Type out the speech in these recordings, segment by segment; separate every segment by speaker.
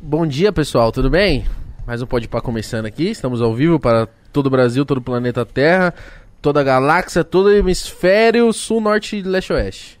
Speaker 1: Bom dia, pessoal, tudo bem? Mais um Pode Pá começando aqui. Estamos ao vivo para todo o Brasil, todo o planeta Terra, toda a galáxia, todo o hemisfério sul, norte, leste, oeste.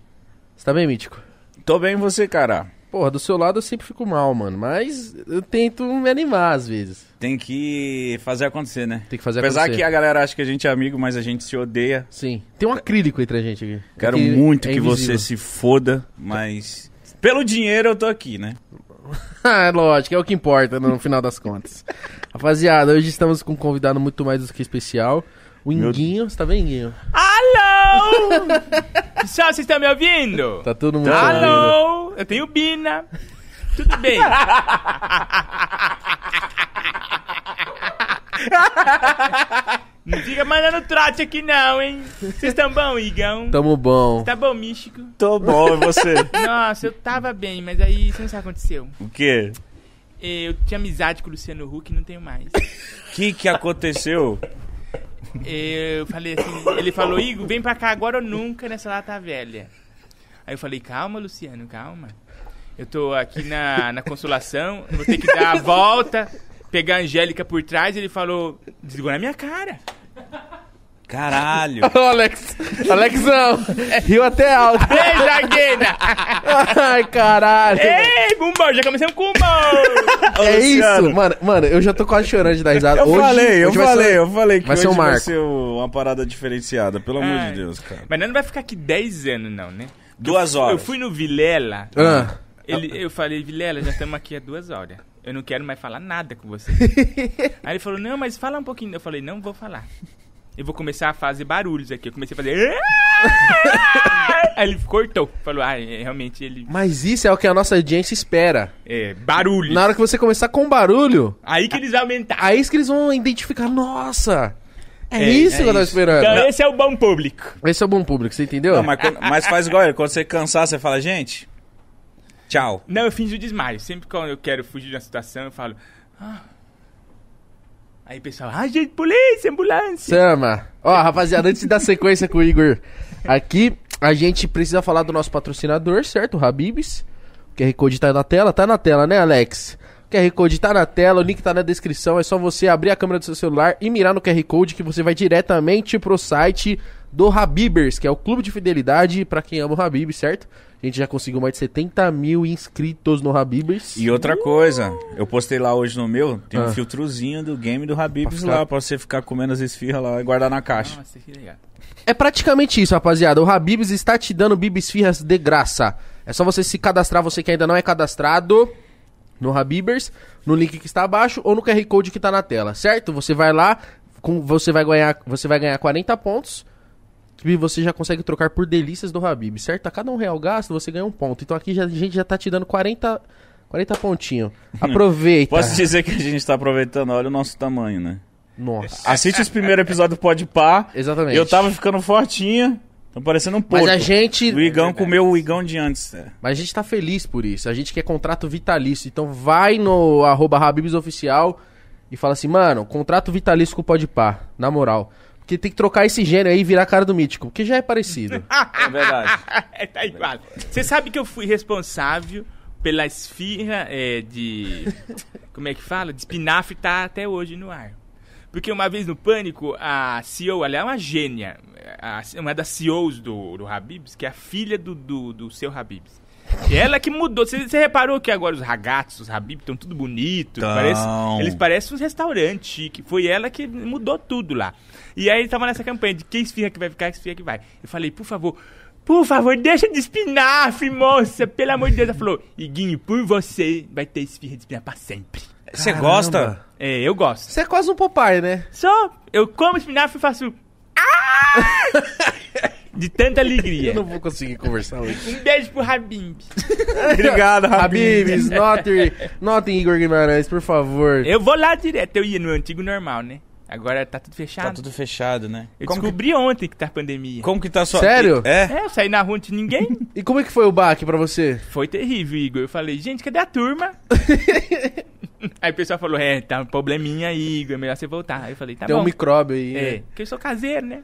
Speaker 1: Você tá bem, Mítico?
Speaker 2: Tô bem você, cara.
Speaker 1: Porra, do seu lado eu sempre fico mal, mano, mas eu tento me animar às vezes.
Speaker 2: Tem que fazer acontecer, né?
Speaker 1: Tem que fazer
Speaker 2: Apesar
Speaker 1: acontecer.
Speaker 2: que a galera acha que a gente é amigo, mas a gente se odeia.
Speaker 1: Sim. Tem um acrílico entre a gente aqui.
Speaker 2: Quero
Speaker 1: É que
Speaker 2: muito
Speaker 1: é
Speaker 2: que
Speaker 1: invisível.
Speaker 2: você se foda, mas. Pelo dinheiro eu tô aqui, né?
Speaker 1: Ah, é lógico, é o que importa no final das contas. Rapaziada, hoje estamos com um convidado muito mais do que especial. O
Speaker 2: Meu-
Speaker 1: Inguinho, você tá bem, Inguinho?
Speaker 3: Alô! Pessoal, vocês estão me ouvindo?
Speaker 1: Tá todo mundo te ouvindo.
Speaker 3: Alô! Eu tenho Bina. Tudo bem? Não fica mandando trote aqui não, hein? Vocês estão bom, Igão?
Speaker 1: Tamo bom.
Speaker 3: Tá bom, Místico?
Speaker 2: Tô bom, e você?
Speaker 3: Nossa, eu tava bem, mas aí, você não sabe o que aconteceu.
Speaker 2: o quê?
Speaker 3: Eu tinha amizade com o Luciano Huck e não tenho mais.
Speaker 2: O que que aconteceu?
Speaker 3: Eu falei assim, ele falou, Igor, vem pra cá agora ou nunca nessa lata velha. Aí eu falei, calma, Luciano, calma. Eu tô aqui na, na consolação, vou ter que dar a volta, pegar a Angélica por trás. Ele falou, desligou na minha cara.
Speaker 2: Caralho.
Speaker 1: Ô, Alex, Alexão, é, riu até alto.
Speaker 3: Ei, Zagueira!
Speaker 1: Ai, caralho.
Speaker 3: Ei, Gumbão, já começamos com o Gumbão!
Speaker 2: Ô,
Speaker 1: é
Speaker 2: Luciano,
Speaker 1: isso, mano, mano, eu já tô quase chorando de dar risada.
Speaker 2: Eu
Speaker 1: Hoje-
Speaker 2: falei, eu
Speaker 1: hoje vai
Speaker 2: falei,
Speaker 1: ser-
Speaker 2: eu falei que
Speaker 1: vai ser um
Speaker 2: hoje vai
Speaker 1: marco.
Speaker 2: ser uma parada diferenciada, pelo amor
Speaker 3: Ai.
Speaker 2: de Deus, cara.
Speaker 3: Mas nós não vai ficar aqui 10 anos, não, né?
Speaker 2: Duas horas.
Speaker 3: É. Eu fui no Vilela,
Speaker 1: Ah,
Speaker 3: Ele, eu falei, Vilela, já estamos aqui há duas horas. Eu não quero mais falar nada com você. Aí ele falou, não, mas fala um pouquinho. Eu falei, não vou falar. Eu vou começar a fazer barulhos aqui. Eu comecei a fazer. Aí ele cortou. Falou, ah, é, realmente ele.
Speaker 1: mas isso é o que a nossa audiência espera.
Speaker 3: É, barulho.
Speaker 1: Na hora que você começar com barulho,
Speaker 3: Aí que eles aumentaram.
Speaker 1: aí é isso que eles vão identificar. Nossa, é,
Speaker 2: É,
Speaker 1: isso
Speaker 2: é
Speaker 1: que eu tava
Speaker 2: isso.
Speaker 1: esperando.
Speaker 3: Então esse é o bom público.
Speaker 1: Esse é o bom público, você entendeu?
Speaker 2: Não, mas, quando- mas faz igual, ele, quando você cansar, você fala, gente, tchau.
Speaker 3: Não, eu fingi o desmaio. Sempre quando eu quero fugir de uma situação, eu falo. "Ah." Aí o pessoal, ah, gente, polícia, ambulância.
Speaker 1: Sama. Ó, rapaziada, antes da sequência com o Igor aqui, a gente precisa falar do nosso patrocinador, certo? O Habibs. O QR Code tá na tela. Tá na tela, né, Alex? O QR Code tá na tela, o link tá na descrição. É só você abrir a câmera do seu celular e mirar no QR Code que você vai diretamente pro site do Habibers, que é o clube de fidelidade pra quem ama o Habib, certo? A gente já conseguiu mais de 70 mil inscritos no Habibers.
Speaker 2: E outra coisa, eu postei lá hoje no meu, tem
Speaker 1: Ah.
Speaker 2: um filtrozinho do game do Habibs
Speaker 1: Pra ficar-
Speaker 2: lá, pra você ficar comendo as esfirras lá e guardar na caixa.
Speaker 3: Nossa, que legal.
Speaker 1: É praticamente isso, rapaziada. O Habibs está te dando bibisfirras de graça. É só você se cadastrar, você que ainda não é cadastrado, no Habibers, no link que está abaixo ou no QR Code que está na tela, certo? Você vai lá, com- você vai ganhar, você vai ganhar 40 pontos que você já consegue trocar por delícias do Habib, certo? A cada um real gasto, você ganha um ponto. Então aqui já- a gente já tá te dando 40, 40 pontinhos. Aproveita.
Speaker 2: Posso dizer que a gente tá aproveitando, olha o nosso tamanho, né?
Speaker 1: Nossa.
Speaker 2: Assiste os primeiros episódios do Pode Pá.
Speaker 1: Exatamente.
Speaker 2: Eu tava ficando fortinha, tô parecendo um porco.
Speaker 1: Mas a gente
Speaker 2: O Igão comeu o Igão de antes. é.
Speaker 1: Mas a gente tá feliz por isso. A gente quer contrato vitalício. Então vai no arroba Habibs Oficial e fala assim, mano, contrato vitalício com o Podpah, na moral. Porque tem que trocar esse gênio aí e virar a cara do Mítico, porque já é parecido.
Speaker 2: É verdade.
Speaker 3: É, tá igual. Você sabe que eu fui responsável pela esfirra é, de. Como é que fala? De espinafre tá até hoje no ar. Porque uma vez no Pânico, a CEO, ela é uma gênia. a- uma das CEOs do, do Habibs, que é a filha do, do, do seu Habibs. E ela que mudou. Você, você reparou que agora os ragazzi, os Habibs, estão tudo bonito.
Speaker 2: Tão.
Speaker 3: Parece, eles parecem um restaurante chique. Foi ela que mudou tudo lá. E aí tava nessa campanha de quem esfirra que vai ficar, que esfirra que vai. Eu falei, por favor, por favor, deixa de espinafre, moça. Pelo amor de Deus. Ela falou, Iguinho, por você vai ter esfirra de espinafre pra sempre.
Speaker 2: Você
Speaker 1: Caramba.
Speaker 2: gosta?
Speaker 3: É, eu gosto.
Speaker 1: Você é quase um Popeye, né?
Speaker 3: Só eu como espinafre e faço... "Ah!" De tanta alegria.
Speaker 1: Eu não vou conseguir conversar hoje.
Speaker 3: Um beijo pro Rabimbi.
Speaker 2: Obrigado, Habibs.
Speaker 1: Habibs, notem, notem Igor Guimarães, por favor.
Speaker 3: Eu vou lá direto. Eu ia no antigo normal, né? Agora tá tudo
Speaker 2: Tá
Speaker 3: fechado.
Speaker 2: tudo fechado, né?
Speaker 3: Eu
Speaker 2: Como que,
Speaker 3: descobri ontem que tá pandemia.
Speaker 2: como que tá sua...
Speaker 1: Sério?
Speaker 2: É.
Speaker 3: É, eu saí na rua, não tinha ninguém.
Speaker 1: E como é que foi o baque pra você?
Speaker 3: Foi terrível, Igor. Eu falei, gente, cadê a turma? aí o pessoal falou, é, tá um probleminha aí, Igor, é melhor você voltar. Aí eu falei, tá
Speaker 1: Tem
Speaker 3: bom.
Speaker 1: um micróbio aí.
Speaker 3: É,
Speaker 1: né?
Speaker 3: porque eu sou caseiro, né?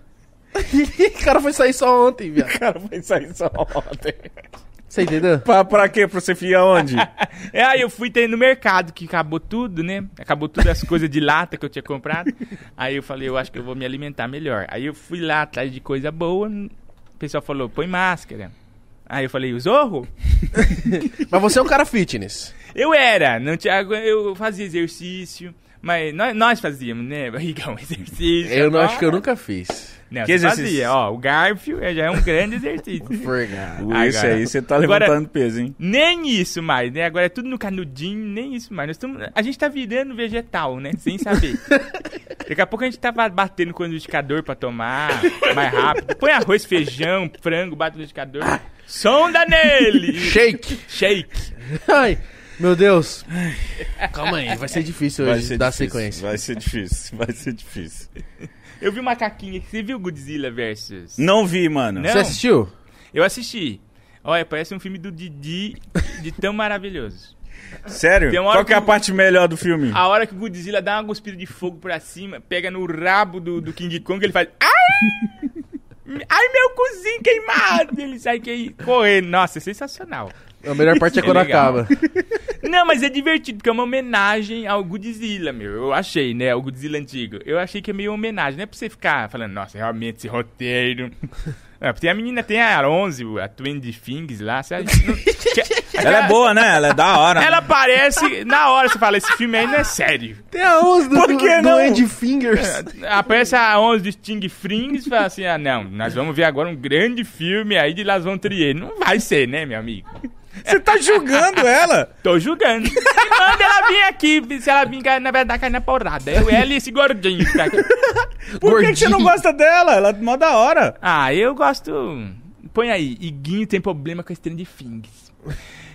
Speaker 1: o cara foi sair só ontem, viado.
Speaker 2: cara foi sair só ontem.
Speaker 1: Você entendeu?
Speaker 2: Pra, pra quê? Pra você fiar onde?
Speaker 3: É, aí eu fui ter no mercado, que acabou tudo, né? Acabou todas as coisas de lata que eu tinha comprado. Aí eu falei, eu acho que eu vou me alimentar melhor. Aí eu fui lá atrás de coisa boa. O pessoal falou, põe máscara. Aí eu falei, o zorro?
Speaker 1: Mas você é um cara fitness.
Speaker 3: Eu era, não tinha, agu- eu fazia exercício, mas nós, nós fazíamos, né, barrigão, exercício.
Speaker 1: Eu não
Speaker 3: ó.
Speaker 1: acho que eu nunca fiz.
Speaker 3: Não,
Speaker 2: Que
Speaker 3: você
Speaker 2: exercício?
Speaker 3: fazia, ó, o Garfield é- já é um grande exercício.
Speaker 1: Forgado.
Speaker 2: Isso
Speaker 3: Agora-
Speaker 2: aí, você tá
Speaker 3: Agora-
Speaker 2: levantando peso, hein?
Speaker 3: Nem isso mais, né? Agora é tudo no canudinho, nem isso mais. Nós tamo- a gente tá virando vegetal, né? Sem saber. Daqui a pouco a gente tava batendo com o liquidificador pra tomar mais rápido. Põe arroz, feijão, frango, bate no liquidificador. Sonda nele!
Speaker 1: Shake!
Speaker 3: Shake!
Speaker 1: Ai, meu Deus. Calma aí, vai ser difícil
Speaker 2: É, Vai
Speaker 1: hoje
Speaker 2: ser
Speaker 1: dar
Speaker 2: difícil,
Speaker 1: sequência.
Speaker 2: Vai ser difícil, vai ser difícil.
Speaker 3: Eu vi uma caquinha aqui. Você viu Godzilla versus...
Speaker 2: Não vi, mano.
Speaker 3: Não.
Speaker 1: Você assistiu?
Speaker 3: Eu assisti. Olha, parece um filme do Didi de tão maravilhoso.
Speaker 2: Sério?
Speaker 3: Tem uma hora
Speaker 2: Qual que é a
Speaker 3: que-
Speaker 2: parte melhor do filme?
Speaker 3: A hora que o Godzilla dá uma cuspida de fogo pra cima, pega no rabo do, do King Kong, ele faz. Ai! Ai, meu cozinho queimado! Ele sai que- correndo. Nossa, é sensacional.
Speaker 1: A melhor parte é
Speaker 3: É
Speaker 1: quando
Speaker 3: legal.
Speaker 1: acaba.
Speaker 3: Não, mas é divertido, porque é uma homenagem ao Godzilla, meu. Eu achei, né? Ao Godzilla antigo. Eu achei que é meio uma homenagem. Não é pra você ficar falando, nossa, realmente esse roteiro. É, porque a menina tem a 11, a Twenty Things lá. Sabe? Não-
Speaker 2: Ela é boa, né? Ela é da hora.
Speaker 3: Ela aparece, na hora você fala, esse filme aí não é sério.
Speaker 1: Tem a 11 do,
Speaker 2: Por
Speaker 1: do,
Speaker 2: que
Speaker 1: do
Speaker 2: não? É.
Speaker 1: Andy Fingers.
Speaker 3: Aparece a 11 de Sting Frings e fala assim, ah não, nós vamos ver agora um grande filme aí de Las Von Trier. Não vai ser, né, meu amigo?
Speaker 2: Você tá julgando ela?
Speaker 3: Tô julgando. E manda ela vir aqui, se ela vir, cai- na verdade, cai na porrada. Eu, ela e esse gordinho que tá aqui.
Speaker 2: Por que, que você não
Speaker 1: Gordinho.
Speaker 2: gosta dela? Ela é mó da hora.
Speaker 3: Ah, eu gosto... Põe aí, Iguinho tem problema com a Sting Things.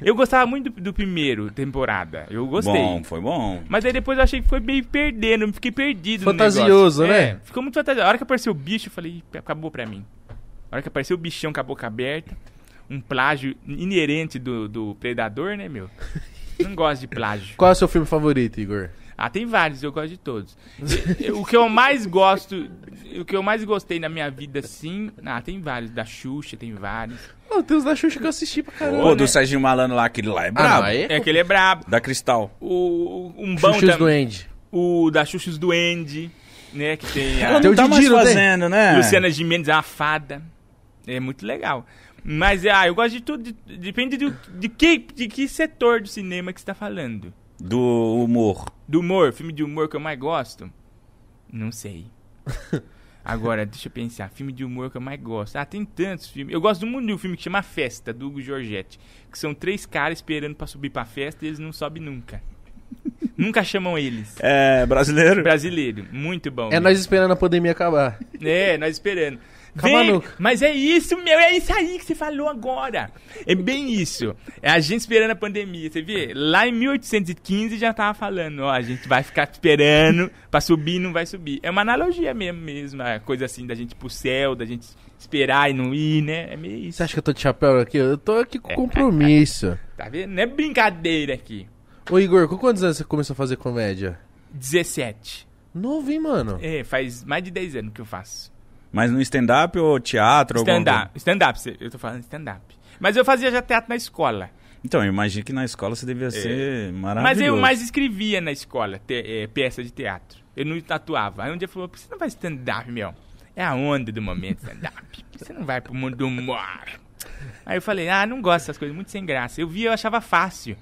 Speaker 3: Eu gostava muito do, do primeiro temporada, eu gostei.
Speaker 2: Bom, foi bom.
Speaker 3: Mas aí depois eu achei que foi meio perdendo, eu fiquei perdido no
Speaker 1: Fantasioso,
Speaker 3: negócio.
Speaker 1: né?
Speaker 3: É, ficou muito fantasioso. A hora que apareceu o bicho, eu falei, "Ih, acabou pra mim. A hora que apareceu o bichão com a boca aberta, um plágio inerente do, do predador, né, meu? Não gosto de plágio.
Speaker 1: Qual é o seu filme favorito, Igor?
Speaker 3: Ah, tem vários, eu gosto de todos. E- e- o que eu mais gosto, o que eu mais gostei na minha vida, sim... Ah, tem vários, da Xuxa, tem vários.
Speaker 1: Oh, tem os da Xuxa que eu assisti pra caramba.
Speaker 2: Pô,
Speaker 3: né?
Speaker 2: do Serginho Malano lá, aquele lá é
Speaker 1: ah, não,
Speaker 2: brabo.
Speaker 1: aí
Speaker 3: É que ele é brabo.
Speaker 2: Da Cristal.
Speaker 3: O, o- um bom
Speaker 1: Xuxa do
Speaker 3: também,
Speaker 1: Andy.
Speaker 3: o da Xuxa e os Duende, né, que tem a...
Speaker 2: Ela
Speaker 1: Tem
Speaker 2: não
Speaker 1: o
Speaker 2: tá mais
Speaker 1: Didi, não tem?
Speaker 2: fazendo, né?
Speaker 3: Luciana Gimenez é uma fada. É muito legal. Mas, ah, eu gosto de tudo. de- depende do, de, que, de que setor do cinema que você tá falando.
Speaker 2: Do humor.
Speaker 3: Do humor, filme de humor que eu mais gosto? Não sei. Agora, deixa eu pensar. Filme de humor que eu mais gosto. Ah, tem tantos filmes. Eu gosto muito de um filme que chama Festa, do Hugo Giorgetti. Que são três caras esperando pra subir pra festa e eles não sobem nunca. nunca chamam eles.
Speaker 2: É, brasileiro.
Speaker 3: Brasileiro, muito bom.
Speaker 1: Tá. É
Speaker 3: mesmo.
Speaker 1: nós esperando a pandemia acabar.
Speaker 3: É, nós esperando.
Speaker 1: Calma,
Speaker 3: Vem,
Speaker 1: Nuca.
Speaker 3: mas é isso, meu, é isso aí que você falou agora. É bem isso. É a gente esperando a pandemia, você vê? Lá em 1815 já tava falando, ó, a gente vai ficar esperando pra subir e não vai subir. É uma analogia mesmo, mesmo, a coisa assim da gente ir pro céu, da gente esperar e não ir, né? É meio isso.
Speaker 1: Você acha que eu tô de chapéu aqui? Eu tô aqui
Speaker 2: É.
Speaker 1: com compromisso.
Speaker 3: Tá vendo? Não é brincadeira aqui.
Speaker 1: Ô, Igor, com quantos anos você começou a fazer comédia?
Speaker 3: 17.
Speaker 1: Novo, hein, mano?
Speaker 3: É, faz mais de 10 anos que eu faço.
Speaker 2: Mas no stand-up ou teatro? alguma
Speaker 3: Stand-up, stand-up, você- eu tô falando stand-up. Mas eu fazia já teatro na escola.
Speaker 2: coisa? Então, eu imagino que na escola você devia ser maravilhoso.
Speaker 3: É. Mas eu mais escrevia na escola te, eh, peça de teatro. Eu não tatuava. Aí um dia falou: por que você não faz stand-up, meu? É a onda do momento, stand-up. Por que você não vai pro mundo do humor? Aí eu falei: ah, não gosto dessas coisas, muito sem graça. Eu via, eu achava fácil.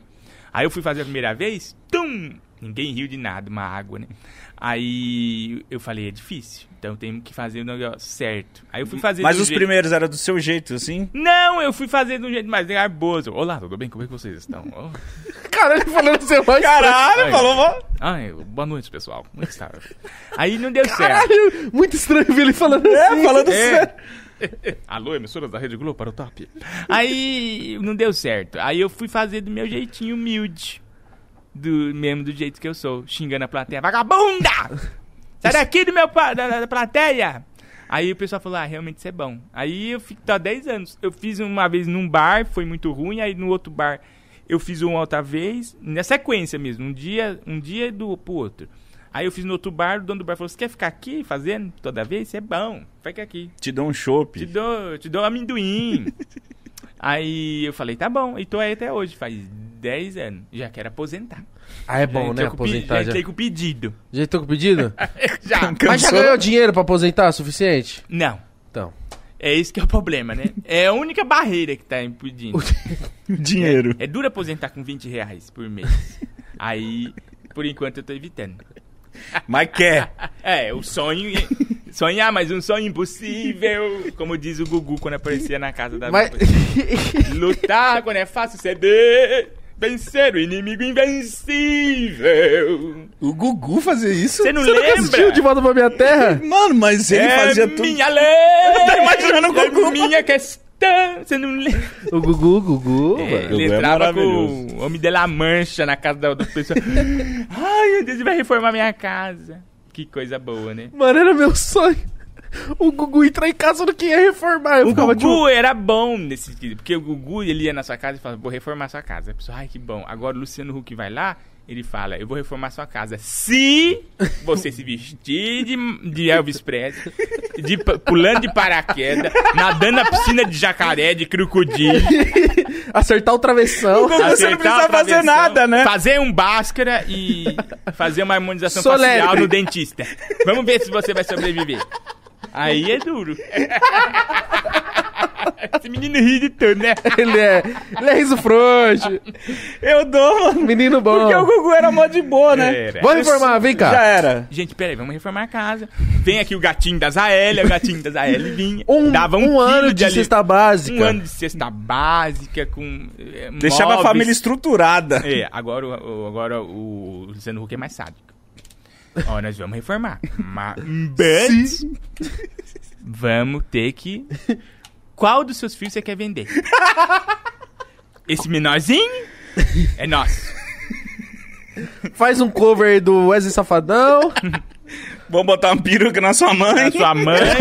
Speaker 3: Aí eu fui fazer a primeira vez, tum! Ninguém riu de nada, uma água, né? Aí eu falei: é difícil, então tenho que fazer o negócio certo. Aí eu fui fazer.
Speaker 2: Mas
Speaker 3: do
Speaker 2: os
Speaker 3: jeito-
Speaker 2: primeiros eram do seu jeito, assim?
Speaker 3: Não, eu fui fazer de um jeito mais garboso. Olá, tudo bem? Como é que vocês estão? Oh.
Speaker 1: Caralho, falando seu mais.
Speaker 2: É. Caralho,
Speaker 3: Ai.
Speaker 2: falou, mó-
Speaker 3: Ah, eu- boa noite, pessoal. Como é que tá? Aí não deu certo.
Speaker 1: Caralho, muito estranho ver ele falando assim.
Speaker 2: É, falando sério.
Speaker 3: É. Alô, emissoras da Rede Globo para o top. Aí não deu certo. Aí eu fui fazer do meu jeitinho humilde. Do mesmo do jeito que eu sou, xingando a plateia. Vagabunda! Sai daqui do meu pa- da, da- da plateia! Aí o pessoal falou: "Ah, realmente isso é bom". Aí eu fico tá 10 anos. Eu fiz uma vez num bar, foi muito ruim, aí no outro bar eu fiz uma outra vez, na sequência mesmo, um dia, um dia do pro outro. Aí eu fiz no outro bar, o dono do bar falou: "Você quer ficar aqui fazendo toda vez? Isso é bom. Fica aqui".
Speaker 2: Te dou um chope.
Speaker 3: Te dou, te dou amendoim. Aí eu falei, tá bom, e tô aí até hoje, faz 10 anos. Já quero aposentar.
Speaker 1: Ah, é
Speaker 3: Já
Speaker 1: bom,
Speaker 3: entrei
Speaker 1: né?
Speaker 3: com o pe-
Speaker 1: Aposentar
Speaker 3: Já
Speaker 1: já.
Speaker 3: entrei com o pedido.
Speaker 1: Já entrou com o pedido?
Speaker 3: Já.
Speaker 1: Mas já ganhou dinheiro pra aposentar o suficiente?
Speaker 3: Não.
Speaker 1: Então.
Speaker 3: É esse que é o problema, né? É a única barreira que tá impedindo.
Speaker 2: Dinheiro.
Speaker 3: É duro aposentar com 20 reais por mês. Aí, por enquanto, eu tô evitando.
Speaker 2: Mas quer.
Speaker 3: É, o sonho. é- Sonhar, mas um sonho impossível. Como diz o Gugu quando aparecia na casa da
Speaker 1: Mas.
Speaker 3: Lutar quando é fácil ceder. Vencer o inimigo invencível.
Speaker 2: O Gugu fazia isso?
Speaker 3: Você não
Speaker 1: Você nunca assistiu
Speaker 3: lembra?
Speaker 1: De Volta pra Minha Terra?
Speaker 2: Mano, mas ele
Speaker 3: é
Speaker 2: fazia tudo.
Speaker 3: minha lei.
Speaker 2: Tá imaginando o Gugu.
Speaker 3: É minha questão. um Você não lembra?
Speaker 1: O Gugu, Gugu,
Speaker 3: É,
Speaker 1: mano.
Speaker 2: Gugu
Speaker 3: ele
Speaker 2: é
Speaker 3: entrava com
Speaker 2: maravilhoso.
Speaker 3: o homem de la mancha na casa da outra pessoa. Ai, meu Deus, ele vai reformar minha casa. Que coisa boa, né?
Speaker 1: Mano, era meu sonho. O Gugu entrar em casa não queria reformar. Eu
Speaker 3: O
Speaker 1: ficava
Speaker 3: Gugu
Speaker 1: tipo.
Speaker 3: era bom nesse sentido, porque o Gugu ele ia na sua casa e falava, vou reformar sua casa. A pessoa, ai que bom. Agora o Luciano Huck vai lá, ele fala, eu vou reformar sua casa se você se vestir de, de Elvis Presley, de, pa- pulando de paraquedas, nadando na piscina de jacaré, de crocodilo,
Speaker 1: tipo, Acertar o travessão.
Speaker 2: Gugu- Você não
Speaker 3: acertar
Speaker 2: precisa
Speaker 3: a
Speaker 2: fazer
Speaker 3: travessão,
Speaker 2: nada, né?
Speaker 3: Fazer um Bhaskara e fazer uma harmonização
Speaker 1: Soletre.
Speaker 3: facial no dentista. Vamos ver se você vai sobreviver. Aí é duro. Esse menino ri de tudo, né?
Speaker 1: ele é. Ele é riso frouxo.
Speaker 2: Eu dou, mano.
Speaker 1: Menino bom.
Speaker 2: Porque o Gugu era mó de boa, né?
Speaker 3: Era.
Speaker 1: Vamos reformar, vem
Speaker 2: Já
Speaker 1: cá.
Speaker 2: era.
Speaker 3: Gente, peraí, vamos reformar a casa. Vem aqui o gatinho da Zaélia, o gatinho da Zaélia vinha.
Speaker 1: Um,
Speaker 3: dava
Speaker 1: um
Speaker 3: quilo
Speaker 1: ano de
Speaker 3: ali-
Speaker 1: cesta básica.
Speaker 3: Um ano de cesta básica, com. eh,
Speaker 2: Deixava a
Speaker 3: móveis.
Speaker 2: família estruturada.
Speaker 3: É, agora, o- o- agora o Luciano Huck é mais sádico. Ó, nós vamos reformar. Mas vamos ter que. Qual dos seus filhos você quer vender? Esse menorzinho é nosso.
Speaker 1: Faz um cover do Wesley Safadão,
Speaker 2: Vamos botar uma peruca na sua
Speaker 3: A
Speaker 2: mãe.
Speaker 3: sua mãe. né?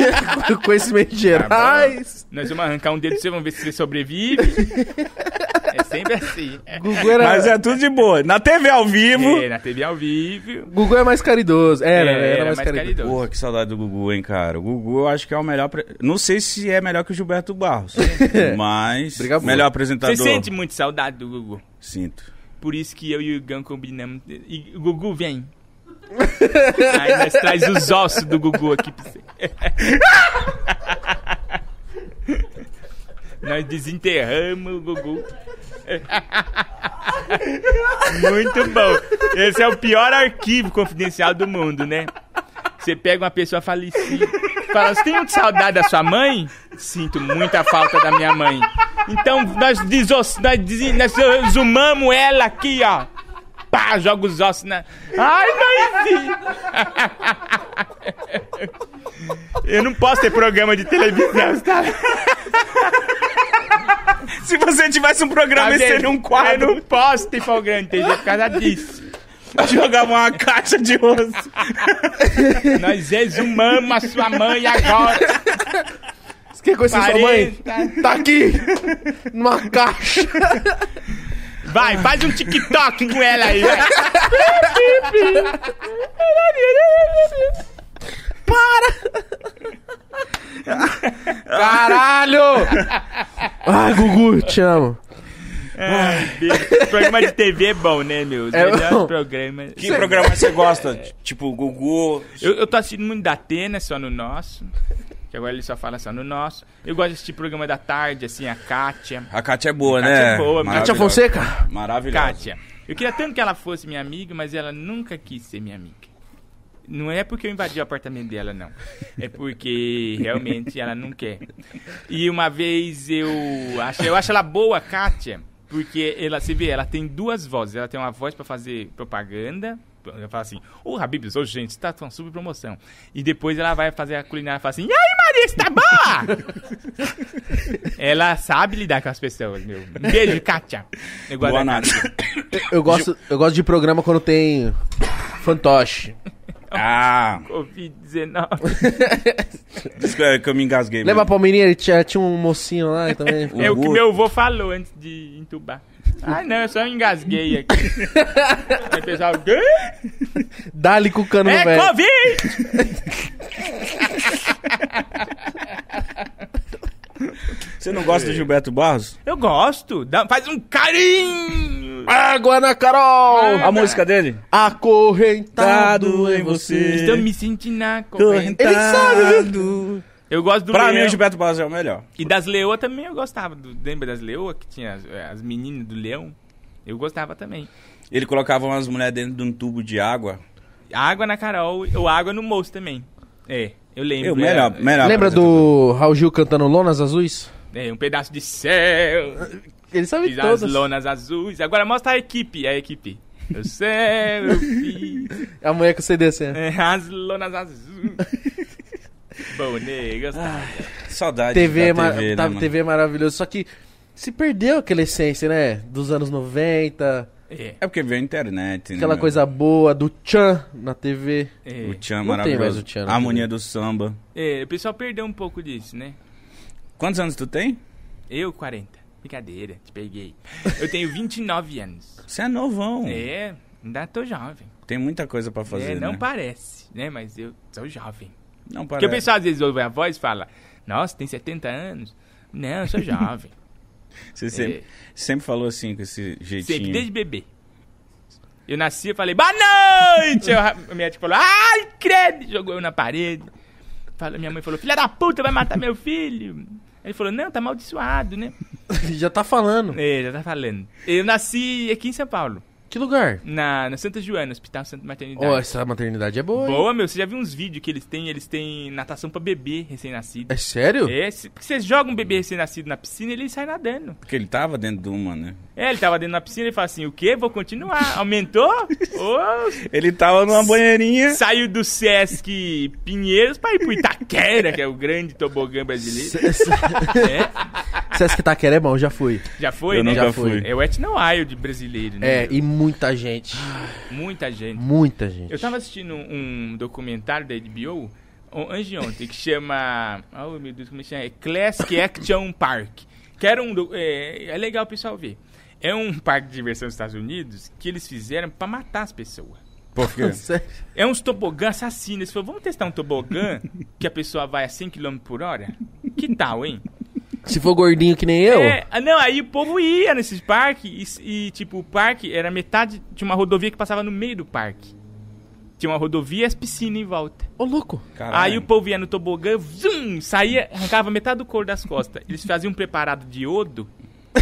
Speaker 1: com
Speaker 3: Tá
Speaker 1: conhecimentos gerais.
Speaker 3: Nós vamos arrancar um dedo seu, vamos ver se você sobrevive. É sempre assim.
Speaker 1: Gugu era.
Speaker 2: Mas é tudo de boa. Na TV ao vivo.
Speaker 3: É, na TV ao vivo.
Speaker 1: Gugu é mais caridoso. Era, né?
Speaker 3: É,
Speaker 1: era, era mais, caridoso.
Speaker 3: então.
Speaker 2: Porra, que saudade do Gugu, hein, cara. O Gugu eu acho que é o melhor. pre- Não sei se é melhor que o Gilberto Barros, mas.
Speaker 1: Briga boa.
Speaker 2: melhor apresentador.
Speaker 3: Você sente muito saudade do Gugu.
Speaker 2: Sinto.
Speaker 3: Por isso que eu e o Gão combinamos. E, e- Gugu, vem. Aí nós traz os ossos do Gugu aqui pra você. nós desenterramos o Gugu. Muito bom. Esse é o pior arquivo confidencial do mundo, né? Você pega uma pessoa falecida, fala, você tem muita saudade da sua mãe? Sinto muita falta da minha mãe. Então nós, desoss... nós, des... nós desumamos ela aqui, ó. Pá, joga os ossos na. Ai, mãezinha! Eu não posso ter programa de televisão, tá?
Speaker 2: Se você tivesse um programa,
Speaker 3: Tá
Speaker 2: esse
Speaker 3: vendo?
Speaker 2: seria um
Speaker 3: Eu
Speaker 2: quadro.
Speaker 3: não posso ter programa de televisão por causa disso.
Speaker 2: Jogava uma caixa de osso.
Speaker 3: Nós exumamos a sua mãe agora.
Speaker 1: Você quer conhecer sua mãe?
Speaker 3: 40.
Speaker 1: Tá aqui! Numa caixa!
Speaker 3: Vai, faz um TikTok com ela aí, velho.
Speaker 1: Caralho! Ai, Gugu, te amo.
Speaker 3: Ai, programa de TV é bom, né, meu? Os
Speaker 1: É
Speaker 3: melhores
Speaker 1: bom.
Speaker 3: programas.
Speaker 2: Que programa você gosta? Tipo, Gugu.
Speaker 3: Eu, eu tô assistindo muito da Atena, só no nosso. Que agora ele só fala só no nosso. Eu gosto de assistir programa da tarde, assim, a Kátia.
Speaker 2: A Kátia é boa,
Speaker 3: Kátia
Speaker 2: né?
Speaker 3: é boa,
Speaker 2: Maravilhosa.
Speaker 1: Tia Fonseca?
Speaker 2: Maravilhosa.
Speaker 3: Kátia. Eu queria tanto que ela fosse minha amiga, mas ela nunca quis ser minha amiga. Não é porque eu invadi o apartamento dela, não. É porque realmente ela não quer. E uma vez eu acho, eu acho ela boa, Kátia, porque ela, você vê, ela tem duas vozes. Ela tem uma voz pra fazer propaganda. Ela fala assim, ô Habibs, ô gente, tá com super promoção. E depois ela vai fazer a culinária e fala assim, e aí Maria, está boa? ela sabe lidar com as pessoas, meu. Um Beijo, Kátia. Eu gosto
Speaker 2: Boa
Speaker 3: da
Speaker 2: noite.
Speaker 3: Kátia.
Speaker 1: Eu gosto, eu gosto de programa quando tem fantoche.
Speaker 2: Ah,
Speaker 3: Covid-19.
Speaker 2: desculpa que eu me engasguei.
Speaker 1: Lembra a
Speaker 2: mesmo.
Speaker 1: Palmeirinha? Ele Tinha, tinha um mocinho lá também.
Speaker 3: É o que
Speaker 2: Gugu.
Speaker 3: meu avô falou antes de entubar. Ah, não, eu só engasguei aqui. Aí o pessoal. "Hã?
Speaker 1: Dá-lhe com o cano no
Speaker 3: É
Speaker 1: velho.
Speaker 3: Covid!
Speaker 2: Você não gosta do Gilberto Barros?
Speaker 3: Eu gosto. Dá- faz um carinho.
Speaker 1: Água na Carol!
Speaker 3: Ah.
Speaker 2: A música dele?
Speaker 3: Tá
Speaker 1: Acorrentado em você.
Speaker 3: Estou me sentindo na corrente.
Speaker 1: Ele sabe,
Speaker 3: Eu gosto do
Speaker 2: Pra mim,
Speaker 3: Leão.
Speaker 2: o Gilberto Barros é o melhor.
Speaker 3: E das leoas também eu gostava. Do, lembra das leoas que tinha as, eh, as meninas do leão? Eu gostava também.
Speaker 2: Ele colocava umas mulheres dentro de um tubo de água.
Speaker 3: Água na Carol ou água no moço também. É, eu lembro.
Speaker 2: Eu, melhor,
Speaker 3: é,
Speaker 2: melhor.
Speaker 1: Lembra do Raul Gil cantando Lonas Azuis?
Speaker 3: É, um pedaço de céu.
Speaker 1: Ele sabe
Speaker 3: Fiz as
Speaker 1: todas.
Speaker 3: lonas azuis. Agora mostra a equipe. A equipe. Eu céu, eu fiz.
Speaker 1: A mulher com o CD assim.
Speaker 3: é, As lonas azuis. Bom, né? Gostava.
Speaker 2: Saudade
Speaker 1: TV,
Speaker 2: da
Speaker 1: ma-
Speaker 2: TV,
Speaker 1: tá-
Speaker 2: né, mano?
Speaker 1: TV maravilhoso. Só que se perdeu aquela essência, né? Dos anos 90,
Speaker 3: É,
Speaker 2: É porque veio a internet, né?
Speaker 1: aquela
Speaker 2: meu?
Speaker 1: coisa boa do Tchan na TV.
Speaker 3: é.
Speaker 2: O Tchan
Speaker 1: Não tem
Speaker 2: maravilhoso.
Speaker 1: mais o Tchan na
Speaker 2: a harmonia do samba.
Speaker 3: É, o pessoal perdeu um pouco disso, né?
Speaker 2: Quantos anos tu tem?
Speaker 3: Eu, 40. Brincadeira, te peguei. Eu tenho 29 anos.
Speaker 2: Você é novão.
Speaker 3: É, ainda tô jovem.
Speaker 2: Tem muita coisa pra fazer,
Speaker 3: É, não
Speaker 2: né?
Speaker 3: parece, né? Mas eu sou jovem.
Speaker 2: Não
Speaker 3: Porque
Speaker 2: para.
Speaker 3: o pessoal às vezes ouve a voz e fala, nossa, tem 70 anos. Não, eu sou jovem. É,
Speaker 2: Você sempre, sempre falou assim, com esse jeitinho.
Speaker 3: Sempre, desde bebê. Eu nasci e falei, boa noite! Eu, a minha tia falou, ai, credo! Jogou eu na parede. Falou, minha mãe falou, filha da puta, vai matar meu filho! Ele falou, não, tá amaldiçoado, né?
Speaker 1: Já tá falando.
Speaker 3: É, já tá falando. Eu nasci aqui em São Paulo,
Speaker 1: Que lugar?
Speaker 3: na, na Santa Joana, Hospital Santa Maternidade.
Speaker 1: Ó, essa maternidade é boa. hein?
Speaker 3: Boa, meu, você já viu uns vídeos que eles têm, eles têm natação pra bebê recém-nascido.
Speaker 1: É sério?
Speaker 3: É, se- porque vocês jogam um bebê recém-nascido na piscina e ele sai nadando.
Speaker 2: Porque ele tava dentro de uma, né?
Speaker 3: É, ele tava dentro da piscina e fala assim, o quê? Vou continuar. Aumentou? Ô,
Speaker 2: Ele tava numa banheirinha.
Speaker 3: Saiu do Sesc Pinheiros pra ir pro Itaquera, que é o grande tobogã brasileiro. É,
Speaker 1: Sesc Taquera é bom, já fui.
Speaker 3: já foi,
Speaker 2: eu
Speaker 3: né?
Speaker 2: nunca
Speaker 1: Já
Speaker 2: fui.
Speaker 1: foi.
Speaker 3: É o Etna Wild brasileiro, né?
Speaker 1: É, e muita gente.
Speaker 3: Muita gente.
Speaker 1: Muita gente.
Speaker 3: Eu tava assistindo um documentário da HBO on- antes de ontem que chama. Oh meu Deus, como é que chama? É Classic Action Park. Que era um. do- É, é legal o pessoal ver. É um parque de diversão dos Estados Unidos que eles fizeram pra matar as pessoas.
Speaker 2: Por quê?
Speaker 1: Sério?
Speaker 3: É uns tobogã assassinos. Eles falaram, vamos testar um tobogã que a pessoa vai a 100 km por hora? Que tal, hein?
Speaker 1: Se for gordinho que nem eu,
Speaker 3: É, ah, não, aí o povo ia nesses parques e, e, tipo, o parque era metade de uma rodovia que passava no meio do parque. Tinha uma rodovia e as piscinas em volta.
Speaker 1: ô louco.
Speaker 2: Caralho.
Speaker 3: Aí o povo ia no tobogã, zum, saía, arrancava metade do couro das costas. Eles faziam um preparado de iodo,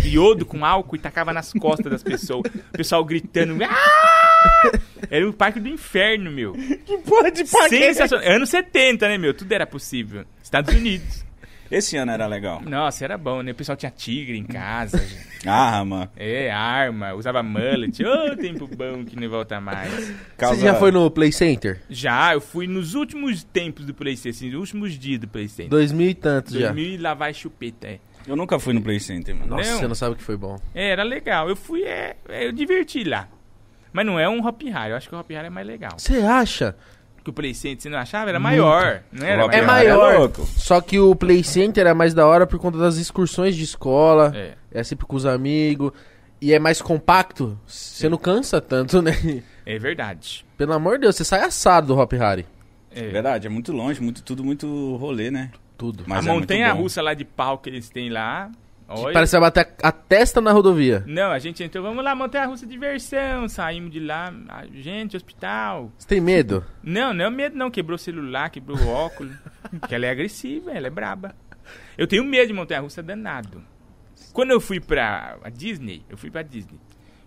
Speaker 3: iodo com álcool e tacava nas costas das pessoas. O pessoal gritando. "Ah!" Era o parque do inferno, meu.
Speaker 2: Que porra de
Speaker 3: Sensacional. Anos 70, né, meu? Tudo era possível. Estados Unidos.
Speaker 2: Esse ano era legal.
Speaker 3: Nossa, era bom, né? O pessoal tinha tigre em casa. gente.
Speaker 2: Ah, mano.
Speaker 3: É, arma. Usava mullet. Ô, tempo bom que não volta mais.
Speaker 2: Causa...
Speaker 1: Você já foi no Play Center?
Speaker 3: Já, eu fui nos últimos tempos do PlayStation, nos últimos dias do PlayStation.
Speaker 1: Dois mil e tantos já.
Speaker 3: 2000 e lá vai chupeta, é.
Speaker 2: Eu nunca fui no Play Center, mano.
Speaker 1: Nossa,
Speaker 3: Não.
Speaker 1: você não sabe o que foi bom.
Speaker 3: É, era legal. Eu fui, é, é, eu diverti lá. Mas não é um Hop Hard. Eu acho que o Hop Hard é mais legal.
Speaker 1: Você acha?
Speaker 3: Que o PlayStation, você não achava? Era maior. Não era
Speaker 2: O Hop
Speaker 1: É
Speaker 2: Hard
Speaker 3: maior.
Speaker 1: maior.
Speaker 2: louco.
Speaker 1: Só que o Play Center é mais da hora por conta das excursões de escola. É,
Speaker 3: É.
Speaker 1: sempre com os amigos. E é mais compacto. Você não cansa tanto, né?
Speaker 3: É verdade.
Speaker 1: Pelo amor de Deus, você sai assado do Hop Harry.
Speaker 3: É.
Speaker 2: Verdade, é muito longe, muito, tudo muito rolê, né?
Speaker 1: Tudo.
Speaker 2: Mas
Speaker 3: a
Speaker 2: é muito
Speaker 3: montanha
Speaker 2: bom.
Speaker 3: russa lá de pau que eles têm lá. Olha.
Speaker 1: Parece que vai bater a a testa na rodovia.
Speaker 3: Não, a gente entrou, vamos lá, montanha russa diversão. Saímos de lá, a gente, hospital.
Speaker 1: Você tem medo?
Speaker 3: Não, não é medo, não. Quebrou o celular, quebrou o óculos. porque ela é agressiva, ela é braba. Eu tenho medo de montanha russa danado. Quando eu fui pra a Disney, eu fui pra Disney.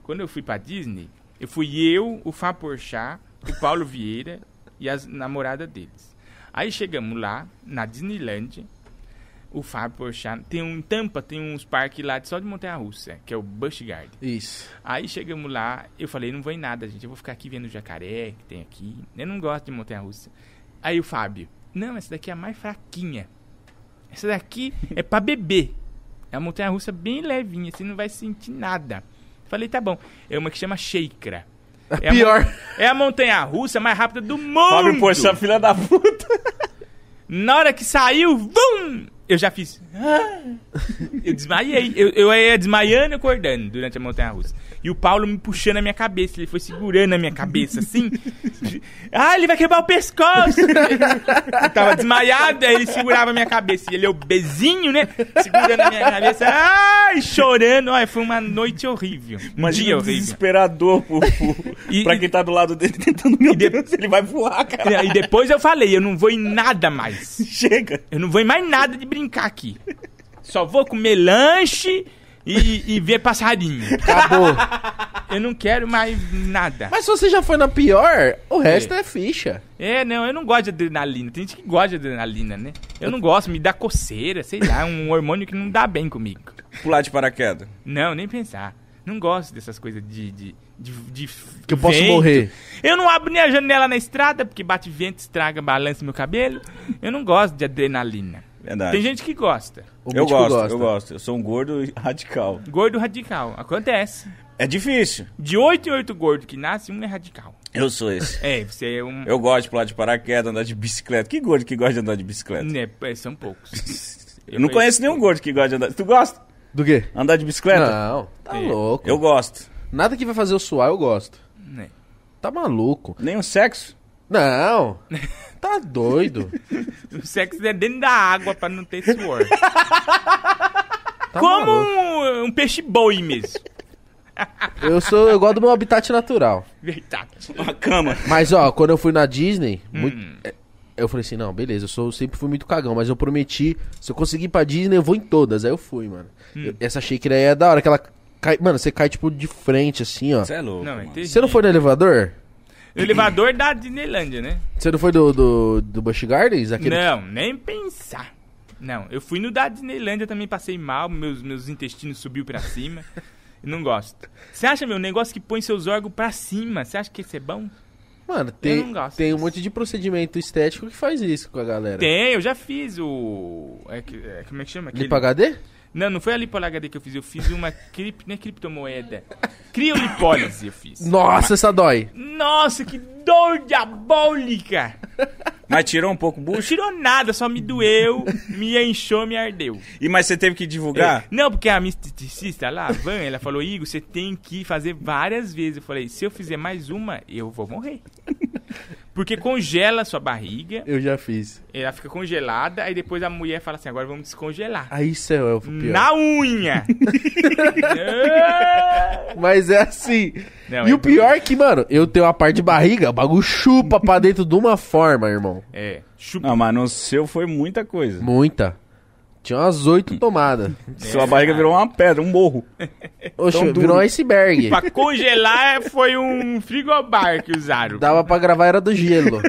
Speaker 3: Quando eu fui pra Disney, eu fui eu, o Fá Porchat, o Paulo Vieira e as namorada deles. Aí chegamos lá, na Disneyland, o Fá Porchat, tem um em Tampa, tem uns parques lá de- só de montanha-russa, que é o Busch Garden.
Speaker 1: Isso.
Speaker 3: Aí chegamos lá, eu falei, não vou em nada, gente. Eu vou ficar aqui vendo o jacaré que tem aqui. Eu não gosto de montanha russa. Aí o Fábio, não, essa daqui é a mais fraquinha. Essa daqui é pra beber. É uma montanha russa bem levinha, você não vai sentir nada. Falei, tá bom. É uma que chama Sheikra. É a mon-
Speaker 1: Pior.
Speaker 3: é a montanha russa mais rápida do mundo.
Speaker 2: Fábio Poxa, filha da puta.
Speaker 3: Na hora que saiu, vum! Eu já fiz. Ah! Eu desmaiei. Eu, eu ia desmaiando e acordando durante a montanha russa. E o Paulo me puxando a minha cabeça. Ele foi segurando a minha cabeça assim. Ah, ele vai quebrar o pescoço! Eu tava desmaiado, aí ele segurava a minha cabeça. E ele é o bezinho, né? Segurando a minha cabeça. Ai, chorando. Olha, foi uma noite horrível. Um dia
Speaker 2: Imagina o
Speaker 3: horrível.
Speaker 2: desesperador pro, pro-
Speaker 3: E-
Speaker 2: pra
Speaker 3: e-
Speaker 2: quem tá do lado dele tentando. Meu Deus, ele vai voar, cara.
Speaker 3: E depois eu falei, eu não vou em nada mais.
Speaker 2: Chega.
Speaker 3: Eu não vou em mais nada de brincar aqui. Só vou comer lanche e, e ver passarinho.
Speaker 1: Acabou.
Speaker 3: Eu não quero mais nada.
Speaker 1: Mas se você já foi na pior, o resto é ficha.
Speaker 3: É, não, eu não gosto de adrenalina. Tem gente que gosta de adrenalina, né? Eu não gosto, me dá coceira, sei lá, é um hormônio que não dá bem comigo.
Speaker 2: Pular de paraquedas.
Speaker 3: Não, nem pensar. Não gosto dessas coisas de. de, de, de
Speaker 1: Que eu posso morrer.
Speaker 3: Eu não abro nem a janela na estrada, porque bate vento, estraga, balança meu cabelo. Eu não gosto de adrenalina.
Speaker 2: Verdade.
Speaker 3: Tem gente que gosta.
Speaker 1: O
Speaker 2: eu
Speaker 1: mítico
Speaker 2: gosto,
Speaker 1: gosta.
Speaker 2: eu gosto. Eu sou um gordo e radical.
Speaker 3: Gordo radical, acontece.
Speaker 2: É difícil.
Speaker 3: De oito em oito gordo que nasce, um é radical.
Speaker 2: Eu sou esse.
Speaker 3: É, você é um.
Speaker 2: Eu gosto de pular de paraquedas, andar de bicicleta. Que gordo que gosta de andar de bicicleta?
Speaker 3: Né, é, são poucos.
Speaker 2: Eu não conheço nenhum gordo que gosta de andar. Tu gosta?
Speaker 1: Do quê?
Speaker 2: Andar de bicicleta?
Speaker 1: Não, tá
Speaker 3: É.
Speaker 1: louco.
Speaker 2: Eu gosto.
Speaker 1: Nada que vai fazer eu suar, eu gosto.
Speaker 3: Né.
Speaker 1: Tá maluco.
Speaker 2: Nenhum sexo?
Speaker 1: Não. Tá doido.
Speaker 3: O sexo é dentro da água pra não ter suor.
Speaker 1: Tá
Speaker 3: Como
Speaker 1: maluco.
Speaker 3: um, um peixe boi mesmo.
Speaker 1: Eu sou, eu gosto do meu habitat natural.
Speaker 3: Verdade.
Speaker 2: Uma cama.
Speaker 1: Mas ó, quando eu fui na Disney, muito-
Speaker 3: Hum.
Speaker 1: é, eu falei assim, não, beleza, eu sou, sempre fui muito cagão, mas eu prometi, se eu conseguir ir pra Disney, eu vou em todas. Aí eu fui, mano.
Speaker 3: Hum.
Speaker 1: Eu- essa shaker aí é da hora, que ela cai, mano, você cai tipo de frente assim, ó.
Speaker 2: Você é louco.
Speaker 3: Não, é
Speaker 2: mano.
Speaker 3: terrível.
Speaker 1: Você não foi no elevador?
Speaker 3: O elevador da Disneylândia, né?
Speaker 1: Você não foi do, do, do Busch Gardens? Aquele...
Speaker 3: Não, nem pensar. Não, eu fui no da Disneylândia, também passei mal, meus, meus intestinos subiu pra cima. não gosto. Você acha, meu, um negócio que põe seus órgãos pra cima, você acha que isso é bom?
Speaker 1: Mano, tem,
Speaker 3: não gosto
Speaker 1: tem um
Speaker 3: disso.
Speaker 1: monte de procedimento estético que faz isso com a galera.
Speaker 3: Tem, eu já fiz o... é que- é, como é que chama?
Speaker 1: Lipa HD?
Speaker 3: Não, não foi a lipolagade que eu fiz, eu fiz uma cripto, não é criptomoeda. Criolipólise eu fiz.
Speaker 1: Nossa, essa dói.
Speaker 3: Nossa, que dor diabólica!
Speaker 2: Mas tirou um pouco o
Speaker 3: Não
Speaker 2: bucho?
Speaker 3: tirou nada, só me doeu, me inchou, me ardeu.
Speaker 2: E mas você teve que divulgar?
Speaker 3: É, Não, porque a mistiticista lá, a Van, ela falou, Igor, você tem que fazer várias vezes. Eu falei, se eu fizer mais uma, eu vou morrer. Porque congela a sua barriga,
Speaker 1: Eu já fiz.
Speaker 3: ela fica congelada, aí depois a mulher fala assim, agora vamos descongelar.
Speaker 1: Aí isso é o pior.
Speaker 3: Na unha!
Speaker 1: Mas é assim.
Speaker 3: Não,
Speaker 1: e
Speaker 3: é
Speaker 1: o pior é que, mano, eu tenho uma parte de barriga, o bagulho chupa pra dentro de uma forma, irmão.
Speaker 3: é, chupa.
Speaker 2: Não, mas no seu foi muita coisa.
Speaker 1: Muita. Tinha umas oito tomadas.
Speaker 3: É.
Speaker 2: Sua barriga virou uma pedra, um morro.
Speaker 1: Oxe,
Speaker 2: Tão duro.
Speaker 1: virou um iceberg.
Speaker 3: Pra congelar foi um frigobar que usaram.
Speaker 1: Dava pra gravar, era do gelo.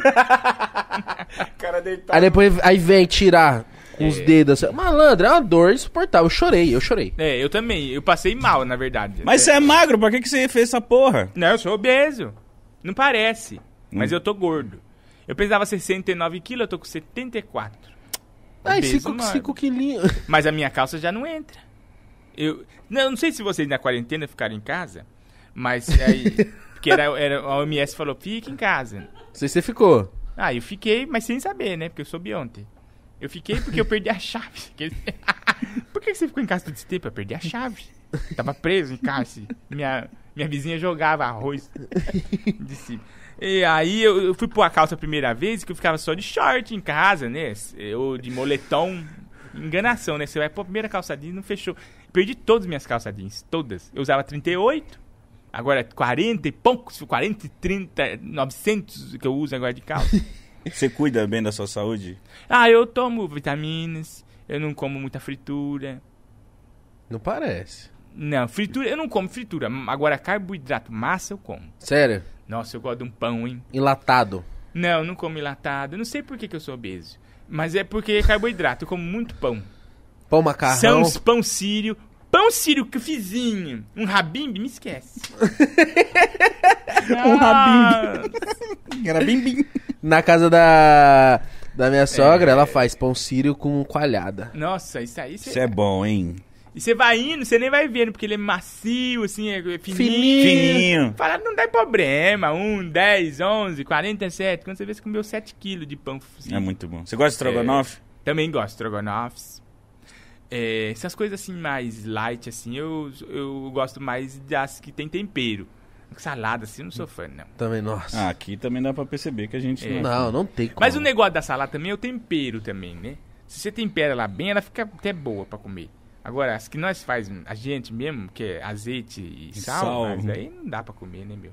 Speaker 2: cara deitado.
Speaker 1: aí depois aí vem tirar com os dedos. Assim. Malandro, é uma dor insuportável. Eu chorei, eu chorei.
Speaker 3: É, eu também. Eu passei mal, na verdade.
Speaker 2: Mas você
Speaker 3: Até-
Speaker 2: é magro, pra que, que você fez essa porra?
Speaker 3: Não, eu sou obeso. Não parece. Mas
Speaker 2: Hum.
Speaker 3: eu tô gordo. Eu pesava 69 quilos, eu tô com 74.
Speaker 1: Ai,
Speaker 3: Obeso,
Speaker 1: 5
Speaker 3: mano.
Speaker 1: quilinhos.
Speaker 3: Mas a minha calça já não entra. Eu não, eu não sei se vocês na quarentena ficaram em casa, mas aí... porque era, era, a OMS falou, fique em casa.
Speaker 1: Não sei se você ficou.
Speaker 3: Ah, eu fiquei, mas sem saber, né? Porque eu soube ontem. Eu fiquei porque eu perdi a chave. Por que você ficou em casa todo esse tempo? Eu perdi a chave. Tava preso em casa. Minha, minha vizinha jogava arroz de cima. E aí eu, eu fui pôr a calça a primeira vez, que eu ficava só de short em casa, né? Ou de moletom. Enganação, né? Você vai pôr a primeira calça jeans, não fechou. Perdi todas as minhas calça jeans, todas. Eu usava 38, agora 40 e poucos, 40 e 30, 900 que eu uso agora de calça.
Speaker 2: Você cuida bem da sua saúde?
Speaker 3: Ah, eu tomo vitaminas, eu não como muita fritura.
Speaker 1: Não parece.
Speaker 3: Não, fritura, eu não como fritura. m- Agora, carboidrato, massa eu como.
Speaker 1: Sério,
Speaker 3: Nossa, eu gosto de um pão, hein?
Speaker 1: enlatado.
Speaker 3: Não, eu não como enlatado. Eu Não sei por que, que eu sou obeso. Mas é porque é carboidrato, eu como muito pão.
Speaker 1: Pão macarrão.
Speaker 3: São os pão sírio. Pão sírio que fizinho. Um rabimbe, me esquece. um rabimbe.
Speaker 2: Era bim bim.
Speaker 1: Na casa da, da minha sogra, ela faz pão sírio com coalhada.
Speaker 3: Ah, Nossa, isso aí.
Speaker 2: Isso é bom, hein?
Speaker 3: E você vai indo, você nem vai vendo, porque ele é macio, assim, é fininho.
Speaker 1: Fininho.
Speaker 2: Fininho.
Speaker 3: Falaram, não dá problema. 1, 10, 11, 47. Quando você vê, você comeu 7 quilos de pão. assim.
Speaker 2: É muito bom. Você gosta de estrogonofe?
Speaker 3: Também gosto de estrogonofes. É, essas coisas assim mais light, assim, eu, eu gosto mais das que tem tempero. Salada, assim, eu não sou fã, não.
Speaker 1: Também,
Speaker 3: É.
Speaker 1: nossa.
Speaker 2: Ah, aqui também dá pra perceber que a gente não...
Speaker 1: Não, não tem como.
Speaker 3: Mas o negócio da salada também é o tempero também, né? Se você tempera ela bem, ela fica até boa pra comer. Agora, as que nós faz, a gente mesmo, que é azeite e sal,
Speaker 2: sal.
Speaker 3: mas daí não dá pra comer, né, meu?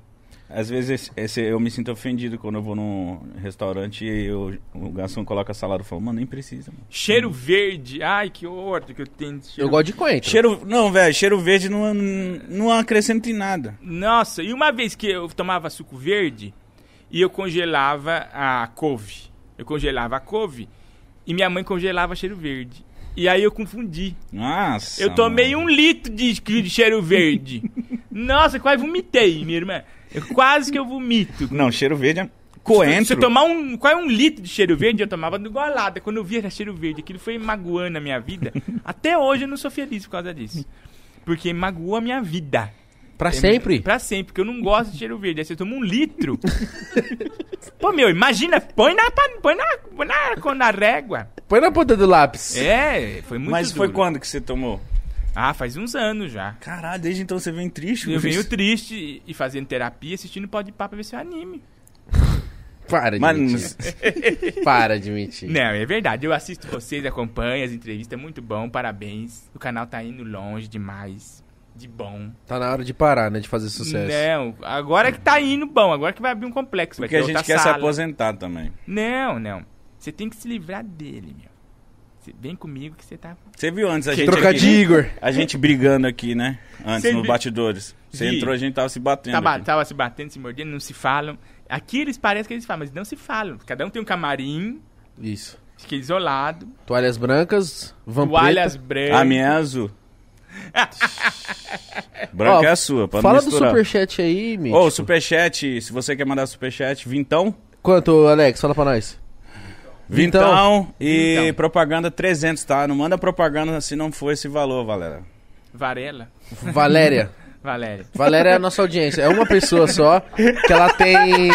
Speaker 2: Às vezes esse- esse- eu me sinto ofendido quando eu vou num restaurante e eu- o garçom coloca salada e fala, mano, nem precisa, mano.
Speaker 3: Cheiro verde. Ai, que horta que eu tenho de cheiro.
Speaker 1: Eu gosto de coentro.
Speaker 2: Cheiro... Não, velho, cheiro verde não, não acrescenta em nada.
Speaker 3: Nossa, e uma vez que eu tomava suco verde e eu congelava a couve. Eu congelava a couve e minha mãe congelava cheiro verde. E aí eu confundi.
Speaker 2: Nossa,
Speaker 3: Eu tomei
Speaker 2: mano.
Speaker 3: um litro de, de cheiro verde. Nossa, quase vomitei, minha irmã. Eu quase que eu vomito.
Speaker 2: Não, cheiro verde é
Speaker 3: Se eu
Speaker 2: coentro.
Speaker 3: tomar um, quase um litro de cheiro verde, eu tomava do golada. Quando eu vi era cheiro verde, aquilo foi magoando a minha vida. Até hoje eu não sou feliz por causa disso. Porque magoou a minha vida.
Speaker 1: Pra sempre.
Speaker 3: Pra sempre, porque eu não gosto de cheiro verde. Aí você toma um litro. Pô, meu, imagina, põe na, pa- põe na, põe na, na régua.
Speaker 1: Põe na ponta do lápis.
Speaker 3: É, foi muito
Speaker 2: Mas foi
Speaker 3: duro.
Speaker 2: quando que você tomou?
Speaker 3: Ah, faz uns anos já.
Speaker 2: Caralho, desde então você vem triste.
Speaker 3: Eu
Speaker 2: Luiz.
Speaker 3: venho triste e- e fazendo terapia, assistindo Pode Pá pra ver se eu anime.
Speaker 1: Para de
Speaker 2: Mas
Speaker 1: mentir.
Speaker 3: É,
Speaker 1: Para de mentir.
Speaker 2: Né.
Speaker 3: Não, é verdade. Eu assisto vocês, acompanho as entrevistas, é muito bom, parabéns. O canal tá indo longe demais. De bom.
Speaker 1: Tá na hora de parar, né? De fazer sucesso.
Speaker 3: Não, agora que tá indo bom, agora que vai abrir um complexo.
Speaker 2: porque
Speaker 3: vai
Speaker 2: a
Speaker 3: ter
Speaker 2: gente
Speaker 3: outra
Speaker 2: quer se
Speaker 3: sala.
Speaker 2: aposentar também.
Speaker 3: Não, não. Você tem que se livrar dele, meu. Você vem comigo que você tá.
Speaker 2: Você viu antes a gente aqui, né?
Speaker 1: Trocadilho, Igor.
Speaker 2: A gente brigando aqui, né? Antes,
Speaker 3: Você
Speaker 2: nos
Speaker 3: vi-
Speaker 2: batidores. Você
Speaker 3: Vi. Tá
Speaker 2: entrou, a gente tava se batendo.
Speaker 3: Tava,
Speaker 2: aqui.
Speaker 3: tava se batendo, se mordendo, não se falam. Aqui eles parecem que eles falam, mas não se falam. Cada um tem um camarim,
Speaker 1: Isso.
Speaker 3: fica isolado,
Speaker 1: Toalhas brancas, vampeta.
Speaker 3: toalhas brancas.
Speaker 2: A minha é azul. Ah. Branca
Speaker 1: Ó,
Speaker 2: é a sua, pra
Speaker 1: Fala
Speaker 2: não
Speaker 1: do
Speaker 2: misturar.
Speaker 1: superchat aí, Mitch.
Speaker 2: Ô, superchat, se você quer mandar superchat, vintão.
Speaker 1: Quanto, Alex? Fala pra nós.
Speaker 2: Vintão, e
Speaker 3: Vintão.
Speaker 2: propaganda 300, tá? Não manda propaganda se não for esse valor, galera.
Speaker 3: Varela.
Speaker 1: Valéria.
Speaker 3: Valéria.
Speaker 1: Valéria é a nossa audiência. É uma pessoa só que ela tem.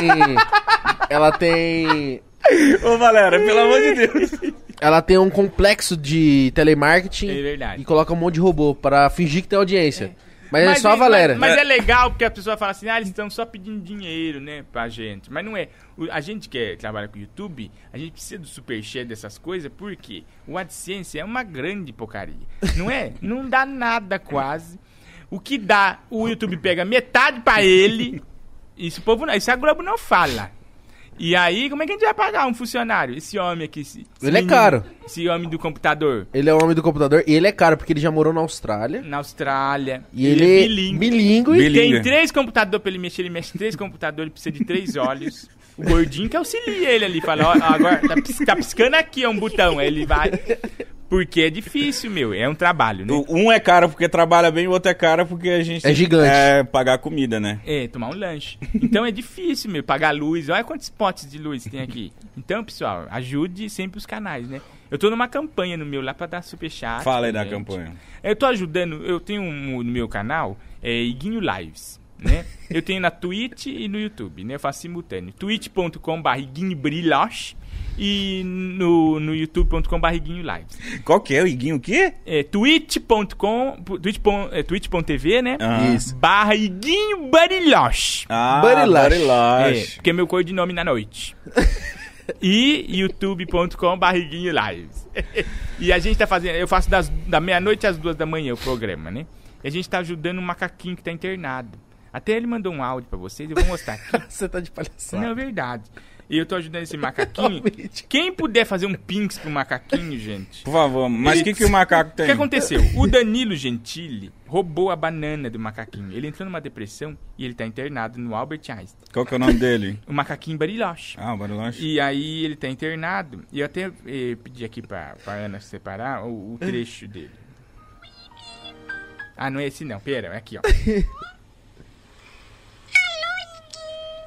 Speaker 1: Ela tem.
Speaker 2: Ô, galera, pelo amor de Deus.
Speaker 1: Ela tem um complexo de telemarketing
Speaker 3: É verdade.
Speaker 1: e coloca um monte de robô pra fingir que tem audiência. Mas, é só a
Speaker 3: mas-
Speaker 1: Valéria.
Speaker 3: Mas, é legal porque a pessoa fala assim, ah, eles estão só pedindo dinheiro, né, pra gente. Mas não é. O- a gente que trabalha com YouTube, a gente precisa do superchat dessas coisas, porque o AdSense é uma grande porcaria. Não é? não dá nada quase. O que dá, o YouTube pega metade pra ele. Isso o povo não, isso a Globo não fala. E aí, como é que a gente vai pagar um funcionário? Esse homem aqui, esse, esse
Speaker 1: Ele é caro.
Speaker 3: Esse homem do computador.
Speaker 1: Ele é o homem do computador e ele é caro porque ele já morou na Austrália.
Speaker 3: Na Austrália.
Speaker 1: E ele, é bilingue.
Speaker 2: Bilingue.
Speaker 3: Tem três computadores pra ele mexer, ele mexe três computadores, ele precisa de três olhos. O gordinho que auxilia ele ali, fala, ó, agora tá, pis- tá piscando aqui, é um botão, aí ele vai... Porque é difícil, meu, é um trabalho, né?
Speaker 2: O- Um é caro porque trabalha bem, o outro é caro porque a gente...
Speaker 1: É gigante.
Speaker 2: É, pagar a comida, né?
Speaker 3: É, tomar um lanche. Então é difícil, meu, pagar luz. Olha quantos potes de luz tem aqui. Então, pessoal, ajude sempre os canais, né? Eu tô numa campanha no meu lá pra dar superchat.
Speaker 2: Fala aí da
Speaker 3: gente.
Speaker 2: campanha.
Speaker 3: Eu tô ajudando, eu tenho um, no meu canal, é Iguinho Lives, né? Eu tenho na Twitch e no YouTube, né? Eu faço simultâneo. twitch.com.br guinhobrilhoche e no, no youtube.com.br Iguinho Lives.
Speaker 2: Qual que é o Iguinho? O quê?
Speaker 3: É, twitch.com, twitch, pon- é, twitch.tv, né?
Speaker 2: Ah.
Speaker 1: Isso.
Speaker 3: Barra Iguinho Barilhoche.
Speaker 2: Ah,
Speaker 1: Barilash.
Speaker 2: Barilash.
Speaker 3: É, porque é meu codinome na noite. e youtube.com barriguinho lives. e a gente tá fazendo, eu faço das, da meia-noite às duas da manhã o programa, né? E a gente tá ajudando um macaquinho que tá internado. Até ele mandou um áudio pra vocês, eu vou mostrar aqui.
Speaker 1: Você tá de
Speaker 3: Não, é
Speaker 1: palhaçada.
Speaker 3: verdade. E eu tô ajudando esse macaquinho. Quem puder fazer um pinks pro macaquinho, gente.
Speaker 2: Por favor, mas o que, que o macaco
Speaker 3: O
Speaker 2: tem?
Speaker 3: que aconteceu? O Danilo Gentili roubou a banana do macaquinho. Ele entrou numa depressão e ele tá internado no Albert Einstein.
Speaker 2: Qual que é o nome dele?
Speaker 3: O macaquinho Bariloche.
Speaker 2: Ah, o Barilash.
Speaker 3: E aí ele tá internado. E eu até eh, pedi aqui pra, pra Ana separar o, o trecho dele. Ah, não é esse não. Pera, é aqui, ó.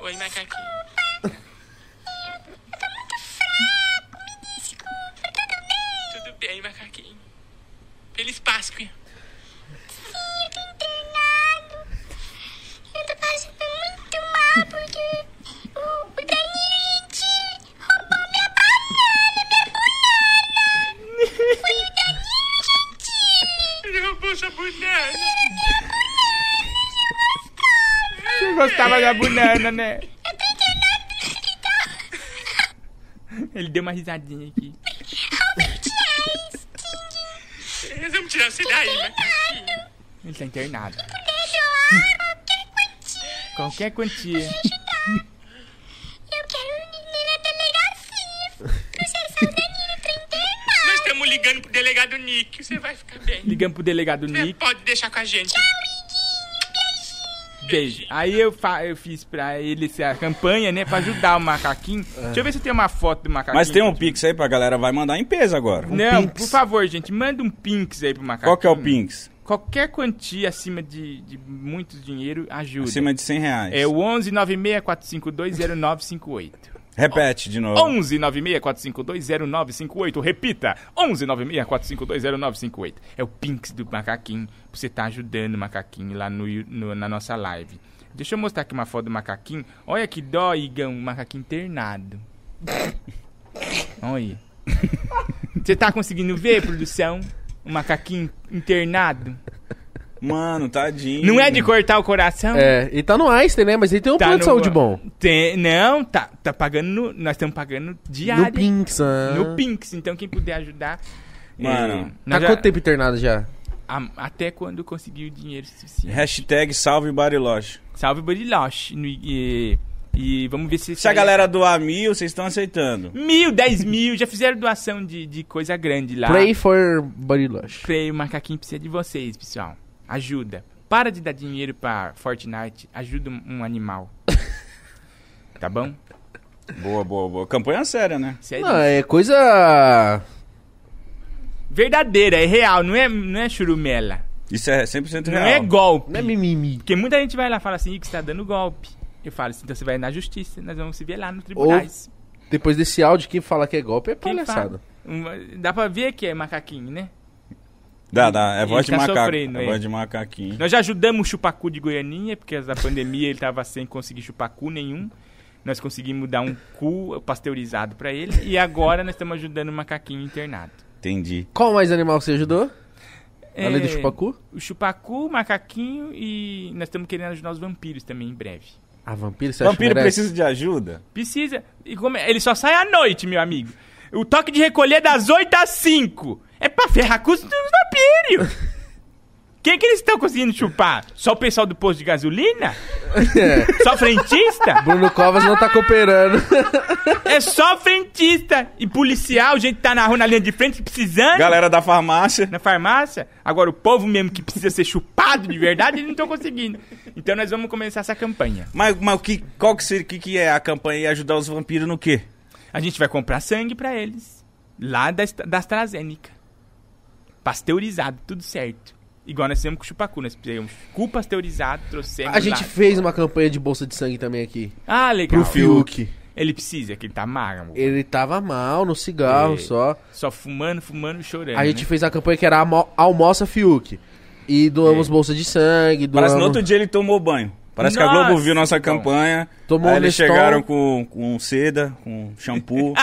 Speaker 3: Oi, macaquinho. Tudo bem, macaquinho. Feliz Páscoa.
Speaker 4: Eu tô passando muito mal porque o, o Danilo Gentili roubou minha banana, minha banana. Foi o Danilo Gentili.
Speaker 3: gostava da banana, né? Ele deu uma risadinha aqui.
Speaker 5: Nós vamos tirar você daí, né?
Speaker 3: Ele tá internado. Qualquer quantia.
Speaker 4: Eu quero o Nini na delegacia. Processar o Danilo pra internar.
Speaker 5: Nós estamos ligando pro delegado Nick. Você vai ficar bem.
Speaker 3: Ligamos pro delegado
Speaker 5: Você
Speaker 3: Nick.
Speaker 5: pode deixar com a gente.
Speaker 3: Beijo. Aí eu, fa- eu fiz pra ele essa campanha, né? Pra ajudar o macaquinho. Deixa eu ver se eu tenho uma foto do macaquinho.
Speaker 2: Mas tem um
Speaker 3: Pix.
Speaker 2: Pix aí pra galera, vai mandar em peso agora.
Speaker 3: Não,
Speaker 1: Pinx.
Speaker 3: por favor, gente, manda um Pinx aí pro macaquinho.
Speaker 2: Um Qual que é o Pix?
Speaker 3: Qualquer quantia acima de, de muito dinheiro ajuda.
Speaker 2: Acima de 100 reais.
Speaker 3: É o 11 964520958.
Speaker 2: Repete de novo.
Speaker 3: 11 964520958. Repita. 11 964520958. É o Pinx do macaquinho. pra Você tá ajudando o macaquinho lá no, no- na nossa live. Deixa eu mostrar aqui uma foto do macaquinho. Olha que dó, Igão. O macaquinho internado. Olha. Você tá conseguindo ver, produção? O macaquinho internado?
Speaker 2: Mano, tadinho.
Speaker 3: Não é de cortar o coração?
Speaker 1: É, ele tá no Einstein, né? Mas ele tem um plano de
Speaker 3: no-
Speaker 1: saúde bom.
Speaker 3: Tem- não, tá, tá pagando. no- nós estamos pagando diário.
Speaker 1: No Pinx, ah.
Speaker 3: No Pinx, então quem puder ajudar.
Speaker 2: Mano,
Speaker 3: eh,
Speaker 1: Tá
Speaker 3: nós já-
Speaker 1: quanto tempo internado já?
Speaker 3: a- até quando conseguir o dinheiro suficiente.
Speaker 2: Hashtag salve Bariloche.
Speaker 3: Salve Bariloche. no- E, e vamos ver se.
Speaker 2: Se a galera doar mil, vocês estão aceitando.
Speaker 3: Mil, dez mil, já fizeram doação de, de coisa grande lá.
Speaker 1: Pray for Bariloche.
Speaker 3: Pray, o macaquinho precisa de vocês, pessoal. Ajuda. Para de dar dinheiro pra Fortnite. Ajuda um, um animal. tá bom?
Speaker 2: Boa, boa, boa. Campanha séria, né?
Speaker 3: Sério.
Speaker 1: Não, é coisa...
Speaker 3: Verdadeira, é real, não é, não é churumela.
Speaker 2: Isso é 100%
Speaker 3: Não
Speaker 2: real.
Speaker 3: é golpe.
Speaker 1: Não é mimimi.
Speaker 3: Porque muita gente vai lá e fala assim, "Ih, que você tá dando golpe. Eu falo assim, então você vai na justiça, nós vamos se ver lá nos tribunais.
Speaker 1: Depois desse áudio, quem fala que é golpe é
Speaker 3: Quem
Speaker 1: palhaçada.
Speaker 3: fala? Uma- Dá pra ver que é macaquinho, né?
Speaker 2: Dá, dá. É voz de
Speaker 3: Ele tá
Speaker 2: macaco.
Speaker 3: sofrendo,
Speaker 2: É
Speaker 3: hein?
Speaker 2: voz de macaquinho.
Speaker 3: Nós já ajudamos o Chupacu de Goianinha, porque da pandemia ele tava sem conseguir chupacu nenhum. Nós conseguimos dar um cu pasteurizado pra ele. E agora nós estamos ajudando o macaquinho internado.
Speaker 2: Entendi.
Speaker 1: Qual mais animal você ajudou?
Speaker 3: É.
Speaker 1: Além do chupacu?
Speaker 3: O chupacu, o macaquinho e nós estamos querendo ajudar os vampiros também em breve.
Speaker 1: Ah, vampiro, você
Speaker 2: Vampiro
Speaker 1: acha
Speaker 2: precisa de ajuda?
Speaker 3: Precisa. E como é- Ele só sai à noite, meu amigo. O toque de recolher é das 8 às 5. É pra ferrar com os dos vampiros. Quem é que eles estão conseguindo chupar? Só o pessoal do posto de gasolina?
Speaker 1: merece? É.
Speaker 3: Só frentista?
Speaker 1: Bruno Covas não tá cooperando.
Speaker 3: É só frentista e policial, gente que tá na rua na linha de frente precisando.
Speaker 2: Galera da farmácia.
Speaker 3: Na farmácia, agora o povo mesmo que precisa ser chupado de verdade, eles não estão conseguindo. Então nós vamos começar essa campanha.
Speaker 2: Mas, mas o que, qual que, seria, que, que é a campanha e ajudar os vampiros no quê?
Speaker 3: A gente vai comprar sangue pra eles. Lá da, Astra- da AstraZeneca. Pasteurizado, tudo certo. Igual nós fizemos com o chupacu, nós fizemos cu pasteurizado, trouxemos
Speaker 1: A
Speaker 3: lá.
Speaker 1: gente fez uma campanha de bolsa de sangue também aqui.
Speaker 3: Ah,
Speaker 1: Pro
Speaker 3: legal.
Speaker 1: Fiuk.
Speaker 3: Ele precisa, que ele tá magro.
Speaker 1: Ele tava mal no cigarro
Speaker 3: É.
Speaker 1: só.
Speaker 3: Só fumando, fumando e chorando.
Speaker 1: A gente
Speaker 3: né?
Speaker 1: fez a campanha que era almo- Almoça Fiuk. E doamos
Speaker 3: É.
Speaker 1: bolsa de sangue, doamos...
Speaker 2: Parece que no outro dia ele tomou banho. Parece que a
Speaker 3: Nossa,
Speaker 2: Globo viu nossa
Speaker 3: então.
Speaker 2: campanha.
Speaker 1: Tomou
Speaker 2: aí
Speaker 1: um
Speaker 2: eles
Speaker 1: Neston.
Speaker 2: chegaram com, com um seda, com shampoo.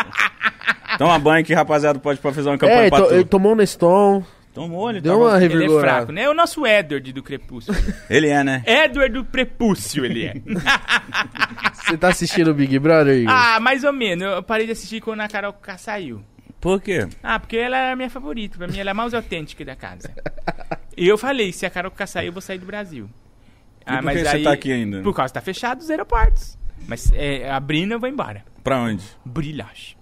Speaker 2: Toma banho que rapaziada pode pra fazer uma campanha
Speaker 1: É,
Speaker 2: pra
Speaker 1: to-
Speaker 2: tudo.
Speaker 1: ele tomou um Neston,
Speaker 2: Tomou, ele
Speaker 1: deu
Speaker 2: tava-
Speaker 1: uma
Speaker 3: Tá Ele é
Speaker 1: revigorada.
Speaker 3: fraco, né? É o nosso Edward do Crepúsculo.
Speaker 2: Ele é, né?
Speaker 3: Edward do Prepúcio, ele é.
Speaker 1: Você tá assistindo o Big Brother, Igor?
Speaker 3: ah, mais ou menos. Eu parei de assistir quando a Carol K saiu.
Speaker 1: É.
Speaker 2: Por quê?
Speaker 3: Ah, porque ela é a minha favorita. Pra mim, ela é a mais autêntica da casa. e eu falei, se a Carol K sair, eu vou sair do Brasil. Ah,
Speaker 2: por que você tá aqui ainda?
Speaker 3: Por causa que tá fechado os aeroportos. Mas é, abrindo, eu vou embora.
Speaker 2: Pra onde?
Speaker 3: Brilhache.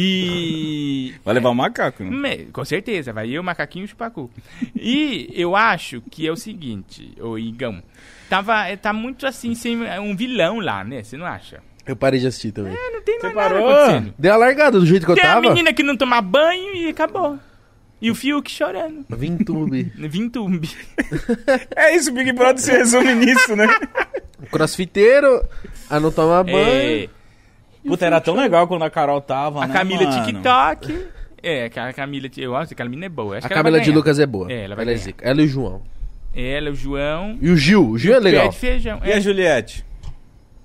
Speaker 3: E...
Speaker 2: Vai levar o macaco, né?
Speaker 3: Me- Com certeza, vai eu, macaquinho e o chupacu. E eu acho que é o seguinte, ô Igão. Tava, é, tá muito assim, sem é um vilão lá, né? Você não acha?
Speaker 1: Eu parei de assistir também.
Speaker 3: É, não tem mais
Speaker 2: parou?
Speaker 1: Ah.
Speaker 3: nada acontecendo.
Speaker 1: Deu a largada do jeito que eu
Speaker 3: Tem é a
Speaker 1: tava.
Speaker 3: menina que não toma banho e acabou. E o Fiuk chorando.
Speaker 1: Vim tube.
Speaker 3: Vintumbi.
Speaker 2: É isso, Big Brother se resume nisso, né?
Speaker 1: Crossfiteiro, a não tomar banho.
Speaker 3: É,
Speaker 2: Puta, era tão legal quando a Carol tava,
Speaker 3: a
Speaker 2: né,
Speaker 3: Camila é
Speaker 2: mano?
Speaker 3: TikTok. É, a Camila... Eu acho que a Camila é boa. Acho
Speaker 1: A
Speaker 3: que ela
Speaker 1: Camila
Speaker 3: vai
Speaker 1: de
Speaker 3: ganhar.
Speaker 1: Lucas é boa.
Speaker 3: É, ela vai
Speaker 1: é
Speaker 3: ganhar.
Speaker 1: zica. Ela e o João.
Speaker 3: Ela, o João...
Speaker 1: E o Gil. O Gil é legal.
Speaker 3: Pé de feijão.
Speaker 2: E
Speaker 3: é.
Speaker 2: a Juliette?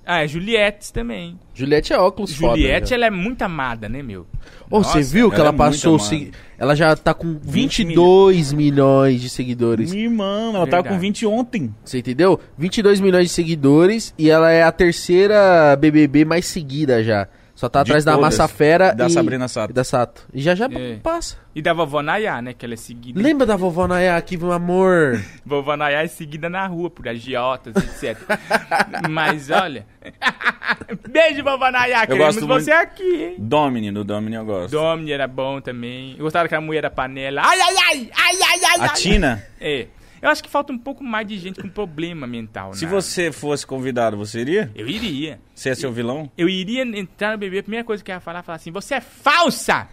Speaker 3: Ah, é Juliette também.
Speaker 1: Juliette é óculos
Speaker 3: Juliette,
Speaker 1: foda.
Speaker 3: ela é muito amada, né, meu?
Speaker 1: Ô, você
Speaker 2: Nossa,
Speaker 1: viu que
Speaker 2: ela
Speaker 1: ela,
Speaker 2: é muito
Speaker 1: passou... o
Speaker 2: amada.
Speaker 1: segui- Ela já tá com
Speaker 2: 20
Speaker 1: 22 milhões de seguidores.
Speaker 2: Minha irmã, ela
Speaker 3: Verdade.
Speaker 2: tá com 20 ontem.
Speaker 1: Você entendeu? 22 milhões de seguidores e ela é a terceira BBB mais seguida já. Só tá
Speaker 2: De
Speaker 1: atrás da
Speaker 2: todas.
Speaker 1: Massa Fera
Speaker 2: Da
Speaker 1: e...
Speaker 2: Sabrina Sato.
Speaker 1: E da Sato. E já já
Speaker 3: É.
Speaker 1: passa.
Speaker 3: E da vovó Nayá, né? Que ela é seguida.
Speaker 1: Lembra da vovó Nayá que meu amor?
Speaker 3: Vovó Nayá é seguida na rua por agiotas, etc. Mas olha. Beijo, vovó Nayá. Queremos
Speaker 2: gosto
Speaker 3: você aqui, hein?
Speaker 2: Domini, do Domini eu gosto.
Speaker 3: Domini era bom também. Eu gostava daquela mulher da panela. Ai, ai, ai, ai, ai, ai,
Speaker 2: A
Speaker 3: ai.
Speaker 2: Tina,
Speaker 3: É. Eu acho que falta um pouco mais de gente com problema mental,
Speaker 2: se
Speaker 3: né?
Speaker 2: você fosse convidado, você iria?
Speaker 3: Eu iria.
Speaker 2: Você é seu vilão?
Speaker 3: Eu iria entrar no bebê, a primeira coisa que eu ia falar, falar assim, você é falsa!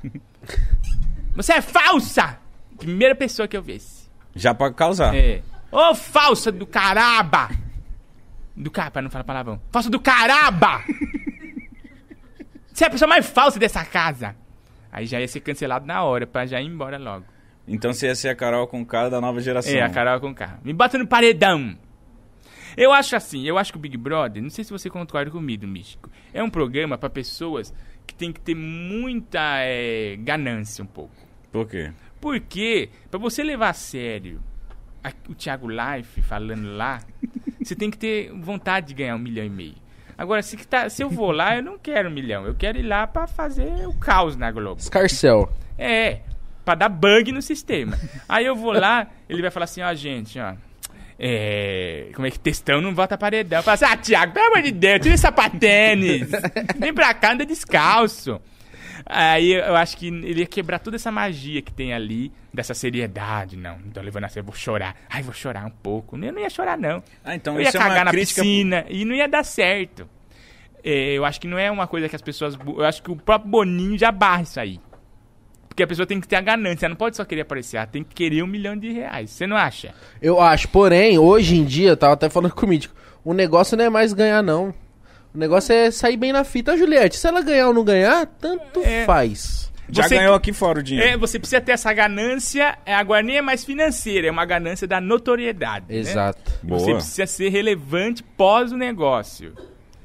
Speaker 3: você é falsa! Primeira pessoa que eu visse.
Speaker 2: Já pra causar.
Speaker 3: É. Ô falsa do caraba! Do cara, pra não falar palavrão. Falsa do caraba! você é a pessoa mais falsa dessa casa! Aí já ia ser cancelado na hora, pra já ir embora logo.
Speaker 2: Então você ia ser a Carol com cara da nova geração.
Speaker 3: É, a Carol com carro. Me bota no paredão. Eu acho assim, eu acho que o Big Brother, não sei se você concorda comigo, Místico, é um programa pra pessoas que tem que ter muita eh, ganância um pouco.
Speaker 2: Por quê?
Speaker 3: Porque, pra você levar a sério a- o Thiago Life falando lá, você tem que ter vontade de ganhar um milhão e meio. Agora, se, que tá- se eu vou lá, eu não quero um milhão. Eu quero ir lá pra fazer o caos na Globo.
Speaker 1: Escarcel.
Speaker 3: É, pra dar bug no sistema. Aí eu vou lá, ele vai falar assim, ó, gente, ó. É. Como é que textão não vota paredão? Fala assim, ah, Tiago, pelo amor de Deus, tira essa patênis. Vem pra cá, anda descalço. Aí eu acho que ele ia quebrar toda essa magia que tem ali, dessa seriedade. Não, não tô levando a sério, vou chorar. Ai, vou chorar um pouco. Eu não ia chorar, não.
Speaker 2: Ah, então
Speaker 3: eu ia
Speaker 2: isso é uma
Speaker 3: cagar na
Speaker 2: crítica-
Speaker 3: piscina e não ia dar certo. É, eu acho que não é uma coisa que as pessoas. bu- Eu acho que o próprio Boninho já barra isso aí. Porque a pessoa tem que ter a ganância, ela não pode só querer aparecer, ela tem que querer um milhão de reais. Você não acha?
Speaker 1: Eu acho, porém, hoje em dia, eu tava até falando com o Mítico, o negócio não é mais ganhar, não. O negócio é sair bem na fita. A Juliette, se ela ganhar ou não ganhar, tanto
Speaker 3: É.
Speaker 1: faz.
Speaker 2: Já
Speaker 3: Você-
Speaker 2: ganhou aqui fora o
Speaker 3: É,
Speaker 2: dinheiro.
Speaker 3: você precisa ter essa ganância, é, agora nem é mais financeira, é uma ganância da notoriedade. né?
Speaker 1: Exato.
Speaker 3: Você
Speaker 2: Boa.
Speaker 3: precisa ser relevante pós o negócio.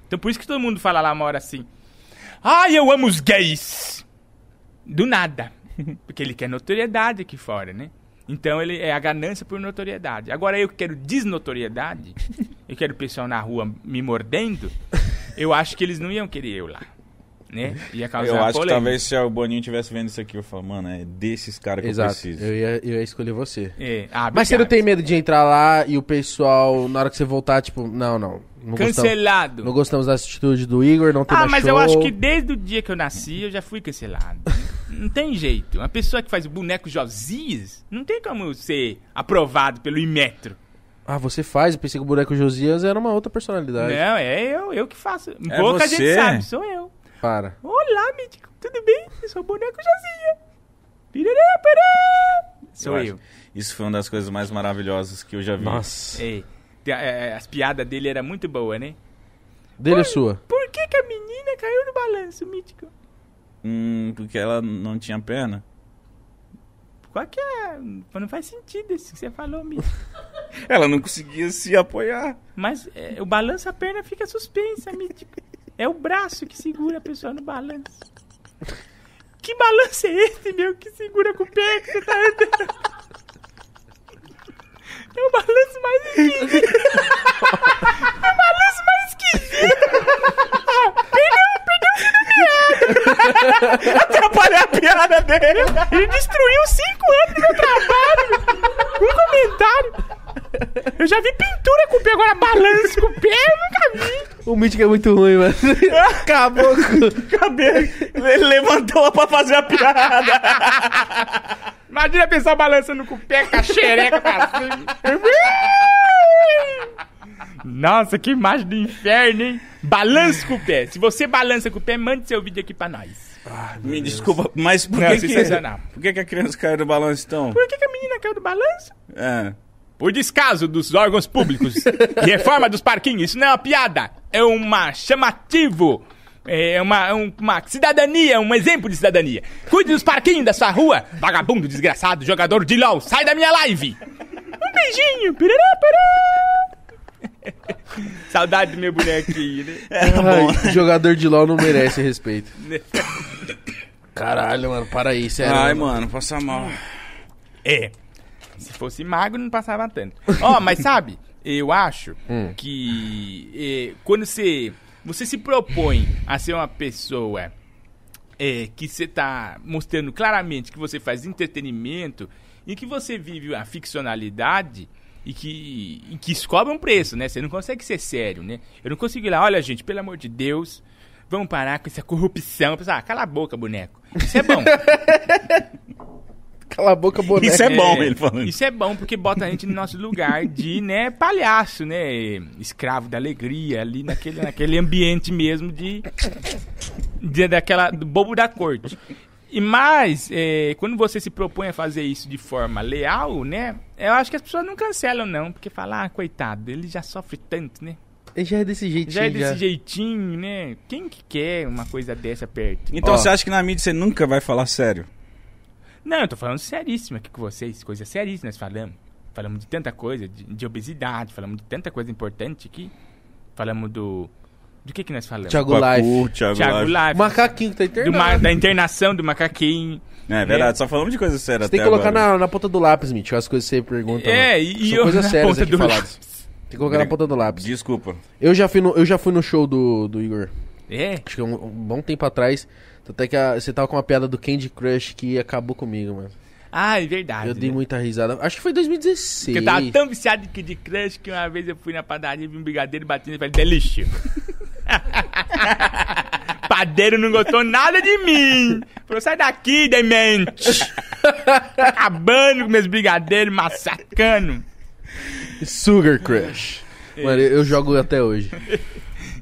Speaker 3: Então por isso que todo mundo fala lá uma hora assim: Ai, eu amo os gays! Do nada. Porque ele quer notoriedade aqui fora, né? Então ele é a ganância por notoriedade. Agora eu que quero desnotoriedade, eu quero o pessoal na rua me mordendo, eu acho que eles não iam querer eu lá. Né? Ia causar
Speaker 2: Eu acho que
Speaker 3: polêmica.
Speaker 2: talvez se o Boninho tivesse vendo isso aqui, eu falo, mano, é desses caras que eu
Speaker 1: Exato.
Speaker 2: preciso.
Speaker 1: Eu ia, eu ia escolher você.
Speaker 3: É. Ah,
Speaker 1: Mas você não
Speaker 3: obrigado.
Speaker 1: tem medo de entrar lá e o pessoal, na hora que você voltar, tipo, não, não. não Gostamos,
Speaker 3: Cancelado.
Speaker 1: não gostamos da atitude do Igor, não tem
Speaker 3: Ah,
Speaker 1: mais
Speaker 3: mas eu
Speaker 1: show.
Speaker 3: acho que desde o dia que eu nasci eu já fui cancelado. não tem jeito. Uma pessoa que faz o boneco Josias não tem como ser aprovado pelo Imetro.
Speaker 1: Ah, você faz. Eu pensei que o boneco Josias era uma outra personalidade.
Speaker 3: Não, é eu, eu que faço.
Speaker 2: É
Speaker 3: Pouca gente
Speaker 2: você?
Speaker 3: sabe, sou eu.
Speaker 1: Para.
Speaker 3: Olá, mítico, tudo bem? Eu sou o boneco Josias. Pirará, pirá. Sou
Speaker 2: acho-
Speaker 3: eu.
Speaker 2: Isso foi uma das coisas mais maravilhosas que eu já vi.
Speaker 1: Nossa.
Speaker 3: É, tem a- é, as piadas dele eram muito boas, né?
Speaker 1: Dele é sua.
Speaker 3: Por que, que a menina caiu no balanço, mítico?
Speaker 2: Hum, porque ela não tinha perna?
Speaker 3: Qual que é? Não faz sentido isso que você falou, mítico.
Speaker 2: Ela não conseguia se apoiar.
Speaker 3: Mas é, o balanço, a perna fica suspensa, mítico. É o braço que segura a pessoa no balanço. Que balanço é esse, meu, que segura com o pé que você tá andando? É o balanço mais esquisito. É o balanço mais esquisito. Perdeu, perdeu o Atrapalhar a piada dele. Ele destruiu cinco anos do meu trabalho. Um comentário. Eu já vi pintura com o pé, agora balanço com o pé, eu nunca vi.
Speaker 1: O Mítico é muito ruim, mano. Acabou com...
Speaker 2: Cabelo. Ele levantou pra fazer a piada.
Speaker 3: Imagina a pessoa balançando com o pé, com a assim. xereca pra cima. Nossa, que imagem do inferno, hein? Balança com o pé. Se você balança com o pé, mande seu vídeo aqui pra nós.
Speaker 2: Me desculpa, mas por
Speaker 3: Não,
Speaker 2: que
Speaker 3: sensacional.
Speaker 2: que... Por que que a criança caiu do balanço então?
Speaker 3: Por que, que a menina caiu do balanço?
Speaker 2: É.
Speaker 3: Por descaso dos órgãos públicos. Reforma dos parquinhos. Isso não é uma piada. É uma chamativo. É uma, é um- uma cidadania, um exemplo de cidadania. Cuide dos parquinhos da sua rua. Vagabundo, desgraçado, jogador de LOL. Sai da minha live. Um beijinho. Pirará, pirá. Saudade do meu bonequinho, né?
Speaker 2: Era bom.
Speaker 1: Ai, jogador de LOL não merece respeito. Caralho, mano, para aí, sério.
Speaker 2: Ai, mano, passa mal.
Speaker 3: É. Se fosse magro, não passava tanto. Ó, mas sabe, eu acho que é, quando você, você se propõe a ser uma pessoa é, que você tá mostrando claramente que você faz entretenimento e que você vive a ficcionalidade e que, e que isso cobra um preço, né? Você não consegue ser sério, né? Eu não consigo ir lá, olha, gente, pelo amor de Deus, vamos parar com essa corrupção. Pessoal, ah, cala a boca, boneco. Isso é bom.
Speaker 1: Cala a boca, boneco.
Speaker 2: Isso é bom, ele falando.
Speaker 3: Isso é bom porque bota a gente no nosso lugar de, né, palhaço, né? Escravo da alegria, ali naquele, naquele ambiente mesmo de, de- daquela. do bobo da corte. E mais, é, quando você se propõe a fazer isso de forma leal, né? Eu acho que as pessoas não cancelam, não, porque falam, ah, coitado, ele já sofre tanto, né?
Speaker 1: Ele já é desse jeitinho.
Speaker 3: Já é desse jeitinho, né? Quem que quer uma coisa dessa perto?
Speaker 2: Então
Speaker 1: Ó.
Speaker 2: você acha que na mídia você nunca vai falar sério?
Speaker 3: Não, eu tô falando seríssimo aqui com vocês, coisa seríssima nós falamos. Falamos de tanta coisa, de, de obesidade, falamos de tanta coisa importante aqui. Falamos do. Do que que nós falamos?
Speaker 1: Thiago
Speaker 2: Pacu,
Speaker 1: Life.
Speaker 2: Thiago,
Speaker 3: Thiago
Speaker 2: Life.
Speaker 3: Life.
Speaker 1: Macaquinho que tá
Speaker 3: do
Speaker 1: internado.
Speaker 3: ma- da internação do macaquinho.
Speaker 2: É verdade, só falamos de coisa séria
Speaker 1: Você tem que
Speaker 2: até
Speaker 1: colocar
Speaker 2: agora.
Speaker 1: na, na ponta do lápis, Mitch, as coisas que você pergunta. mano.
Speaker 3: É, e, e
Speaker 1: São
Speaker 3: eu
Speaker 1: coisas
Speaker 3: na
Speaker 1: sérias
Speaker 3: ponta
Speaker 1: aqui
Speaker 3: do
Speaker 1: faladas. Tem que colocar na
Speaker 2: Bri-
Speaker 1: ponta do lápis.
Speaker 2: Desculpa.
Speaker 1: Eu já fui no, eu já fui no show do, do Igor.
Speaker 3: É.
Speaker 1: Acho que um, um bom tempo atrás. Até que a- você tava com uma piada do Candy Crush que acabou comigo, mano.
Speaker 3: Ah, é verdade.
Speaker 1: Eu dei
Speaker 3: né?
Speaker 1: muita risada. Acho que foi
Speaker 3: Porque tá
Speaker 1: 2016.
Speaker 3: eu tava tão viciado que de crush que uma vez eu fui na padaria, vi um brigadeiro batendo e falei, delícia. Padeiro não gostou nada de mim. Falou, sai daqui, demente. tá acabando com meus brigadeiros, massacando.
Speaker 1: Sugar Crush. Mano, eu, eu jogo até hoje.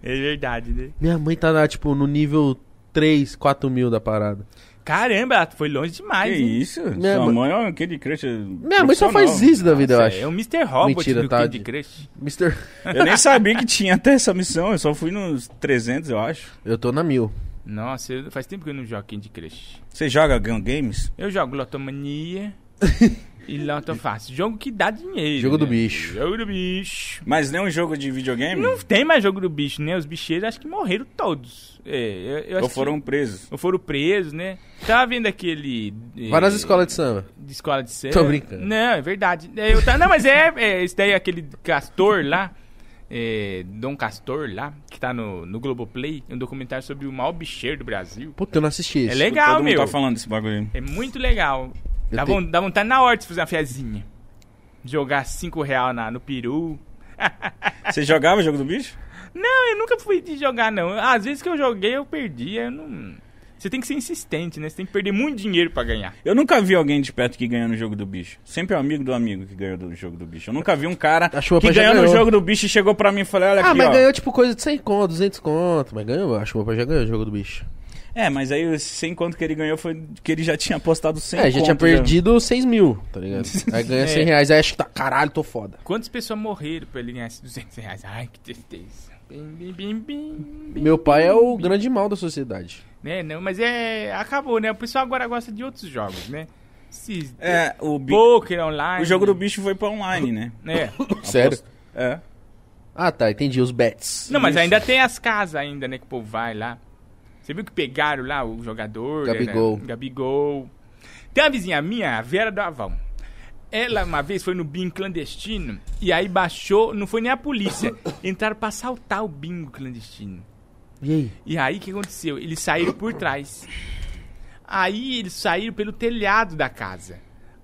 Speaker 3: É verdade, né?
Speaker 1: Minha mãe tá, na, tipo, no nível 3, 4 mil da parada.
Speaker 3: Caramba, ela foi longe
Speaker 2: Que
Speaker 3: demais. hein?
Speaker 2: isso?
Speaker 1: Minha
Speaker 2: Sua
Speaker 1: mãe-
Speaker 2: mãe é aquele crush
Speaker 1: Minha mãe só faz
Speaker 2: profissional.
Speaker 1: isso da vida, eu
Speaker 3: Nossa,
Speaker 1: acho.
Speaker 3: É o Mr. Robot
Speaker 1: Mentira,
Speaker 3: do
Speaker 1: tá
Speaker 3: Candy
Speaker 1: de-
Speaker 3: Crush.
Speaker 1: Mister...
Speaker 2: Eu nem sabia que tinha até essa missão, eu só fui nos 300, eu acho.
Speaker 1: Eu tô na mil.
Speaker 3: Nossa, eu- faz tempo que eu não jogo Candy Crush.
Speaker 2: Você joga Gun Games?
Speaker 3: Eu jogo Lotomania e Lotofácil. Jogo que dá dinheiro.
Speaker 1: Jogo do
Speaker 3: né?
Speaker 1: bicho.
Speaker 3: Jogo do bicho.
Speaker 2: Mas nem um jogo de videogame?
Speaker 3: Não tem mais jogo do bicho, né? Os bicheiros acho que morreram todos. É, eu, eu acho
Speaker 2: Ou foram presos?
Speaker 3: Que, ou foram presos, né? Tava vendo aquele. eh,
Speaker 1: Vai nas escolas de samba.
Speaker 3: De escola de samba.
Speaker 1: Tô brincando.
Speaker 3: Não, é verdade. É, eu tava- não, mas é, é. Esse daí é aquele Castor lá. é, Dom Castor lá. Que tá no, no Globoplay. É um documentário sobre o maior bicheiro do Brasil.
Speaker 1: Puta, eu não assisti
Speaker 3: É
Speaker 1: esse.
Speaker 3: legal,
Speaker 2: Todo
Speaker 3: meu.
Speaker 2: mundo tá falando desse bagulho aí.
Speaker 3: É muito legal.
Speaker 1: Eu
Speaker 3: Dá,
Speaker 1: tenho-
Speaker 3: von- dá vontade na hora de fazer uma fiazinha. Jogar 5 real na, no peru.
Speaker 2: Você jogava jogo do bicho?
Speaker 3: Não, eu nunca fui de jogar, não. Às vezes que eu joguei, eu perdi. Eu não... Você tem que ser insistente, né? Você tem que perder muito dinheiro pra ganhar.
Speaker 2: Eu nunca vi alguém de perto que ganhou no jogo do bicho. Sempre é um amigo do amigo que ganhou do jogo do bicho. Eu nunca vi um cara
Speaker 1: A chuva
Speaker 2: que
Speaker 1: já
Speaker 2: ganhou no
Speaker 1: ganhou.
Speaker 2: jogo do bicho e chegou pra mim e falou, olha
Speaker 1: Ah,
Speaker 2: aqui,
Speaker 1: mas
Speaker 2: ó.
Speaker 1: ganhou tipo coisa de 100 conto, 200 conto. Mas ganhou, acho que o papai já ganhou o jogo do bicho.
Speaker 2: É, mas aí o 100 conto que ele ganhou foi que ele já tinha apostado 100
Speaker 1: é, já tinha
Speaker 2: conto, né?
Speaker 1: perdido 6 mil, tá ligado? Aí ganha 100 reais, aí acho que tá, caralho, tô foda.
Speaker 3: Quantas pessoas morreram pra ele ganhar esses 200 reais? Ai, que tristeza. Bim, bim, bim, bim, bim.
Speaker 1: Meu pai é o grande mal da sociedade.
Speaker 3: Né? Não, mas é... Acabou, né? O pessoal agora gosta de outros jogos, né? Esses...
Speaker 2: É, o, bi-
Speaker 3: Poker online.
Speaker 2: o jogo do bicho foi pra online, né?
Speaker 3: né?
Speaker 1: Sério?
Speaker 2: É.
Speaker 1: Ah, tá, entendi, os bets.
Speaker 3: Não, mas ainda tem as casas ainda, né? Que o povo vai lá. Você viu que pegaram lá o jogador? né,
Speaker 1: Gabigol.
Speaker 3: né, Gabigol. Tem uma vizinha minha, a Vera do Avão. Ela uma vez foi no bingo clandestino e aí baixou, não foi nem a polícia. Entraram pra assaltar o bingo clandestino.
Speaker 1: E aí?
Speaker 3: E aí o que aconteceu? Eles saíram por trás. Aí eles saíram pelo telhado da casa.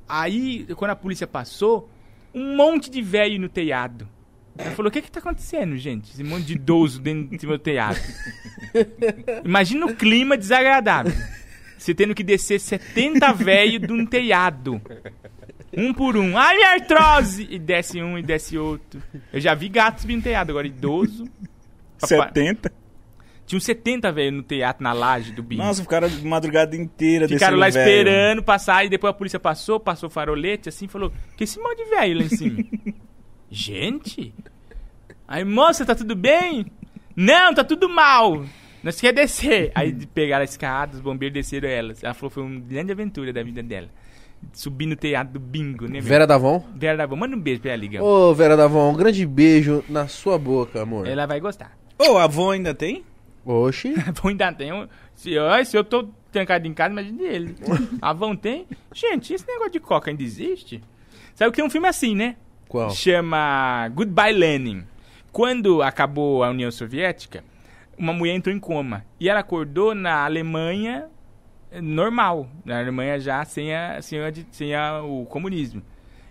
Speaker 3: Aí, quando a polícia passou, um monte de velho no telhado. Ela falou: o que que tá acontecendo, gente? Esse monte de idoso dentro do meu telhado. Imagina o clima desagradável. Você tendo que descer 70 velho de um telhado. Um por um. Ai, minha artrose! E desce um e desce outro. Eu já vi gato subindo no telhado, agora idoso. Papai-
Speaker 2: 70?
Speaker 3: tinha uns 70 velho no teatro, na laje do bingo.
Speaker 2: Nossa, ficaram a madrugada inteira descendo
Speaker 3: Ficaram lá
Speaker 2: velho.
Speaker 3: esperando passar, e depois a polícia passou, passou o farolete, assim, falou, que esse monte de velho lá em cima. Gente? Aí, moça, tá tudo bem? Não, tá tudo mal. Nós quer descer. Aí de- pegaram a escada, os bombeiros desceram elas. Ela falou, foi uma grande aventura da vida dela. subir no telhado do bingo, né, velho?
Speaker 1: Vera Davon.
Speaker 3: Vera Davon. Manda um beijo pra ela, Ligão.
Speaker 1: Ô, Vera Davon, um grande beijo na sua boca, amor.
Speaker 3: Ela vai gostar.
Speaker 2: Ô, a avó ainda tem?
Speaker 1: Oxi.
Speaker 3: Avon ainda tem um. Se, ó, se eu tô trancado em casa, imagina ele. Avon tem. Gente, esse negócio de coca ainda existe? Sabe que tem um filme assim, né?
Speaker 1: Qual?
Speaker 3: Chama Goodbye Lenin. Quando acabou a União Soviética, uma mulher entrou em coma. E ela acordou na Alemanha eh, normal. Na Alemanha já sem, a, sem, a, sem a- o comunismo.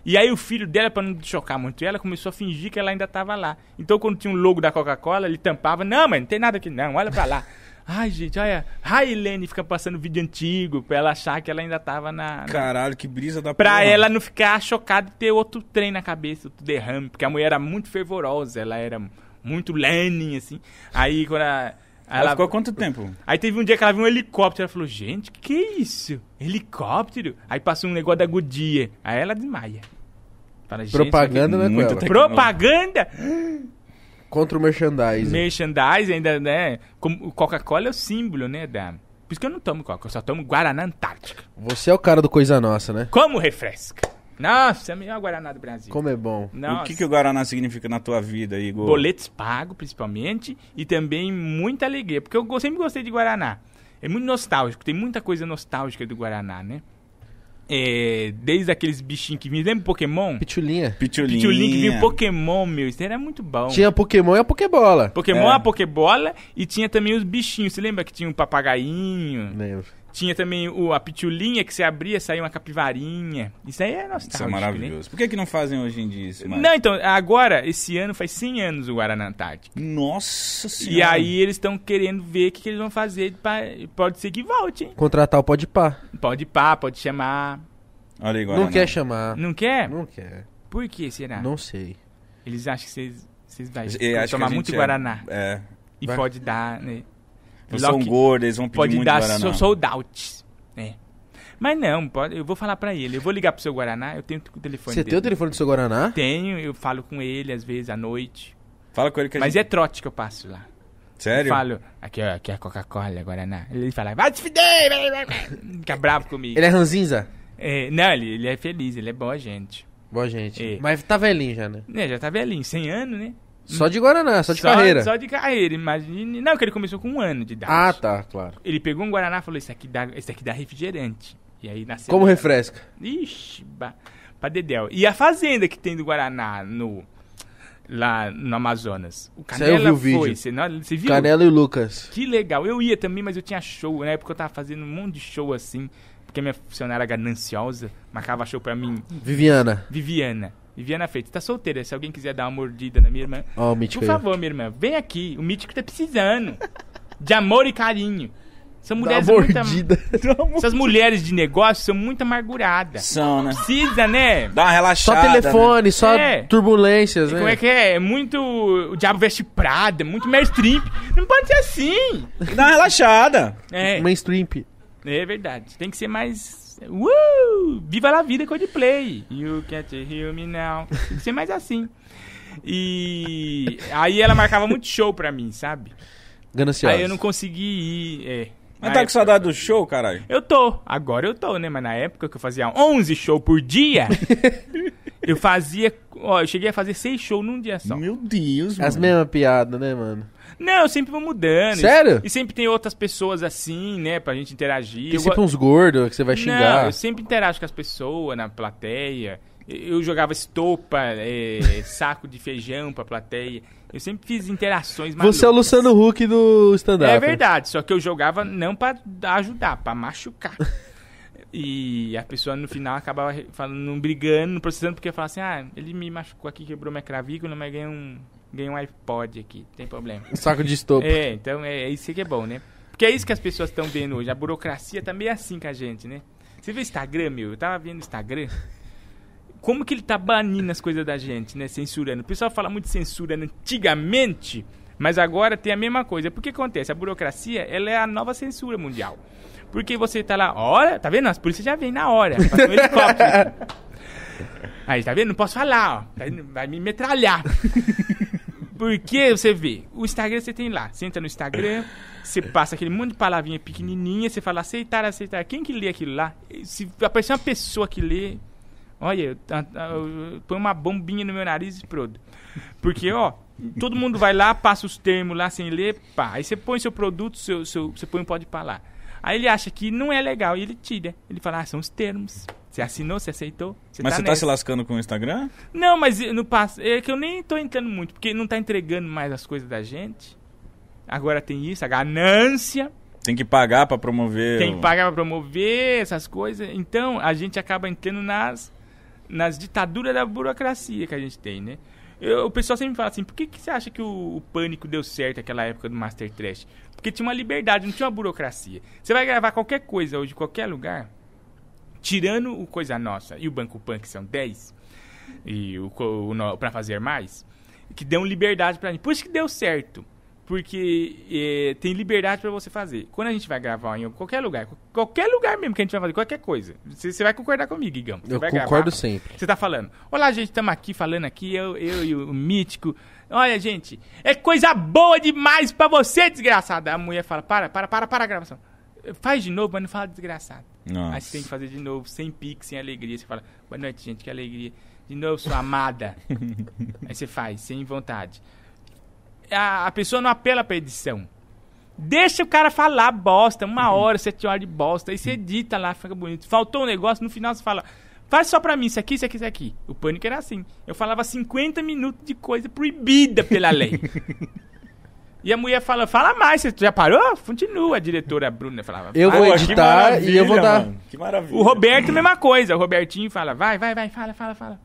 Speaker 3: E aí o filho dela, pra não chocar muito ela, começou a fingir que ela ainda tava lá. Então quando tinha um logo da Coca-Cola, ele tampava. Não, mas não tem nada aqui não, olha pra lá. Ai, gente, olha. A Helene fica passando vídeo antigo pra ela achar que ela ainda tava na... na
Speaker 2: Caralho, que brisa da
Speaker 3: Pra
Speaker 2: porra.
Speaker 3: ela não ficar chocada de ter outro trem na cabeça, outro derrame, porque a mulher era muito fervorosa, ela era muito Lenin, assim. Aí quando a-
Speaker 2: Ela,
Speaker 3: ela-
Speaker 2: ficou quanto tempo?
Speaker 3: Aí teve um dia que ela viu um helicóptero, ela falou, gente, que é isso? Helicóptero? Aí passou um negócio da Goodyear, aí ela desmaia. Fala, gente, é
Speaker 1: Propaganda, né, com
Speaker 2: muito
Speaker 1: ela?
Speaker 2: tempo.
Speaker 3: Propaganda?
Speaker 1: Contra o merchandising.
Speaker 3: Merchandise ainda, né? Como o Coca-Cola é o símbolo, né, da... Por isso que eu não tomo Coca, eu só tomo Guaraná Antártica.
Speaker 1: Você é o cara do Coisa Nossa, né?
Speaker 3: Como refresca. Nossa, é o melhor Guaraná do Brasil.
Speaker 1: Como é bom.
Speaker 3: Nossa.
Speaker 2: O que, que o Guaraná significa na tua vida, Igor?
Speaker 3: boletos pagos, principalmente, e também muita alegria, porque eu go- sempre gostei de Guaraná. É muito nostálgico, tem muita coisa nostálgica do Guaraná, né? É, desde aqueles bichinhos que vinham, lembra Pokémon?
Speaker 1: Pitulinha.
Speaker 2: Pitulinha.
Speaker 3: Pitulinho que vinha Pokémon, meu, isso era muito bom.
Speaker 1: Tinha Pokémon e a Pokébola.
Speaker 3: Pokémon,
Speaker 2: É.
Speaker 3: a Pokébola e tinha também os bichinhos. Você lembra que tinha um papagainho?
Speaker 1: Lembro.
Speaker 3: Tinha também o, a pitulinha que você abria, saía uma capivarinha. Isso aí é nostálgico,
Speaker 2: Isso é
Speaker 3: né?
Speaker 2: maravilhoso. Por que, que não fazem hoje em dia isso, mano?
Speaker 3: Não, então, agora, esse ano faz 100 anos o Guaraná Antártico.
Speaker 2: Nossa
Speaker 3: E
Speaker 2: senhora.
Speaker 3: aí eles estão querendo ver o que, que eles vão fazer. pra- Pode ser que volte, hein?
Speaker 1: Contratar o Podpah.
Speaker 3: Pode pá, pode chamar.
Speaker 2: Olha aí, Guaraná.
Speaker 1: Não quer chamar.
Speaker 3: Não Ah. quer?
Speaker 1: Não quer.
Speaker 3: Por que será?
Speaker 1: Não sei.
Speaker 3: Eles acham que vocês vocês vão
Speaker 2: Eu acho que a
Speaker 3: tomar
Speaker 2: gente
Speaker 3: muito
Speaker 2: é-
Speaker 3: Guaraná.
Speaker 2: É.
Speaker 3: E
Speaker 1: Vai.
Speaker 3: pode dar, né?
Speaker 2: Eles
Speaker 3: Lock-
Speaker 2: são gordos, eles vão pedir
Speaker 3: pode
Speaker 2: muito
Speaker 3: dar
Speaker 2: Guaraná.
Speaker 3: so- sold out. né? Mas não, pode, eu vou falar pra ele. Eu vou ligar pro seu Guaraná, eu tenho o telefone
Speaker 1: Você
Speaker 3: dele.
Speaker 1: tem o telefone do seu Guaraná?
Speaker 3: Tenho, eu falo com ele às vezes à noite.
Speaker 2: Fala com ele que a
Speaker 3: Mas
Speaker 2: gente...
Speaker 3: é trote que eu passo lá.
Speaker 2: Sério?
Speaker 3: Eu falo, aqui, ó, aqui é a Coca-Cola, Guaraná. Ele fala, vai te fuder! vai, vai, vai." Fica bravo comigo.
Speaker 1: Ele é ranzinza?
Speaker 3: É, não, ele, ele é feliz, ele é boa gente.
Speaker 1: Boa, gente.
Speaker 3: Ei.
Speaker 1: Mas tá velhinho já, né?
Speaker 3: Né, já tá velhinho, 100 anos, né?
Speaker 1: Só de Guaraná, só de carreira.
Speaker 3: Só de carreira, imagine. Não, que ele começou com um ano de idade.
Speaker 1: Ah, tá, claro.
Speaker 3: Ele pegou um Guaraná e falou, isso aqui dá, isso aqui dá refrigerante. E aí nasceu...
Speaker 1: Como refresca?
Speaker 3: Ixi, ba... pra Dedéu. E a fazenda que tem do Guaraná no... Lá no Amazonas. O
Speaker 1: Isso aí eu
Speaker 3: Canela
Speaker 1: vi o vídeo.
Speaker 3: foi. Você, não, você viu?
Speaker 1: Canela e o Lucas.
Speaker 3: Que legal. Eu ia também, mas eu tinha show. Na época eu tava fazendo um monte de show assim. Porque minha funcionária gananciosa marcava show pra mim
Speaker 1: Viviana.
Speaker 3: Viviana. Viviana Freitas, tá solteira. Se alguém quiser dar uma mordida na minha irmã.
Speaker 1: Ó, o mítico
Speaker 3: Por
Speaker 1: aí.
Speaker 3: favor, minha irmã, vem aqui. O mítico tá precisando de amor e carinho. São
Speaker 1: Dá
Speaker 3: mulheres muito.
Speaker 1: Tá mordida.
Speaker 3: Essas mulheres de negócio são muito amarguradas.
Speaker 2: São, né?
Speaker 3: Precisa, né?
Speaker 2: Dá uma
Speaker 1: Só
Speaker 2: relaxada.
Speaker 1: telefone, só
Speaker 3: É.
Speaker 1: turbulências,
Speaker 3: E
Speaker 1: né?
Speaker 3: Como é que é? É muito. O diabo veste Prada, é muito Mary Streep. Não pode ser assim.
Speaker 2: né? Dá uma relaxada.
Speaker 3: É,
Speaker 1: Mainstream.
Speaker 3: é verdade. Tem que ser mais. Uh! Viva la vida Coldplay. You can't hear me now. Tem que ser mais assim. E aí ela marcava muito show pra mim, sabe?
Speaker 1: Gananciosa.
Speaker 3: Aí eu não consegui ir, é.
Speaker 2: Mas
Speaker 3: Na
Speaker 2: tá com
Speaker 3: época-
Speaker 2: saudade do show, caralho?
Speaker 3: Eu tô, agora eu tô, né? Mas na época que eu fazia 11 shows por dia, eu fazia, ó, eu cheguei a fazer 6 shows num dia só.
Speaker 2: Meu Deus,
Speaker 1: As mesmas piadas, né, mano?
Speaker 3: Não, eu sempre vou mudando.
Speaker 1: Sério?
Speaker 3: E sempre tem outras pessoas assim, né, pra gente interagir.
Speaker 1: Tem
Speaker 3: Eu
Speaker 1: sempre
Speaker 3: go-
Speaker 1: uns gordos que você vai É xingar.
Speaker 3: Não, eu sempre interajo com as pessoas na plateia. Eu jogava estopa, é, saco de feijão pra plateia. Eu sempre fiz interações
Speaker 1: Você é o
Speaker 3: malucas.
Speaker 1: Luciano Huck do stand-up.
Speaker 3: É verdade, só que eu jogava não pra ajudar, pra machucar. E a pessoa no final acabava re- falando, brigando, não processando, porque falava assim: ah, ele me machucou aqui, quebrou minha cravícula, mas ganhei um, ganhei um iPod aqui, não tem problema.
Speaker 1: Um saco de estopa.
Speaker 3: É, então é, é isso que é bom, né? Porque é isso que as pessoas estão vendo hoje. A burocracia tá meio assim com a gente, né? Você vê o Instagram, meu? Eu tava vendo o Instagram. Como que ele tá banindo as coisas da gente, né? Censurando. O pessoal fala muito de censura antigamente, mas agora tem a mesma coisa. Por que acontece? A burocracia, ela é a nova censura mundial. Porque você tá lá, hora, tá vendo? As polícias já vem na hora, passou um helicóptero. Aí, tá vendo? Não posso falar, ó. Tá vendo? Vai me metralhar. Porque você vê, o Instagram você tem lá. Você entra no Instagram, você passa aquele monte de palavrinha pequenininha, você fala aceitar, aceitar. Quem que lê aquilo lá? Se aparecer uma pessoa que lê, olha, eu, tá- tá- eu- eu ponho uma bombinha no meu nariz e pronto. Porque, ó, todo mundo vai lá, passa os termos lá sem ler, pá. Aí você põe seu produto, seu, seu, você põe um pode falar. Aí ele acha que não é legal e ele tira. Ele fala, ah, são os termos. Você assinou, você aceitou, você
Speaker 2: Mas
Speaker 3: tá
Speaker 2: você tá
Speaker 3: nessa.
Speaker 2: se lascando com o Instagram?
Speaker 3: Não, mas eu- no passo. É que eu nem tô entrando muito, porque não tá entregando mais as coisas da gente. Agora tem isso, a ganância.
Speaker 2: Tem que pagar pra promover.
Speaker 3: Tem que
Speaker 2: o-
Speaker 3: pagar pra promover essas coisas. Então a gente acaba entrando nas, nas ditaduras da burocracia que a gente tem, né? Eu- o pessoal sempre me fala assim: por que, que você acha que o, o pânico deu certo naquela época do Master Trash? Porque tinha uma liberdade, não tinha uma burocracia. Você vai gravar qualquer coisa hoje, qualquer lugar, tirando o Coisa Nossa e o Banco Pan, que são 10, e o, co- o no- Pra Fazer Mais, que dão liberdade pra gente. Por isso que deu certo. Porque eh, tem liberdade pra você fazer. Quando a gente vai gravar em qualquer lugar, qu- qualquer lugar mesmo que a gente vai fazer, qualquer coisa, você você vai concordar comigo, Igão. Você
Speaker 1: Eu
Speaker 3: vai
Speaker 1: concordo
Speaker 3: gravar,
Speaker 1: sempre.
Speaker 3: Você tá falando. Olá, gente, estamos aqui falando aqui, eu, eu e o Mítico. Olha, gente, é coisa boa demais pra você, desgraçada. A mulher fala, para, para, para, para a gravação. Faz de novo, mas não fala desgraçado.
Speaker 2: Nossa.
Speaker 3: Aí você tem que fazer de novo, sem pique, sem alegria. Você fala, boa noite, gente, que alegria. De novo, sua amada. Aí você faz, sem vontade. A, a pessoa não apela pra edição. Deixa o cara falar bosta, uma hora, sete horas de bosta. Aí você edita lá, fica bonito. Faltou um negócio, no final você fala, faz só pra mim isso aqui, isso aqui, isso aqui. O pânico era assim. Eu falava 50 minutos de coisa proibida pela lei. E a mulher fala, fala mais, você já parou? Continua, a diretora Bruna falava.
Speaker 1: Eu
Speaker 2: Pô,
Speaker 1: vou
Speaker 2: que
Speaker 1: editar e eu vou
Speaker 2: maravilha,
Speaker 1: dar.
Speaker 2: mano. Que maravilha.
Speaker 3: O Roberto, mesma coisa. O Robertinho fala, vai, vai, vai, fala, fala, fala.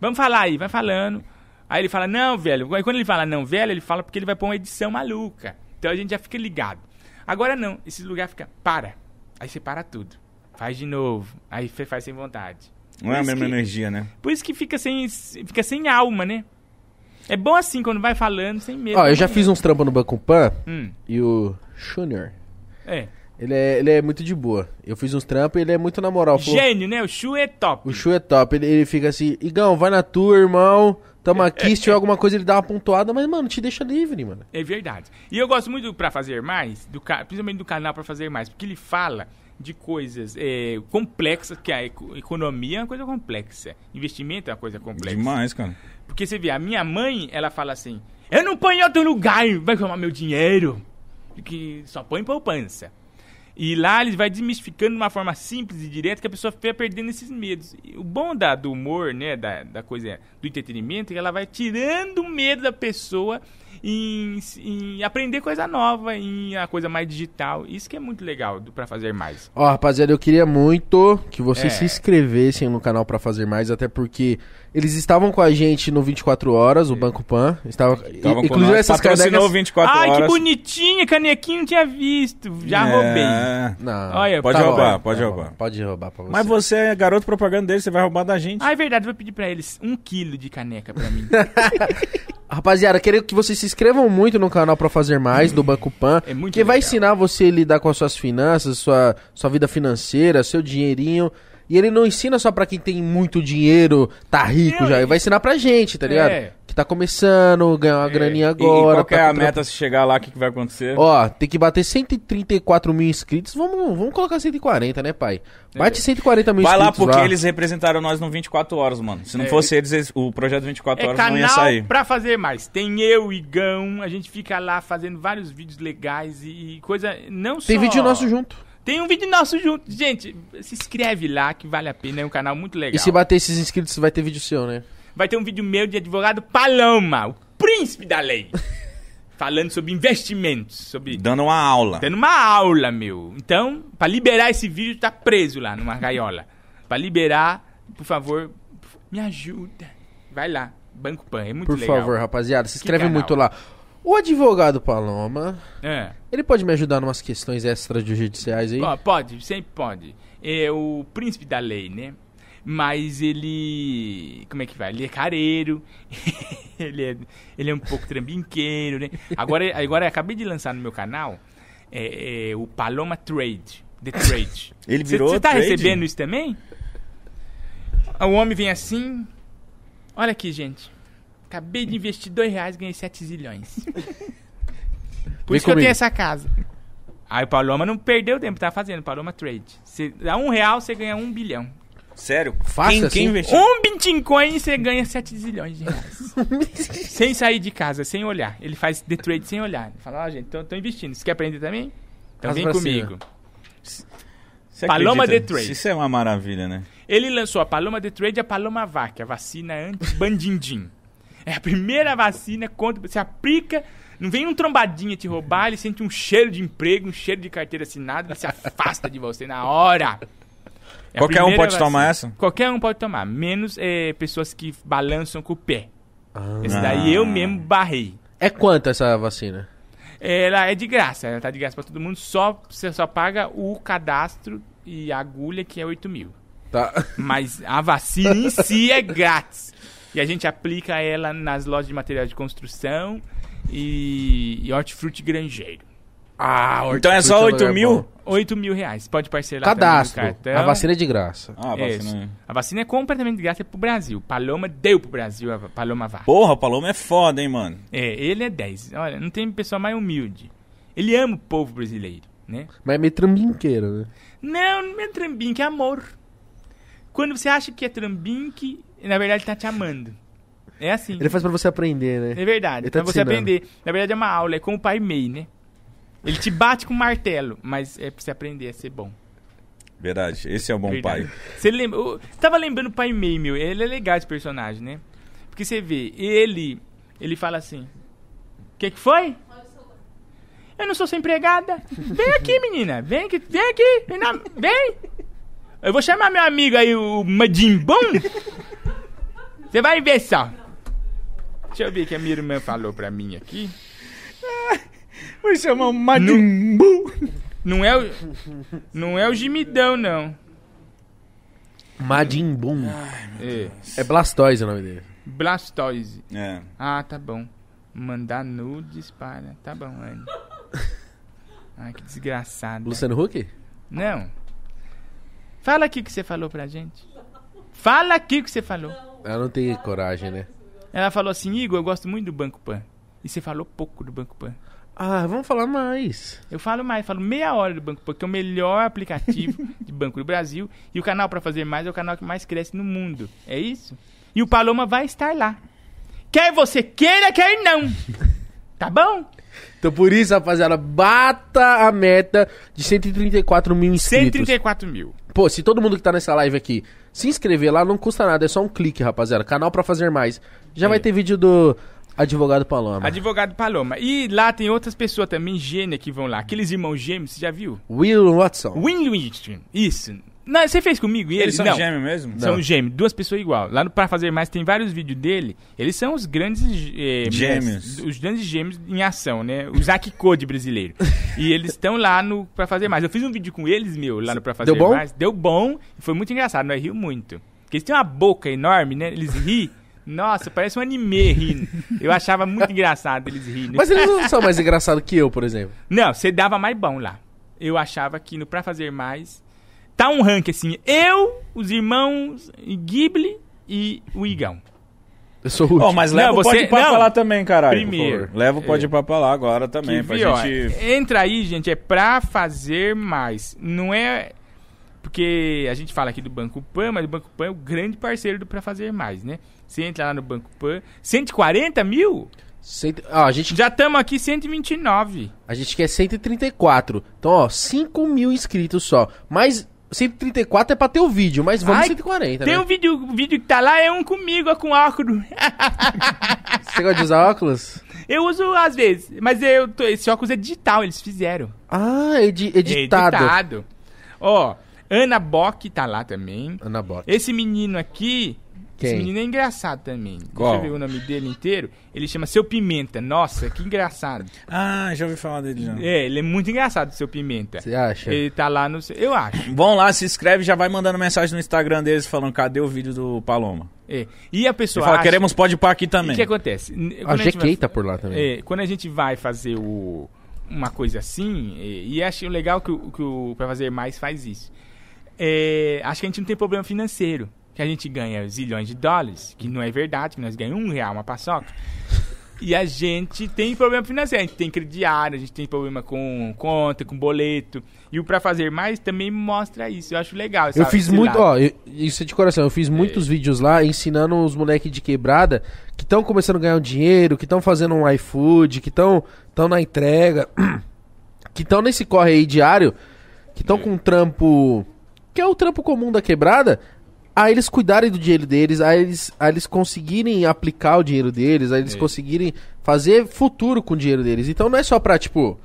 Speaker 3: Vamos falar aí, vai falando. Aí ele fala, não, velho. Aí quando ele fala não, velho, ele fala porque ele vai pôr uma edição maluca. Então a gente já fica ligado. Agora não, esse lugar fica, para. Aí você para tudo. Faz de novo. Aí você faz sem vontade.
Speaker 2: Não é a
Speaker 3: Por isso
Speaker 2: mesma
Speaker 3: que-
Speaker 2: energia, né?
Speaker 3: Por isso que fica sem, fica sem alma, né? É bom assim, quando vai falando, sem medo.
Speaker 1: Ó, eu já fiz uns trampos no Banco Pan
Speaker 3: Hum,
Speaker 1: e o Junior,
Speaker 3: é.
Speaker 1: ele é, ele é muito de boa. Eu fiz uns trampos e ele é muito na moral. Falou,
Speaker 3: Gênio, né? O Chu é top.
Speaker 1: o Chu é top. Ele, ele fica assim, Igão, vai na tua, irmão. Tamo aqui, se tiver alguma coisa ele dá uma pontuada, mas, mano, te deixa livre, mano.
Speaker 3: É verdade. E eu gosto muito do pra fazer mais, do ca- principalmente do canal pra fazer mais, porque ele fala de coisas é, complexas, que a eco- economia é uma coisa complexa, investimento é uma coisa complexa.
Speaker 2: Demais, cara.
Speaker 3: Porque você vê, a minha mãe, ela fala assim: Eu não ponho em outro lugar, vai tomar meu dinheiro. Que só põe em poupança. E lá ele vai desmistificando de uma forma simples e direta que a pessoa fica perdendo esses medos. E o bom da, do humor, né, da, da coisa do entretenimento, é que ela vai tirando o medo da pessoa em, em aprender coisa nova, em a coisa mais digital. Isso que é muito legal do para fazer mais.
Speaker 1: Ó, rapaziada, eu queria muito que vocês
Speaker 3: É.
Speaker 1: se inscrevessem no canal pra fazer mais, até porque eles estavam com a gente no 24 horas, o Banco Pan. Estava,
Speaker 2: Tava
Speaker 1: e-
Speaker 2: com
Speaker 1: inclusive
Speaker 2: nós,
Speaker 1: essas
Speaker 2: patrocinou
Speaker 1: canecas...
Speaker 2: 24
Speaker 3: Ai,
Speaker 2: horas.
Speaker 3: que bonitinha, canequinha, não tinha visto. Já
Speaker 2: É.
Speaker 3: roubei.
Speaker 1: Não,
Speaker 3: Olha,
Speaker 2: Pode
Speaker 3: tá bom.
Speaker 2: roubar, pode
Speaker 1: tá bom,
Speaker 2: roubar.
Speaker 1: Pode roubar pra você.
Speaker 2: Mas você é garoto propaganda dele, você vai roubar da gente.
Speaker 3: Ah, é verdade, vou pedir pra eles um quilo de caneca pra mim.
Speaker 1: Rapaziada, queria que vocês se inscrevam muito no canal pra fazer mais do Banco Pan,
Speaker 3: É muito
Speaker 1: que vai
Speaker 3: legal.
Speaker 1: ensinar você a lidar com as suas finanças, sua, sua vida financeira, seu dinheirinho. E ele não ensina só pra quem tem muito dinheiro, tá rico
Speaker 3: Não,
Speaker 1: já. Ele
Speaker 3: e-
Speaker 1: vai ensinar pra gente, tá
Speaker 3: É.
Speaker 1: ligado? Que tá começando, ganhar uma graninha
Speaker 2: É. E- e
Speaker 1: agora.
Speaker 2: qual que é
Speaker 1: tá
Speaker 2: a
Speaker 1: com trampo.
Speaker 2: meta se chegar lá, o que, que vai acontecer?
Speaker 1: Ó, tem que bater 134 mil inscritos. Vamos, vamos colocar 140, né, pai? Bate 140 mil
Speaker 2: É. Vai lá
Speaker 1: inscritos.
Speaker 2: porque eles representaram nós no 24 horas, mano. Se não fosse eles, eles- o projeto 24
Speaker 3: é
Speaker 2: horas não ia
Speaker 3: canal
Speaker 2: sair.
Speaker 3: pra fazer mais. Tem eu, Igão, a gente fica lá fazendo vários vídeos legais e, e coisa. Não só.
Speaker 1: Tem vídeo nosso junto.
Speaker 3: Tem um vídeo nosso junto. Gente, se inscreve lá que vale a pena, é um canal muito legal.
Speaker 1: E se bater esses inscritos, vai ter vídeo seu, né?
Speaker 3: Vai ter um vídeo meu de advogado Paloma, o príncipe da lei. falando sobre investimentos, sobre.
Speaker 2: Dando uma aula.
Speaker 3: Tendo uma aula, meu. Então, pra liberar esse vídeo, tá preso lá numa gaiola. pra liberar, por favor, me ajuda. Vai lá, Banco Pan, é muito
Speaker 1: Por
Speaker 3: legal.
Speaker 1: favor, rapaziada, se
Speaker 3: Que
Speaker 1: inscreve
Speaker 3: canal?
Speaker 1: muito lá. O advogado Paloma,
Speaker 3: É.
Speaker 1: ele pode me ajudar em umas questões extras de judiciais aí?
Speaker 3: Ó, pode, sempre pode. É o príncipe da lei, né? Mas ele. Como é que vai? Ele é careiro. ele, é, ele é um pouco trambinqueiro, né? Agora, agora eu acabei de lançar no meu canal é, é, o Paloma Trade. The Trade.
Speaker 2: Ele virou
Speaker 3: Você tá
Speaker 2: trade?
Speaker 3: recebendo isso Ah, também? O homem vem assim. Olha aqui, gente. Acabei de investir dois reais e ganhei 7 zilhões. Por
Speaker 1: Vem
Speaker 3: isso que eu
Speaker 1: comigo.
Speaker 3: tenho essa casa. Aí o Paloma não perdeu tempo, tá fazendo Paloma Trade. Você dá um real, você ganha um bilhão.
Speaker 2: Sério?
Speaker 1: Fácil
Speaker 2: quem,
Speaker 1: assim?
Speaker 2: quem investiu?
Speaker 3: Um Bitcoin você ganha 7 zilhões de reais. sem sair de casa, sem olhar. Ele faz the trade sem olhar. Ele fala, ó, gente, tô, tô investindo. Você quer aprender também? Então
Speaker 1: Faz
Speaker 3: vem
Speaker 1: pra
Speaker 3: comigo.
Speaker 2: Você
Speaker 3: Paloma
Speaker 2: acredita?
Speaker 3: The Trade.
Speaker 2: Isso é uma maravilha, né?
Speaker 3: Ele lançou a Paloma The Trade e a Paloma Vac, a vacina anti-bandindim. É a primeira vacina contra. Você aplica, não vem um trombadinha te roubar, ele sente um cheiro de emprego, um cheiro de carteira assinada, ele se afasta de você na hora. É a
Speaker 2: Qualquer um
Speaker 3: primeira
Speaker 2: pode tomar essa?
Speaker 3: Qualquer um pode tomar, menos eh, pessoas que balançam com o pé. Esse
Speaker 2: Ah.
Speaker 3: daí eu mesmo barrei.
Speaker 1: É quanto essa vacina?
Speaker 3: Ela é de graça, ela tá de graça pra todo mundo, só, você só paga o cadastro e a agulha, que é 8 mil.
Speaker 1: Tá.
Speaker 3: Mas a vacina em si é grátis. E a gente aplica ela nas lojas de material de construção e, e hortifruti granjeiro.
Speaker 1: Ah,
Speaker 2: Então é só
Speaker 1: hortifruti é um
Speaker 2: 8 mil?
Speaker 1: lugar bom.
Speaker 3: 8 mil reais. Pode parcelar
Speaker 1: Cadastro.
Speaker 3: também no cartão.
Speaker 1: A vacina é de graça. né?
Speaker 2: Ah,
Speaker 3: Isso.
Speaker 2: vacina.
Speaker 3: A vacina é completamente de graça pro Brasil. Paloma deu pro Brasil a va- Paloma Vaca.
Speaker 2: Porra, o Paloma é foda, hein, mano?
Speaker 3: É, ele é 10. Olha, não tem pessoa mais humilde. Ele ama o povo brasileiro, né?
Speaker 1: Mas é meio trambinqueiro, né?
Speaker 3: Não, não é trambinque, é amor. Quando você acha que é trambinque, na verdade tá te amando. É assim.
Speaker 1: Ele faz pra você aprender, né?
Speaker 3: É verdade.
Speaker 1: Ele tá
Speaker 3: pra
Speaker 1: te
Speaker 3: você
Speaker 1: ensinando.
Speaker 3: aprender. Na verdade é uma aula, é como o Pai Mei, né? Ele te bate com um martelo, mas é pra você aprender a ser bom.
Speaker 2: Verdade, esse é o bom
Speaker 3: Verdade.
Speaker 2: pai.
Speaker 3: Você lembra. Eu tava lembrando o Pai Mei, meu. Ele é legal esse personagem, né? Porque você vê, ele. Ele fala assim: O que, que foi? Eu não sou sua empregada. Vem aqui, menina. Vem aqui, vem aqui. Vem. na- vem. Eu vou chamar meu amigo aí, o Madimbum. Você vai ver só. Deixa eu ver o que a minha irmã falou pra mim aqui.
Speaker 2: Vai chamar o
Speaker 3: Não é o. Não é o gemidão, não.
Speaker 1: Majin Buu.
Speaker 3: É.
Speaker 1: É Blastoise o nome dele.
Speaker 3: Blastoise.
Speaker 2: É.
Speaker 3: Ah, tá bom. Mandar nudes para. Tá bom, Anne. Ai, que desgraçado.
Speaker 1: Luciano Huck?
Speaker 3: Não. Fala aqui o que você falou pra gente. Fala aqui o que você falou.
Speaker 1: Ela não tem coragem, né?
Speaker 3: Ela falou assim, Igor, eu gosto muito do Banco Pan. E você falou pouco do Banco Pan.
Speaker 1: Ah, vamos falar mais.
Speaker 3: Eu falo mais, falo meia hora do Banco Pan, que é o melhor aplicativo de Banco do Brasil. E o canal pra fazer mais é o canal que mais cresce no mundo. É isso? E o Paloma vai estar lá. Quer você queira, quer não. Tá bom?
Speaker 1: Então por isso, rapaziada, bata a meta de 134 mil inscritos.
Speaker 3: 134 mil.
Speaker 1: Pô, se todo mundo que tá nessa live aqui se inscrever lá, não custa nada, é só um clique, rapaziada. Canal pra fazer mais. Já vai ter vídeo do Advogado
Speaker 2: Ah.
Speaker 1: Paloma.
Speaker 3: Advogado Paloma. E lá tem outras pessoas também, gênia, que vão lá. Aqueles irmãos gêmeos, você já viviu?
Speaker 1: Will Watson.
Speaker 3: Win Winston. Isso. Não, você fez comigo e
Speaker 2: Eles
Speaker 3: eles,
Speaker 2: são
Speaker 3: não.
Speaker 2: gêmeos mesmo?
Speaker 3: São gêmeos, duas pessoas igual. Lá no Pra Fazer Mais tem vários vídeos dele. Eles são os grandes eh,
Speaker 2: Gêmeos.
Speaker 3: mes- Os grandes gêmeos em ação, né? O Zack Code brasileiro. e eles estão lá no Pra Fazer Mais. Eu fiz um vídeo com eles, meu, lá no Pra Fazer
Speaker 1: Deu bom?
Speaker 3: Mais. Deu bom. Foi muito engraçado, nós riu muito. Porque eles têm uma boca enorme, né? Eles riem. Nossa, parece um anime rindo. Eu achava muito engraçado eles rindo.
Speaker 1: Mas eles não são mais engraçados que eu, por exemplo.
Speaker 3: Não, você dava mais bom lá. Eu achava que no Pra Fazer Mais. Tá um rank assim. Eu, os irmãos Ghibli e o Igão.
Speaker 1: Eu sou o último.
Speaker 2: Ó, mas
Speaker 3: Não,
Speaker 2: leva o
Speaker 3: você-
Speaker 2: pode pra
Speaker 3: não.
Speaker 2: lá também, caralho. por
Speaker 3: Primeiro. É.
Speaker 2: favor. Leva o pode pra lá agora
Speaker 3: Que
Speaker 2: também, É, pra
Speaker 3: viu, ó,
Speaker 2: gente.
Speaker 3: Entra aí, gente, é Pra Fazer Mais. Não é. Porque a gente fala aqui do Banco Pan, mas o Banco Pan é o grande parceiro do Pra Fazer Mais, né? Você entra lá no Banco Pan. 140 mil?
Speaker 1: Cento- ó, a, gente,
Speaker 3: Já estamos aqui 129.
Speaker 1: a gente quer 134. Então, ó, 5 mil inscritos só. Mas 134 é pra ter o vídeo, mas vamos
Speaker 3: Ai,
Speaker 1: 140,
Speaker 3: Tem
Speaker 1: né?
Speaker 3: um vídeo, o vídeo que tá lá, é um comigo, ó, com óculos.
Speaker 1: Você gosta de usar óculos?
Speaker 3: Eu uso às vezes, mas eu tô- esse óculos é digital, eles fizeram.
Speaker 1: Ah, edi- editado.
Speaker 3: Editado. Ó, Ana Bock tá lá também.
Speaker 1: Ana Bota.
Speaker 3: Esse menino aqui,
Speaker 1: Quem?
Speaker 3: esse menino é engraçado também.
Speaker 2: Qual?
Speaker 3: Deixa eu ver o nome dele inteiro. Ele chama Seu Pimenta. Nossa, que engraçado.
Speaker 2: Ah, já ouvi falar dele já.
Speaker 3: É, ele é muito engraçado, Seu Pimenta.
Speaker 1: Você acha?
Speaker 3: Ele tá lá no... seu- Eu acho.
Speaker 2: Vão lá, se inscreve, já vai mandando mensagem no Instagram deles falando cadê o vídeo do Paloma.
Speaker 3: É. E a
Speaker 2: Você
Speaker 3: pessoa
Speaker 2: fala,
Speaker 3: acha-
Speaker 2: queremos pode pá aqui
Speaker 3: E O
Speaker 2: também.
Speaker 3: que acontece? N- quando
Speaker 1: é A
Speaker 3: gente vai-
Speaker 1: GK tá por lá também.
Speaker 3: É, quando a gente vai fazer o- uma coisa assim, é, e acho legal que, o- que o Pra Fazer Mais faz isso. É, acho que a gente não tem problema financeiro. que a gente ganha zilhões de dólares, que não é verdade, que nós ganhamos um real uma paçoca. E a gente tem problema financeiro, a gente tem crediário, a gente tem problema com conta, com boleto. E o Pra Fazer Mais também mostra isso, eu acho legal. essa-
Speaker 1: Eu fiz
Speaker 3: esse
Speaker 1: muito,
Speaker 3: lado.
Speaker 1: ó, eu- isso é de coração, eu fiz muitos vídeos lá ensinando os moleques de quebrada que estão começando a ganhar um dinheiro, que estão fazendo um iFood, que estão tão na entrega, que estão nesse corre aí diário, que estão com um trampo, que é o trampo comum da quebrada, a eles cuidarem do dinheiro deles, a eles, a eles conseguirem aplicar o dinheiro deles, a eles conseguirem fazer futuro com o dinheiro deles. Então não é só pra, tipo...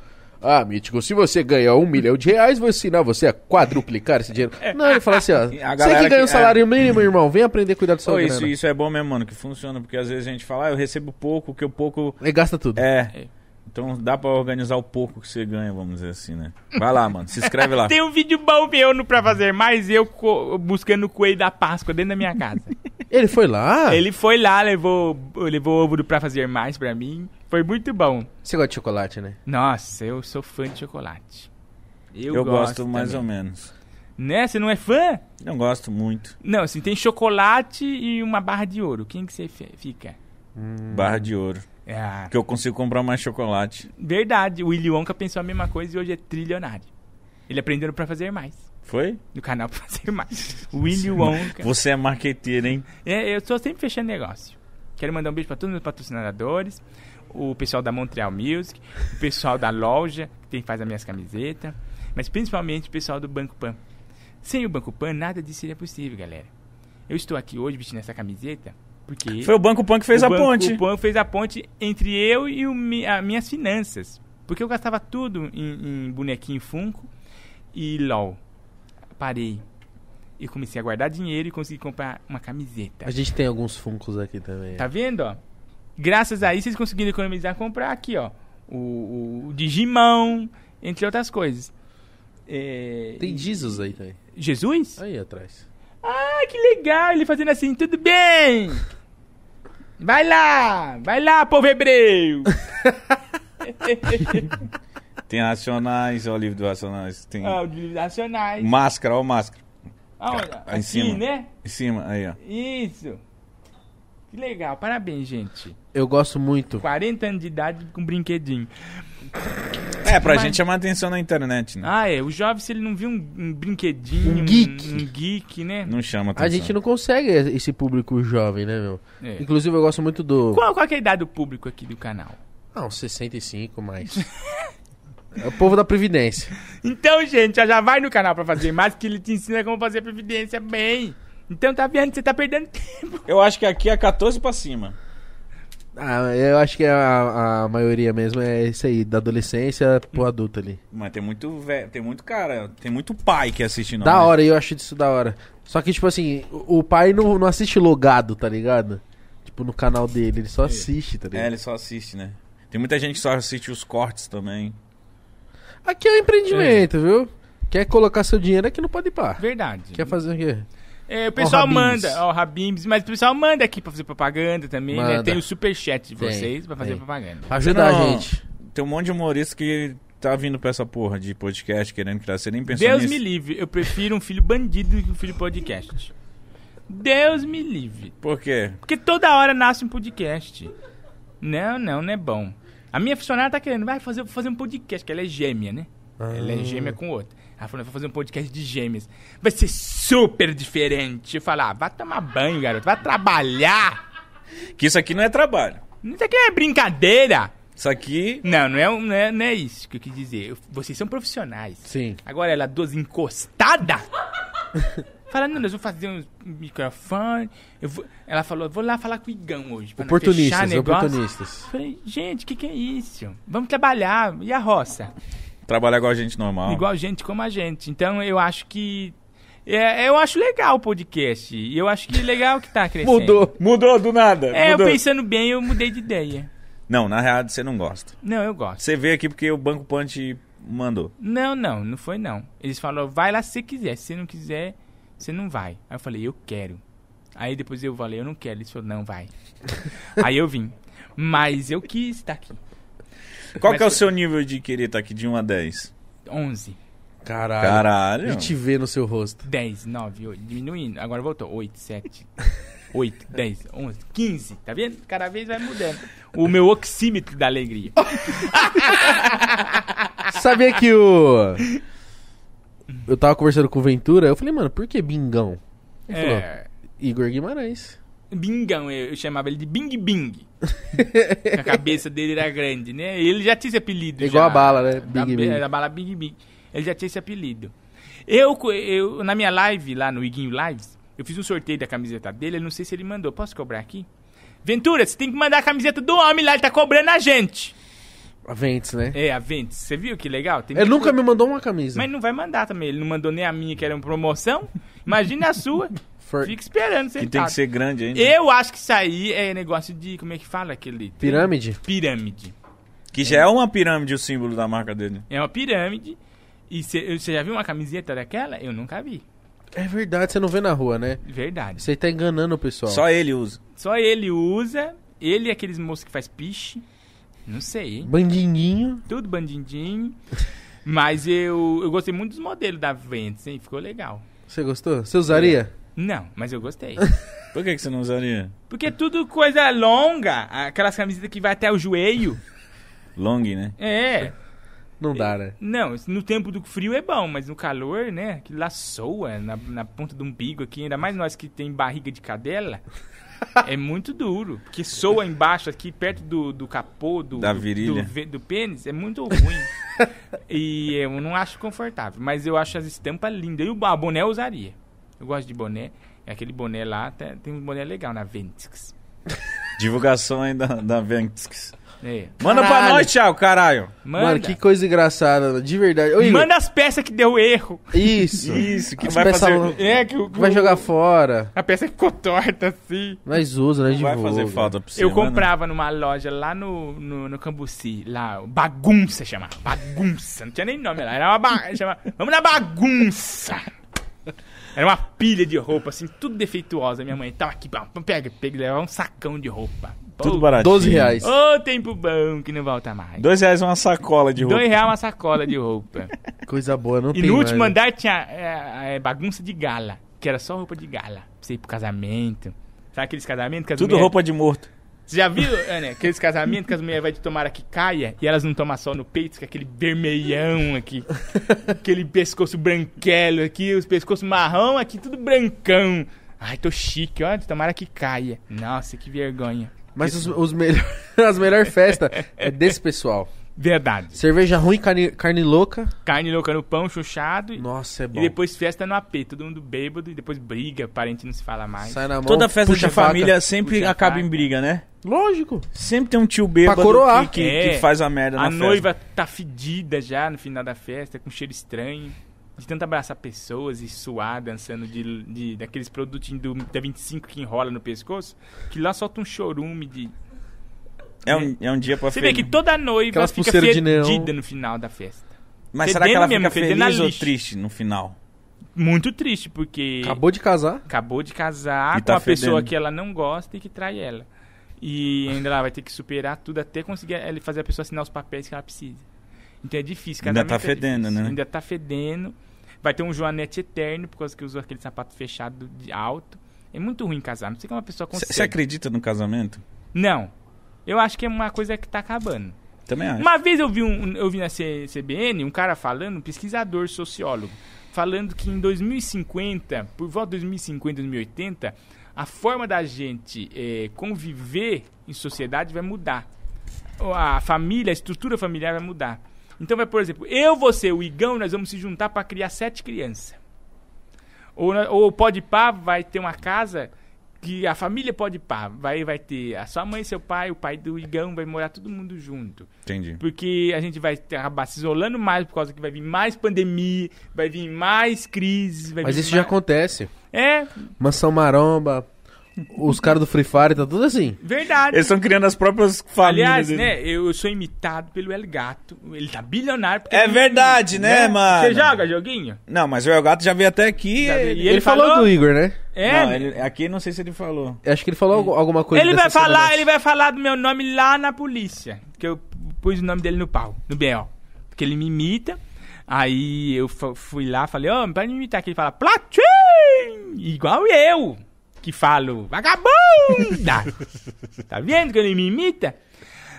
Speaker 1: Ah, Mítico, se você ganhar um milhão de reais, vou ensinar você a quadruplicar esse dinheiro. Não, ele fala assim, ó.
Speaker 2: É. A
Speaker 1: você
Speaker 2: galera
Speaker 1: que
Speaker 2: que-
Speaker 1: ganha um
Speaker 2: é.
Speaker 1: salário mínimo, irmão, vem aprender a cuidar do seu
Speaker 2: Pô,
Speaker 1: grana.
Speaker 2: isso, isso é bom mesmo, mano, que funciona, porque às vezes a gente fala, ah, eu recebo pouco, que o pouco
Speaker 1: Ele gasta tudo.
Speaker 2: É. Então dá pra organizar o pouco que você ganha, vamos dizer assim, né? Vai lá, mano. Se inscreve lá.
Speaker 3: Tem um vídeo bom meu no Pra Fazer Mais, eu co- buscando o coelho da Páscoa dentro da minha casa.
Speaker 1: Ele foi
Speaker 2: Ah.
Speaker 1: lá.
Speaker 3: Ele foi lá, levou, levou ovo do Pra Fazer Mais pra mim, foi muito bom.
Speaker 1: Você gosta de chocolate, né?
Speaker 3: Nossa, eu sou fã de chocolate.
Speaker 2: Eu, gosto, mais um. ou menos.
Speaker 3: menos. Né? Você não é fã?
Speaker 2: Não gosto muito.
Speaker 3: Não, assim, tem chocolate e uma barra de ouro. Quem que você fe- fica?
Speaker 2: Barra de ouro.
Speaker 3: Ah,
Speaker 2: Porque eu consigo comprar mais chocolate.
Speaker 3: verdade. O Willy Wonka pensou a mesma coisa e hoje é trilionário. Ele aprendeu pra fazer mais.
Speaker 2: Foi?
Speaker 3: No canal pra fazer mais. Willy Wonka.
Speaker 2: Você é marqueteiro, hein?
Speaker 3: É, eu tô sempre fechando negócio. Quero mandar um beijo pra todos os meus patrocinadores, o pessoal da Montreal Music, o pessoal da loja, que tem- faz as minhas camisetas, mas principalmente o pessoal do Banco Pan. Sem o Banco Pan, nada disso seria possível, galera. Eu estou aqui hoje vestindo essa camiseta porque
Speaker 2: Foi o Banco Pan que fez
Speaker 3: o
Speaker 2: a
Speaker 3: Banco
Speaker 2: ponte.
Speaker 3: Pan fez a ponte entre eu e o mi- a- minhas finanças. Porque eu gastava tudo em, em bonequinho Funko e LOL. Parei. E comecei a guardar dinheiro e consegui comprar uma camiseta.
Speaker 1: A gente tem alguns funcos aqui também.
Speaker 3: Tá vendo, ó? Graças a isso, vocês conseguiram economizar e comprar aqui, ó. O, o- o Digimon, entre outras coisas. É,
Speaker 1: Tem Jesus aí também.
Speaker 3: Jesus?
Speaker 1: Aí atrás.
Speaker 3: Ah, que legal! Ele fazendo assim, tudo bem! Vai lá! Vai lá, povo hebreu!
Speaker 2: Tem Racionais, ó, o livro do Racionais. Tem
Speaker 3: ah, os nacionais.
Speaker 2: Máscara, ó, Máscara.
Speaker 3: Aonde?
Speaker 2: Aí
Speaker 3: Aqui,
Speaker 2: em cima.
Speaker 3: né?
Speaker 2: Em cima, aí, ó.
Speaker 3: Isso! Que legal, parabéns, gente.
Speaker 1: Eu gosto muito.
Speaker 3: 40 anos de idade com brinquedinho.
Speaker 2: É, pra
Speaker 3: Mas-
Speaker 2: gente chamar atenção na internet, né?
Speaker 3: Ah, é. O jovem, se ele não viu um, um brinquedinho,
Speaker 1: Um geek.
Speaker 3: um geek, né?
Speaker 2: Não chama atenção.
Speaker 1: A gente não consegue esse público jovem, né, meu?
Speaker 3: É.
Speaker 1: Inclusive, eu gosto muito do.
Speaker 3: Qual, qual que é a idade do público aqui do canal?
Speaker 1: Ah, uns 65 mais. é o povo da Previdência.
Speaker 3: Então, gente, ó, já vai no canal pra fazer mais, que ele te ensina como fazer previdência bem. Então, tá vendo? Você tá perdendo tempo.
Speaker 2: Eu acho que aqui é 14 pra cima.
Speaker 1: Ah, eu acho que a, a maioria mesmo é isso aí, da adolescência pro adulto ali.
Speaker 2: Mas tem muito velho, tem muito cara, tem muito pai que assiste né? nós.
Speaker 1: da hora, eu acho isso da hora. Só que, tipo assim, o o pai não, não assiste logado, tá ligado? Tipo, no canal dele, ele só assiste, tá
Speaker 2: É,
Speaker 1: ligado?
Speaker 2: ele só assiste, né? Tem muita gente que só assiste os cortes também.
Speaker 1: Aqui é um empreendimento, viu? Quer colocar seu dinheiro aqui não pode Podpah.
Speaker 3: Verdade.
Speaker 1: Quer fazer o quê?
Speaker 3: É, o pessoal
Speaker 1: Rabins.
Speaker 3: manda, ó, o Rabins, mas o pessoal manda aqui pra fazer propaganda também, né?
Speaker 1: Manda.
Speaker 3: Tem o superchat de
Speaker 1: Tem,
Speaker 3: vocês pra fazer
Speaker 1: tem.
Speaker 3: propaganda.
Speaker 1: Ajudar
Speaker 2: Não,
Speaker 1: a gente.
Speaker 2: Tem um monte de humorista que tá vindo pra essa porra de podcast querendo criar. Você nem pensou
Speaker 3: Deus
Speaker 2: nisso.
Speaker 3: me livre, eu prefiro um filho bandido do que um filho podcast. Deus me livre.
Speaker 2: Por quê?
Speaker 3: Porque toda hora nasce um podcast. Não, não, não é bom. A minha funcionária tá querendo, vai fazer, vou fazer um podcast, que ela é gêmea, né? Ela é gêmea com outra. Ela falou, vou fazer um podcast de gêmeas. Vai ser super diferente. Eu falo, ah, vai tomar banho, garoto, vai trabalhar.
Speaker 2: Que isso aqui não é trabalho.
Speaker 3: Isso aqui é brincadeira.
Speaker 2: Isso aqui.
Speaker 3: Não, não é, um- não é, não é isso que eu quis dizer. Eu- vocês são profissionais.
Speaker 1: Sim.
Speaker 3: Agora ela duas encostadas. Fala, não, nós vamos fazer um microfone. Eu vou... Ela falou, vou lá falar com o Igão hoje. pra nós fechar
Speaker 1: Oportunistas,
Speaker 3: negócio."
Speaker 1: oportunistas.
Speaker 3: Falei, gente, o que, que é isso? Vamos trabalhar. E a roça?
Speaker 2: Trabalha igual a gente normal.
Speaker 3: Igual gente como a gente. Então eu acho que. é, eu acho legal o podcast. E eu acho que legal que tá crescendo.
Speaker 1: Mudou.
Speaker 2: Mudou do nada.
Speaker 3: É,
Speaker 2: mudou.
Speaker 3: eu pensando bem, eu mudei de ideia.
Speaker 2: Não, na real você não gosta.
Speaker 3: Não, eu gosto.
Speaker 2: Você veio aqui porque o Banco Punch mandou.
Speaker 3: Não, não, não foi não. Eles falaram, vai lá se você quiser. Se você não quiser, você não vai. Aí eu falei, eu quero. Aí depois eu falei, eu não quero. Eles falaram, não, vai. Aí eu vim. Mas eu quis estar aqui.
Speaker 2: Qual
Speaker 3: Mas
Speaker 2: que é o
Speaker 3: foi-
Speaker 2: um seu nível de querer tá aqui de 1 a 10?
Speaker 3: 11.
Speaker 1: Caralho.
Speaker 2: Caralho.
Speaker 1: E te vê no seu rosto.
Speaker 3: 10, 9, 8, diminuindo. Agora voltou. 8, 7, 8, 10, 11, 15. Tá vendo? Cada vez vai mudando. O meu oxímetro da alegria.
Speaker 1: Sabia que o. Eu tava conversando com o Ventura, eu falei, mano, por que Bingão? Ele falou,
Speaker 3: É,
Speaker 1: Igor Guimarães.
Speaker 3: bingão, eu, eu chamava ele de Bing Bing. a cabeça dele era grande, né? Ele já tinha esse apelido.
Speaker 1: Igual
Speaker 3: já.
Speaker 1: a bala, né?
Speaker 3: Da,
Speaker 1: Bing
Speaker 3: be-
Speaker 1: Bing.
Speaker 3: da bala Bing Bing. Ele já tinha esse apelido. Eu, co- eu, na minha live, lá no Iguinho Lives, eu fiz um sorteio da camiseta dele, eu não sei se ele mandou. Posso cobrar aqui? Ventura, você tem que mandar a camiseta do homem lá, ele tá cobrando a gente.
Speaker 1: A Ventes, né?
Speaker 3: É, a Ventes, você viu que legal? Tem
Speaker 1: Ele
Speaker 3: muito-
Speaker 1: nunca me mandou uma camisa.
Speaker 3: É, Mas não vai mandar também, ele não mandou nem a minha, que era uma promoção. Imagina a sua.
Speaker 1: For-
Speaker 3: Fica esperando, tá,
Speaker 2: Que
Speaker 3: sentado.
Speaker 2: tem que ser grande ainda.
Speaker 3: Eu acho que isso aí é negócio de. Como é que fala aquele?
Speaker 1: Pirâmide?
Speaker 3: Pirâmide.
Speaker 2: Que já é uma pirâmide o símbolo da marca dele.
Speaker 3: É uma pirâmide. E você já viu uma camiseta daquela? Eu nunca vi.
Speaker 1: É verdade, você não vê na rua, né?
Speaker 3: Verdade.
Speaker 1: Você tá enganando o pessoal.
Speaker 2: Só ele usa.
Speaker 3: Só ele usa. Ele e aqueles moços que faz piche. Não sei, hein?
Speaker 1: Bandinguinho.
Speaker 3: Tudo bandidinho. Mas eu, eu gostei muito dos modelos da Ventes, hein? Ficou legal.
Speaker 1: Você gostou? Você usaria?
Speaker 2: É.
Speaker 3: Não, mas eu gostei.
Speaker 2: Por que, que você não usaria?
Speaker 3: Porque tudo coisa longa. Aquelas camisetas que vai até o joelho.
Speaker 2: Long, né?
Speaker 3: É.
Speaker 1: Não dá, né?
Speaker 3: Não, no tempo do frio é bom, mas no calor, né? Aquilo lá soa na, na ponta do umbigo aqui, ainda mais nós que tem barriga de cadela. é muito duro. Porque soa embaixo aqui, perto do, do capô, do,
Speaker 2: Da
Speaker 3: do-
Speaker 2: virilha.
Speaker 3: Do, ve- do pênis, é muito ruim. e eu não acho confortável. Mas eu acho as estampas lindas. E o ba- boné eu usaria. Eu gosto de boné. é Aquele boné lá, tá- tem um boné legal na Ventix.
Speaker 2: Divulgação aí da, da Ventisks.
Speaker 3: É.
Speaker 2: Manda pra
Speaker 1: Caralho.
Speaker 2: nós, Thiago, caralho.
Speaker 3: Manda,
Speaker 1: Mano, que coisa engraçada, de verdade. Ô, Igor,
Speaker 3: manda as peças que deu erro.
Speaker 1: Isso.
Speaker 2: Isso, que
Speaker 1: As
Speaker 2: vai
Speaker 1: peças
Speaker 2: fazer- uh.
Speaker 1: lo-
Speaker 3: É, que o-
Speaker 1: Vai jogar fora.
Speaker 3: A peça ficou torta assim.
Speaker 1: Nós usa, nós
Speaker 2: Não vai
Speaker 1: divulga.
Speaker 2: fazer falta pra você.
Speaker 3: Eu
Speaker 2: vai, né?
Speaker 3: comprava numa loja lá no, no, no Cambuci, lá, bagunça chamava, bagunça, não tinha nem nome lá, era uma ba... chamava, vamos na bagunça. Era uma pilha de roupa, assim, tudo defeituosa, minha mãe, tava aqui, pá, pega, pega, levava um sacão de roupa.
Speaker 2: Tudo
Speaker 3: Ô,
Speaker 2: baratinho.
Speaker 1: 12 reais.
Speaker 3: Ô, tempo bom que não volta mais.
Speaker 2: Dois reais uma sacola de roupa.
Speaker 3: Dois reais uma sacola de roupa.
Speaker 1: Coisa boa, não
Speaker 3: E
Speaker 1: tem
Speaker 3: no último
Speaker 1: mais, né?
Speaker 3: andar tinha é, é, bagunça de gala, que era só roupa de gala, pra você ir pro casamento. Sabe aqueles casamentos que as
Speaker 2: Tudo
Speaker 3: mulheres-
Speaker 2: roupa de morto.
Speaker 3: Você já viu, Ana, aqueles casamentos que as mulheres vai de tomara que caia e elas não tomam sol no peito, que é aquele vermelhão aqui, aquele pescoço branquelo aqui, os pescoços marrom aqui, tudo brancão. Ai, tô chique, ó, de tomara que caia. Nossa, que vergonha.
Speaker 1: Mas os, os melhor- as melhores festas é desse pessoal.
Speaker 3: Verdade.
Speaker 1: Cerveja ruim, carne, carne louca.
Speaker 3: Carne louca no pão, chuchado. e-
Speaker 1: Nossa, é bom.
Speaker 3: E depois festa no AP, todo mundo bêbado e depois briga, parente não se fala mais.
Speaker 1: Sai na mão,
Speaker 2: Toda festa
Speaker 1: puxa
Speaker 2: da
Speaker 1: a faca.
Speaker 2: família sempre
Speaker 3: Puxa a
Speaker 2: acaba
Speaker 3: faca.
Speaker 2: em briga, né?
Speaker 1: Lógico.
Speaker 2: Sempre tem um tio bêbado
Speaker 1: Pra coroar.
Speaker 2: que, que,
Speaker 3: É.
Speaker 2: que faz a merda na
Speaker 3: A
Speaker 2: festa.
Speaker 3: noiva tá fedida já no final da festa, com cheiro estranho. De tanto abraçar pessoas e suar, dançando de, de- daqueles produtinhos do, da 25 que enrola no pescoço, que lá solta um chorume de.
Speaker 2: É um, é um dia pra
Speaker 3: Você vê que
Speaker 2: feliz.
Speaker 3: toda noiva
Speaker 1: Aquelas
Speaker 3: fica
Speaker 1: pulseiras de neon.
Speaker 3: fedida no final da festa.
Speaker 2: Mas será que ela
Speaker 3: fedendo
Speaker 2: fica
Speaker 3: mesmo, fedendo a
Speaker 2: feliz ou
Speaker 3: lixo.
Speaker 2: triste no final?
Speaker 3: Muito triste, porque acabou,
Speaker 1: Acabou de casar.
Speaker 3: de casar
Speaker 2: E
Speaker 3: com
Speaker 2: tá
Speaker 3: uma pessoa
Speaker 2: fedendo.
Speaker 3: que ela não gosta e que trai ela. E ainda ela vai ter que superar tudo até conseguir ela- fazer a pessoa assinar os papéis que ela precisa. Então é difícil,
Speaker 2: Ainda
Speaker 3: casamento
Speaker 2: tá
Speaker 3: é difícil.
Speaker 2: fedendo, né?
Speaker 3: Ainda tá fedendo. Vai ter um Joanete eterno, por causa que usou aquele sapato fechado de alto. É muito ruim casar, não sei como uma pessoa consegue.
Speaker 2: Você acredita no casamento?
Speaker 3: Não. Eu acho que é uma coisa que tá acabando.
Speaker 2: Também acho.
Speaker 3: Uma vez eu vi, um, eu vi na C- CBN um cara falando, um pesquisador sociólogo, falando que em 2050, por volta de 2050, 2080, a forma da gente eh, conviver em sociedade vai mudar. O- A família, a estrutura familiar vai mudar. Então vai, por exemplo, eu, você, o Igão, nós vamos se juntar para criar sete crianças. Ou, na- ou o Pode Pá vai ter uma casa que a família Pode Pá vai, vai ter a sua mãe, seu pai, o pai do Igão, vai morar todo mundo junto.
Speaker 2: Entendi.
Speaker 3: Porque a gente vai ter- acabar se isolando mais por causa que vai vir mais pandemia, vai vir mais crise. Vai
Speaker 1: Mas
Speaker 3: vir
Speaker 1: isso já
Speaker 3: mais-
Speaker 1: acontece.
Speaker 3: É,
Speaker 1: Mansão Maromba, os caras do Free Fire, tá tudo assim.
Speaker 3: verdade.
Speaker 2: Eles estão criando as próprias famílias.
Speaker 3: Aliás,
Speaker 2: deles.
Speaker 3: né, eu sou imitado pelo El Gato. Ele tá bilionário. porque-
Speaker 2: É verdade, né, mano?
Speaker 3: Você joga joguinho?
Speaker 2: Não, mas o El Gato já veio até aqui.
Speaker 3: Já
Speaker 2: e-
Speaker 3: veio. E
Speaker 1: Ele,
Speaker 3: ele
Speaker 1: falou,
Speaker 3: falou?
Speaker 1: do Igor, né?
Speaker 3: É.
Speaker 2: Não, ele- aqui não sei se ele falou.
Speaker 1: Acho que ele falou algu- alguma coisa.
Speaker 3: ele vai
Speaker 1: dessa
Speaker 3: falar,
Speaker 1: semana.
Speaker 3: ele vai falar do meu nome lá na polícia. Que eu pus o nome dele no pau, no B.O. Porque ele me imita. Aí eu fa- fui lá, falei, ó, pra me imitar aqui, ele fala, Platim! Igual eu, que falo, vagabunda! tá vendo que ele me imita?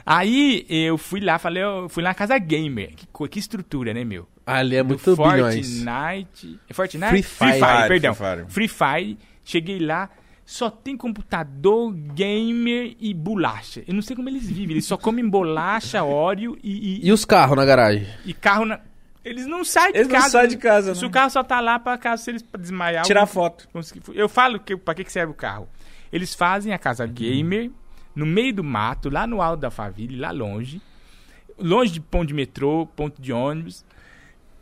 Speaker 3: Aí eu fui lá, falei, eu fui lá na casa gamer, que, co- que estrutura, né, meu?
Speaker 1: Ali é
Speaker 3: Do
Speaker 1: muito bilhões.
Speaker 3: Fortnite. É Fortnite?
Speaker 1: Free Fire.
Speaker 2: Fire,
Speaker 3: perdão.
Speaker 2: Free Fire.
Speaker 3: Free Fire. Cheguei lá, só tem computador, gamer e bolacha. Eu não sei como eles vivem, eles só comem bolacha, óleo e, e-
Speaker 1: E os carros na garagem?
Speaker 3: e carro na. Eles não saem de
Speaker 2: Eles não
Speaker 3: casa.
Speaker 2: saem de casa,
Speaker 3: Se
Speaker 2: não.
Speaker 3: o carro só tá lá pra caso se eles desmaiar.
Speaker 2: Tirar
Speaker 3: algum-
Speaker 2: foto.
Speaker 3: conseguir- Eu falo que, pra que que serve o carro. Eles fazem a
Speaker 2: Uhum.
Speaker 3: casa gamer no meio do mato, lá no alto da favela, lá longe. Longe de ponto de metrô, ponto de ônibus.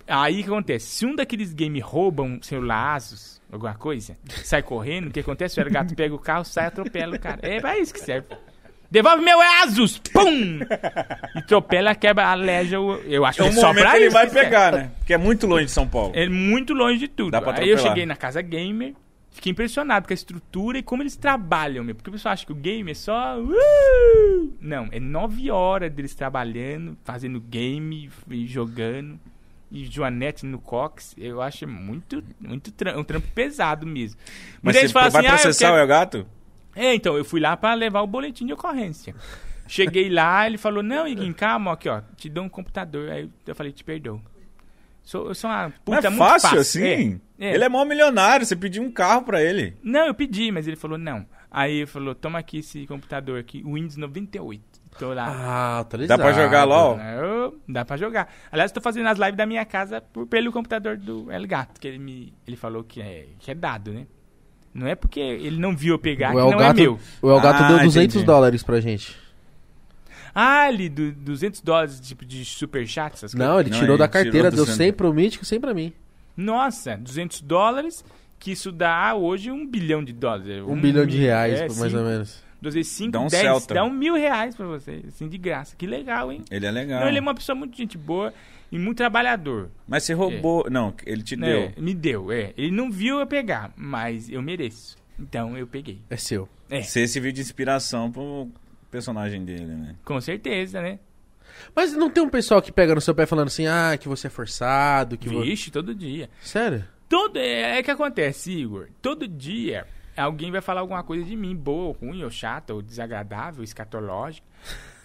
Speaker 3: Aí o que acontece? Se um daqueles games roubam seu laços, alguma coisa, sai correndo, o que acontece? O Elgato gato pega o carro, sai e atropela o cara. É pra isso que serve. Devolve meu Asus! Pum! E Atropela, quebra, aleja o. Eu acho
Speaker 2: É o
Speaker 3: que é só
Speaker 2: momento
Speaker 3: pra
Speaker 2: que ele
Speaker 3: isso
Speaker 2: vai
Speaker 3: que serve.
Speaker 2: pegar, né? Porque é muito longe de São Paulo.
Speaker 3: É muito longe de tudo.
Speaker 2: Dá pra
Speaker 3: Aí eu
Speaker 2: atropelar.
Speaker 3: cheguei na casa gamer, fiquei impressionado com a estrutura e como eles trabalham, meu. Porque o pessoal acha que o game é só. uh! Não, é nove horas deles trabalhando, fazendo game e jogando. E Joanete no Cox, eu acho muito, muito tra- um trampo pesado mesmo.
Speaker 2: Mas
Speaker 3: Muita
Speaker 2: você
Speaker 3: gente fala
Speaker 2: vai
Speaker 3: assim, "Ah, eu
Speaker 2: processar
Speaker 3: quero-
Speaker 2: o El Gato?
Speaker 3: é, então, eu fui lá pra levar o boletim de ocorrência. Cheguei lá, ele falou, não, Iguin, calma, aqui, ó, te dou um computador. Aí eu falei, te perdoo. Sou, eu sou uma
Speaker 2: Não
Speaker 3: puta
Speaker 2: é
Speaker 3: muito
Speaker 2: fácil,
Speaker 3: fácil.
Speaker 2: assim?
Speaker 3: É, é.
Speaker 2: Ele é mó milionário, você pediu um carro pra ele.
Speaker 3: Não, eu pedi, mas ele falou, não. Aí ele falou, toma aqui esse computador aqui, Windows 98. Tô lá.
Speaker 1: Ah,
Speaker 2: Dá
Speaker 1: autorizado.
Speaker 2: pra jogar LOL?
Speaker 3: Eu- dá pra jogar. Aliás, tô fazendo as lives da minha casa por- pelo computador do El Gato, que ele me. Ele falou que é, que é dado, né? Não é porque ele não viu eu pegar,
Speaker 1: O
Speaker 3: que
Speaker 1: El
Speaker 3: não é
Speaker 1: Gato,
Speaker 3: meu.
Speaker 1: o El Gato
Speaker 2: Ah,
Speaker 1: deu 200
Speaker 2: entendi.
Speaker 1: dólares pra gente.
Speaker 3: Ah, ele, do, 200 dólares tipo, de superchat, essas
Speaker 1: Não, ele
Speaker 2: Não,
Speaker 1: tirou
Speaker 2: ele
Speaker 1: da carteira,
Speaker 2: tirou do
Speaker 1: deu
Speaker 2: centro.
Speaker 1: 100 pro Mítico, 100 pra mim.
Speaker 3: Nossa, 200 dólares, que isso dá hoje um bilhão de dólares.
Speaker 1: Um bilhão de
Speaker 3: mil-
Speaker 1: reais,
Speaker 3: é,
Speaker 1: mais
Speaker 3: cinco,
Speaker 1: ou menos.
Speaker 3: Dois vezes cinco,
Speaker 2: Dá um
Speaker 3: dez,
Speaker 2: Celta.
Speaker 3: dá um mil reais pra você, assim, de graça. Que legal, hein?
Speaker 2: Ele é legal.
Speaker 3: Não, ele é uma pessoa muito gente boa e muito trabalhador.
Speaker 2: Mas você
Speaker 3: É.
Speaker 2: roubou. Não, ele te
Speaker 3: né?
Speaker 2: deu.
Speaker 3: Me deu, é. Ele não viu eu pegar, mas eu mereço. Então eu peguei.
Speaker 1: É seu.
Speaker 3: É,
Speaker 2: Você serviu de inspiração pro personagem dele, né?
Speaker 3: com certeza, né?
Speaker 1: Mas não tem um pessoal que pega no seu pé falando assim, ah, que você é forçado, que você...
Speaker 3: Vixe, todo dia.
Speaker 1: Sério?
Speaker 3: Todo, é, é que acontece, Igor. Todo dia alguém vai falar alguma coisa de mim, boa ou ruim, ou chata, ou desagradável, escatológica.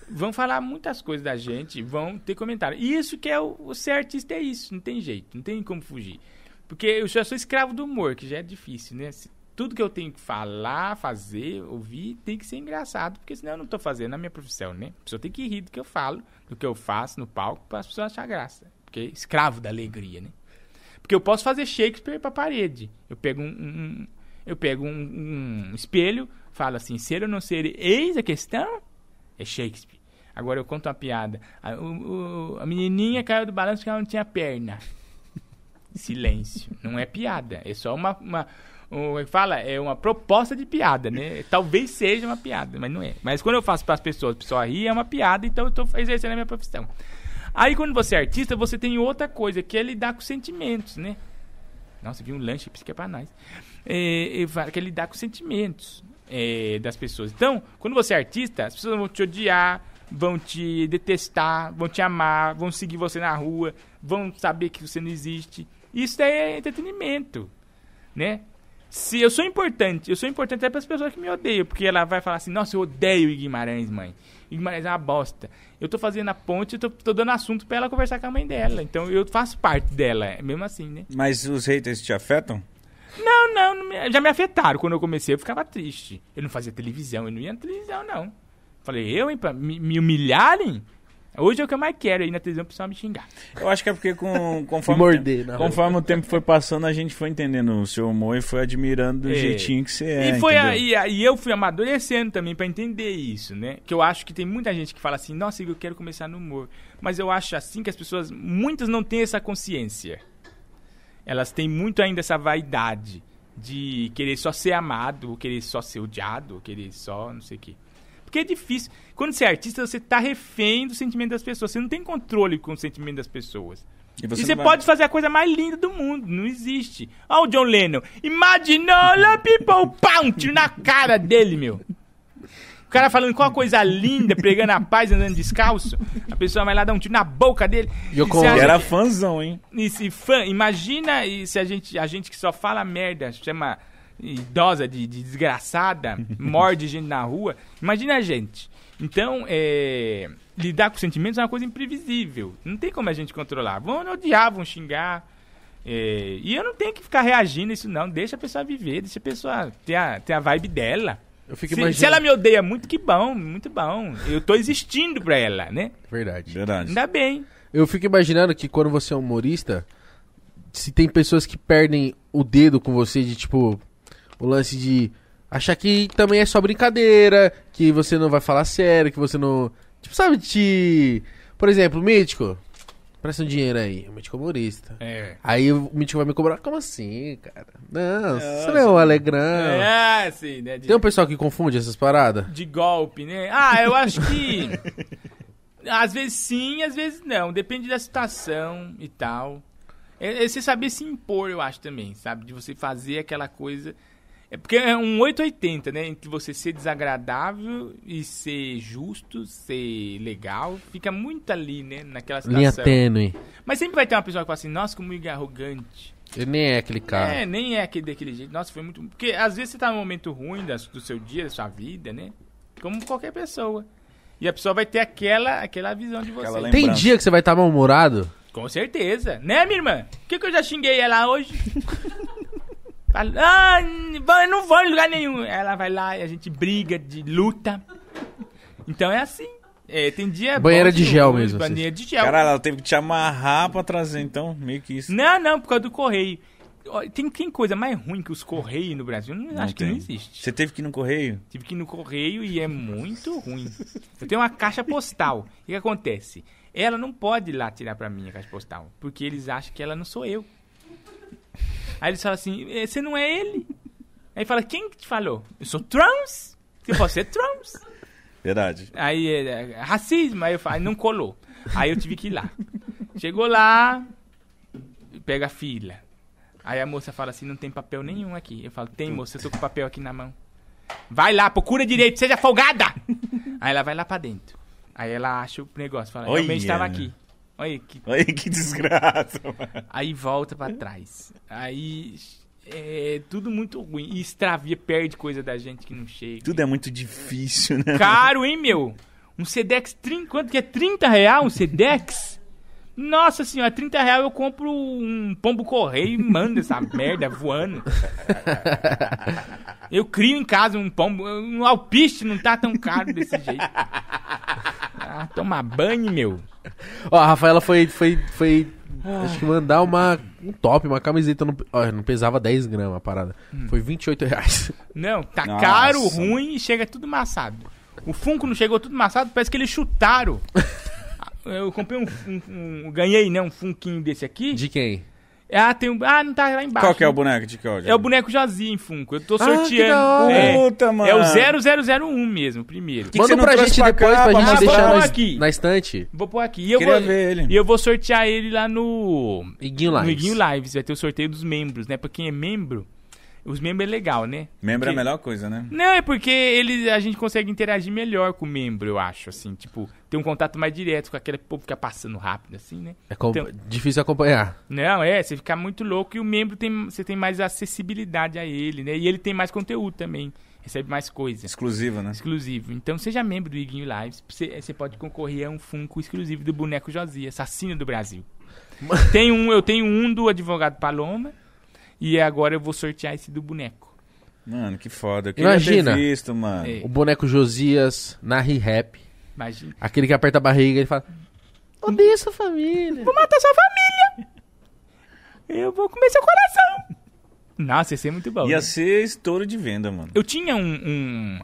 Speaker 3: Vão falar muitas coisas da gente, vão ter comentário. E isso que é o, o ser artista é isso, não tem jeito, não tem como fugir. Porque eu já sou escravo do humor, que já é difícil, né? Se- Tudo que eu tenho que falar, fazer, ouvir, tem que ser engraçado, porque senão eu não tô fazendo a minha profissão, né? A pessoa tem que rir do que eu falo, do que eu faço no palco, para as pessoas acharem graça. Porque é escravo da alegria, né? Porque eu posso fazer Shakespeare pra parede. Eu pego um, um- eu pego um, um espelho, falo assim, ser ou não ser, eis a questão, é Shakespeare. Agora eu conto uma piada. A, o- o- a menininha caiu do balanço porque ela não tinha perna. Silêncio. Não é piada. É só uma... uma um, como é que fala? É uma proposta de piada, né? Talvez seja uma piada, mas não é. Mas quando eu faço pras pessoas, o pessoal ri, é uma piada, então eu tô exercendo a minha profissão. Aí quando você é artista, você tem outra coisa, que é lidar com sentimentos, né? Nossa, vi um lanche, isso que é pra nós. É, é, va- que é lidar com sentimentos é, das pessoas. Então, quando você é artista, as pessoas vão te odiar, vão te detestar, vão te amar, vão seguir você na rua, vão saber que você não existe. Isso daí é entretenimento, né? Se eu sou importante, eu sou importante até para as pessoas que me odeiam, porque ela vai falar assim: "Nossa, eu odeio o Guimarães, mãe. Guimarães é uma bosta. Eu tô fazendo a ponte, eu tô, tô dando assunto para ela conversar com a mãe dela. Então eu faço parte dela, é mesmo assim, né?
Speaker 2: Mas os haters te afetam?
Speaker 3: Não, não, não me- já me afetaram. Quando eu comecei, eu ficava triste. Eu não fazia televisão, eu não ia na televisão, não. Falei, eu, hein, pra me, me humilharem? Hoje é o que eu mais quero, ir na televisão o pessoal me xingar.
Speaker 2: Eu acho que é porque com, conforme,
Speaker 1: E
Speaker 2: o
Speaker 1: morder
Speaker 2: tempo-
Speaker 1: na rua.
Speaker 2: conforme o tempo foi passando, a gente foi entendendo o seu humor e foi admirando do
Speaker 3: É.
Speaker 2: jeitinho que você é.
Speaker 3: e, foi a,
Speaker 2: entendeu?
Speaker 3: e, a- e eu fui amadurecendo também pra entender isso, né? Que eu acho que tem muita gente que fala assim, nossa, Igor, eu quero começar no humor. Mas eu acho assim que as pessoas, muitas não têm essa consciência. Elas têm muito ainda essa vaidade de querer só ser amado, ou querer só ser odiado, ou querer só não sei o quê. Porque é difícil. Quando você é artista, você tá refém do sentimento das pessoas. Você não tem controle com o sentimento das pessoas.
Speaker 2: E você
Speaker 3: e você
Speaker 2: não vai-
Speaker 3: pode fazer a coisa mais linda do mundo. Não existe. Olha o John Lennon. Imagine all the people. Pá, um tiro na cara dele, meu. O cara falando qual coisa linda, pregando a paz, andando descalço. A pessoa vai lá dar um tiro na boca dele.
Speaker 1: E eu
Speaker 3: você
Speaker 1: com-
Speaker 3: acha
Speaker 2: E
Speaker 1: Cara,
Speaker 2: era fãzão, hein?
Speaker 3: e se fã, imagina e se a gente, a gente que só fala merda, chama idosa de, de desgraçada, morde gente na rua. Imagina a gente. Então, é, lidar com sentimentos é uma coisa imprevisível. Não tem como a gente controlar. Vão odiar, vão xingar. é, e eu não tenho que ficar reagindo a isso, não. Deixa a pessoa viver, deixa a pessoa ter a, ter a vibe dela.
Speaker 1: Eu fico
Speaker 3: Se, se
Speaker 1: imaginando.
Speaker 3: ela me odeia muito, que bom, muito bom. Eu tô existindo pra ela, né?
Speaker 1: Verdade.
Speaker 2: Verdade.
Speaker 3: Ainda é bem.
Speaker 1: Eu fico imaginando que quando você é humorista, se tem pessoas que perdem o dedo com você, de tipo, o lance de achar que também é só brincadeira, que você não vai falar sério, que você não. Tipo, sabe, te. Por exemplo, Mítico, presta um dinheiro aí. O Mítico é humorista.
Speaker 3: É.
Speaker 1: Aí o Mítico vai me cobrar, como assim, cara? Não, você não é um alegrão.
Speaker 3: É, sim, né? de-
Speaker 1: Tem um pessoal que confunde essas paradas?
Speaker 3: de golpe, né? Ah, eu acho que. às vezes sim, às vezes não. Depende da situação e tal. É, é você saber se impor, eu acho também, sabe? De você fazer aquela coisa. É porque é um 880, né? Entre você ser desagradável e ser justo, ser legal. Fica muito ali, né? Naquela
Speaker 1: Linha
Speaker 3: situação.
Speaker 1: tênue.
Speaker 3: Mas sempre vai ter uma pessoa que fala assim: nossa, como o Igor é arrogante.
Speaker 1: Ele nem é aquele cara.
Speaker 3: É, nem é aquele, daquele jeito. Nossa, foi muito. Porque às vezes você tá num momento ruim das- do seu dia, da sua vida, né? Como qualquer pessoa. E a pessoa vai ter aquela, aquela visão de você.
Speaker 2: Aquela lembrança.
Speaker 1: Tem dia que você vai estar mal-humorado?
Speaker 3: Com certeza. Né, minha irmã? Por que, que eu já xinguei ela hoje? Fala, ah, n- vou- eu não vou em lugar nenhum. Ela vai lá e a gente briga, de luta. Então é assim. É, tem dia. bom,
Speaker 1: Banheira de
Speaker 3: tem
Speaker 1: gel
Speaker 3: ruim,
Speaker 1: mesmo, vocês.
Speaker 3: Banheira de gel.
Speaker 2: Caralho, ela teve que te amarrar pra trazer, então, meio que isso.
Speaker 3: Não, não, por causa do correio. Ó, Tem, tem coisa mais ruim que os correios no Brasil? Não, acho que
Speaker 2: tem.
Speaker 3: não existe.
Speaker 2: Você teve que ir no correio?
Speaker 3: Tive que ir no correio e é muito ruim. Eu tenho uma caixa postal. O que acontece? Ela não pode ir lá tirar pra mim a caixa postal, porque eles acham que ela não sou eu. Aí eles falam assim: "Eh, você não é ele? Aí fala: quem que te falou? Eu sou trans. Você pode ser trans.
Speaker 2: Verdade.
Speaker 3: Aí, é, é, racismo, aí eu falei, não colou. Aí eu tive que ir lá. Chegou lá, pega a fila. Aí a moça fala assim, não tem papel nenhum aqui. Eu falo, tem moça, eu tô com papel aqui na mão. Vai lá, procura direito, seja folgada! aí ela vai lá pra dentro. Aí ela acha o negócio, fala,
Speaker 2: Olha.
Speaker 3: realmente tava aqui. Olha que
Speaker 2: Olha aí, que desgraça, mano.
Speaker 3: Aí volta pra trás. Aí é tudo muito ruim. E extravia, perde coisa da gente que não chega.
Speaker 2: Tudo é muito difícil, né?
Speaker 3: Caro, hein, meu? Um Sedex, 30, quanto que é? 30 real um Sedex? Nossa senhora, 30 real eu compro um pombo correio e mando essa merda voando. Eu crio em casa um pombo, um alpiste não tá tão caro desse jeito. Ah, toma banho, meu.
Speaker 1: Ó, a Rafaela foi, foi, foi acho que mandar uma, um top, uma camiseta. Não, ó, não pesava 10 gramas a parada. Foi 28 reais.
Speaker 3: Não, tá
Speaker 2: Nossa.
Speaker 3: caro, ruim e chega tudo maçado. O Funko não chegou tudo maçado, parece que eles chutaram. Eu comprei um, um- um- ganhei, né, um funquinho desse aqui.
Speaker 1: De quem?
Speaker 3: Ah, tem um. Ah, não tá lá embaixo.
Speaker 2: Qual que é o Ah, boneco de que ódio?
Speaker 3: É o boneco Jozinho, Funko. Eu tô
Speaker 1: que da
Speaker 3: sorteando.
Speaker 1: hora.
Speaker 3: é,
Speaker 2: Puta, mano.
Speaker 3: é o 0001 mesmo, o primeiro.
Speaker 2: Que-
Speaker 1: Manda
Speaker 2: você não
Speaker 1: pra
Speaker 2: trouxe
Speaker 1: gente
Speaker 2: pra
Speaker 1: depois
Speaker 2: cá,
Speaker 1: pra
Speaker 2: pra
Speaker 1: gente
Speaker 3: nós
Speaker 1: deixar
Speaker 3: falar
Speaker 1: na,
Speaker 3: aqui?
Speaker 1: na estante.
Speaker 3: Vou pôr aqui. E eu
Speaker 2: Queria
Speaker 3: vou,
Speaker 2: ver ele.
Speaker 3: E eu vou sortear ele lá no.
Speaker 1: Iguinho
Speaker 3: No
Speaker 1: Lives.
Speaker 3: Iguinho Lives. Vai ter o sorteio dos membros, né? Pra quem é membro, os membros é legal, né?
Speaker 2: Membro é a
Speaker 3: Porque-
Speaker 2: melhor coisa, né?
Speaker 3: Não, é porque eles, a gente consegue interagir melhor com o membro, eu acho, assim. Tipo, ter um contato mais direto com aquele povo que fica passando rápido, assim, né?
Speaker 1: É com-
Speaker 3: Então-
Speaker 1: difícil acompanhar.
Speaker 3: Não, é, você fica muito louco e o membro tem, você tem mais acessibilidade a ele, né? E ele tem mais conteúdo também, recebe mais coisas.
Speaker 2: Exclusiva, né?
Speaker 3: Exclusivo. Então seja membro do Iguinho Lives, você, você pode concorrer a um Funko exclusivo do Boneco Josias, assassino do Brasil. Tem um, eu tenho um do advogado Paloma e agora eu vou sortear esse do boneco.
Speaker 2: Mano, que foda. Eu queria
Speaker 1: Imagina.
Speaker 2: ter visto, mano.
Speaker 3: É.
Speaker 1: O boneco Josias na Re-Rap.
Speaker 3: Imagina.
Speaker 1: Aquele que aperta a barriga ele fala. Odeio sua família.
Speaker 3: Vou matar sua família! Eu vou comer seu coração! Nossa, esse é muito bom. né?
Speaker 2: Ia ser estouro de venda, mano.
Speaker 3: Eu tinha um, um,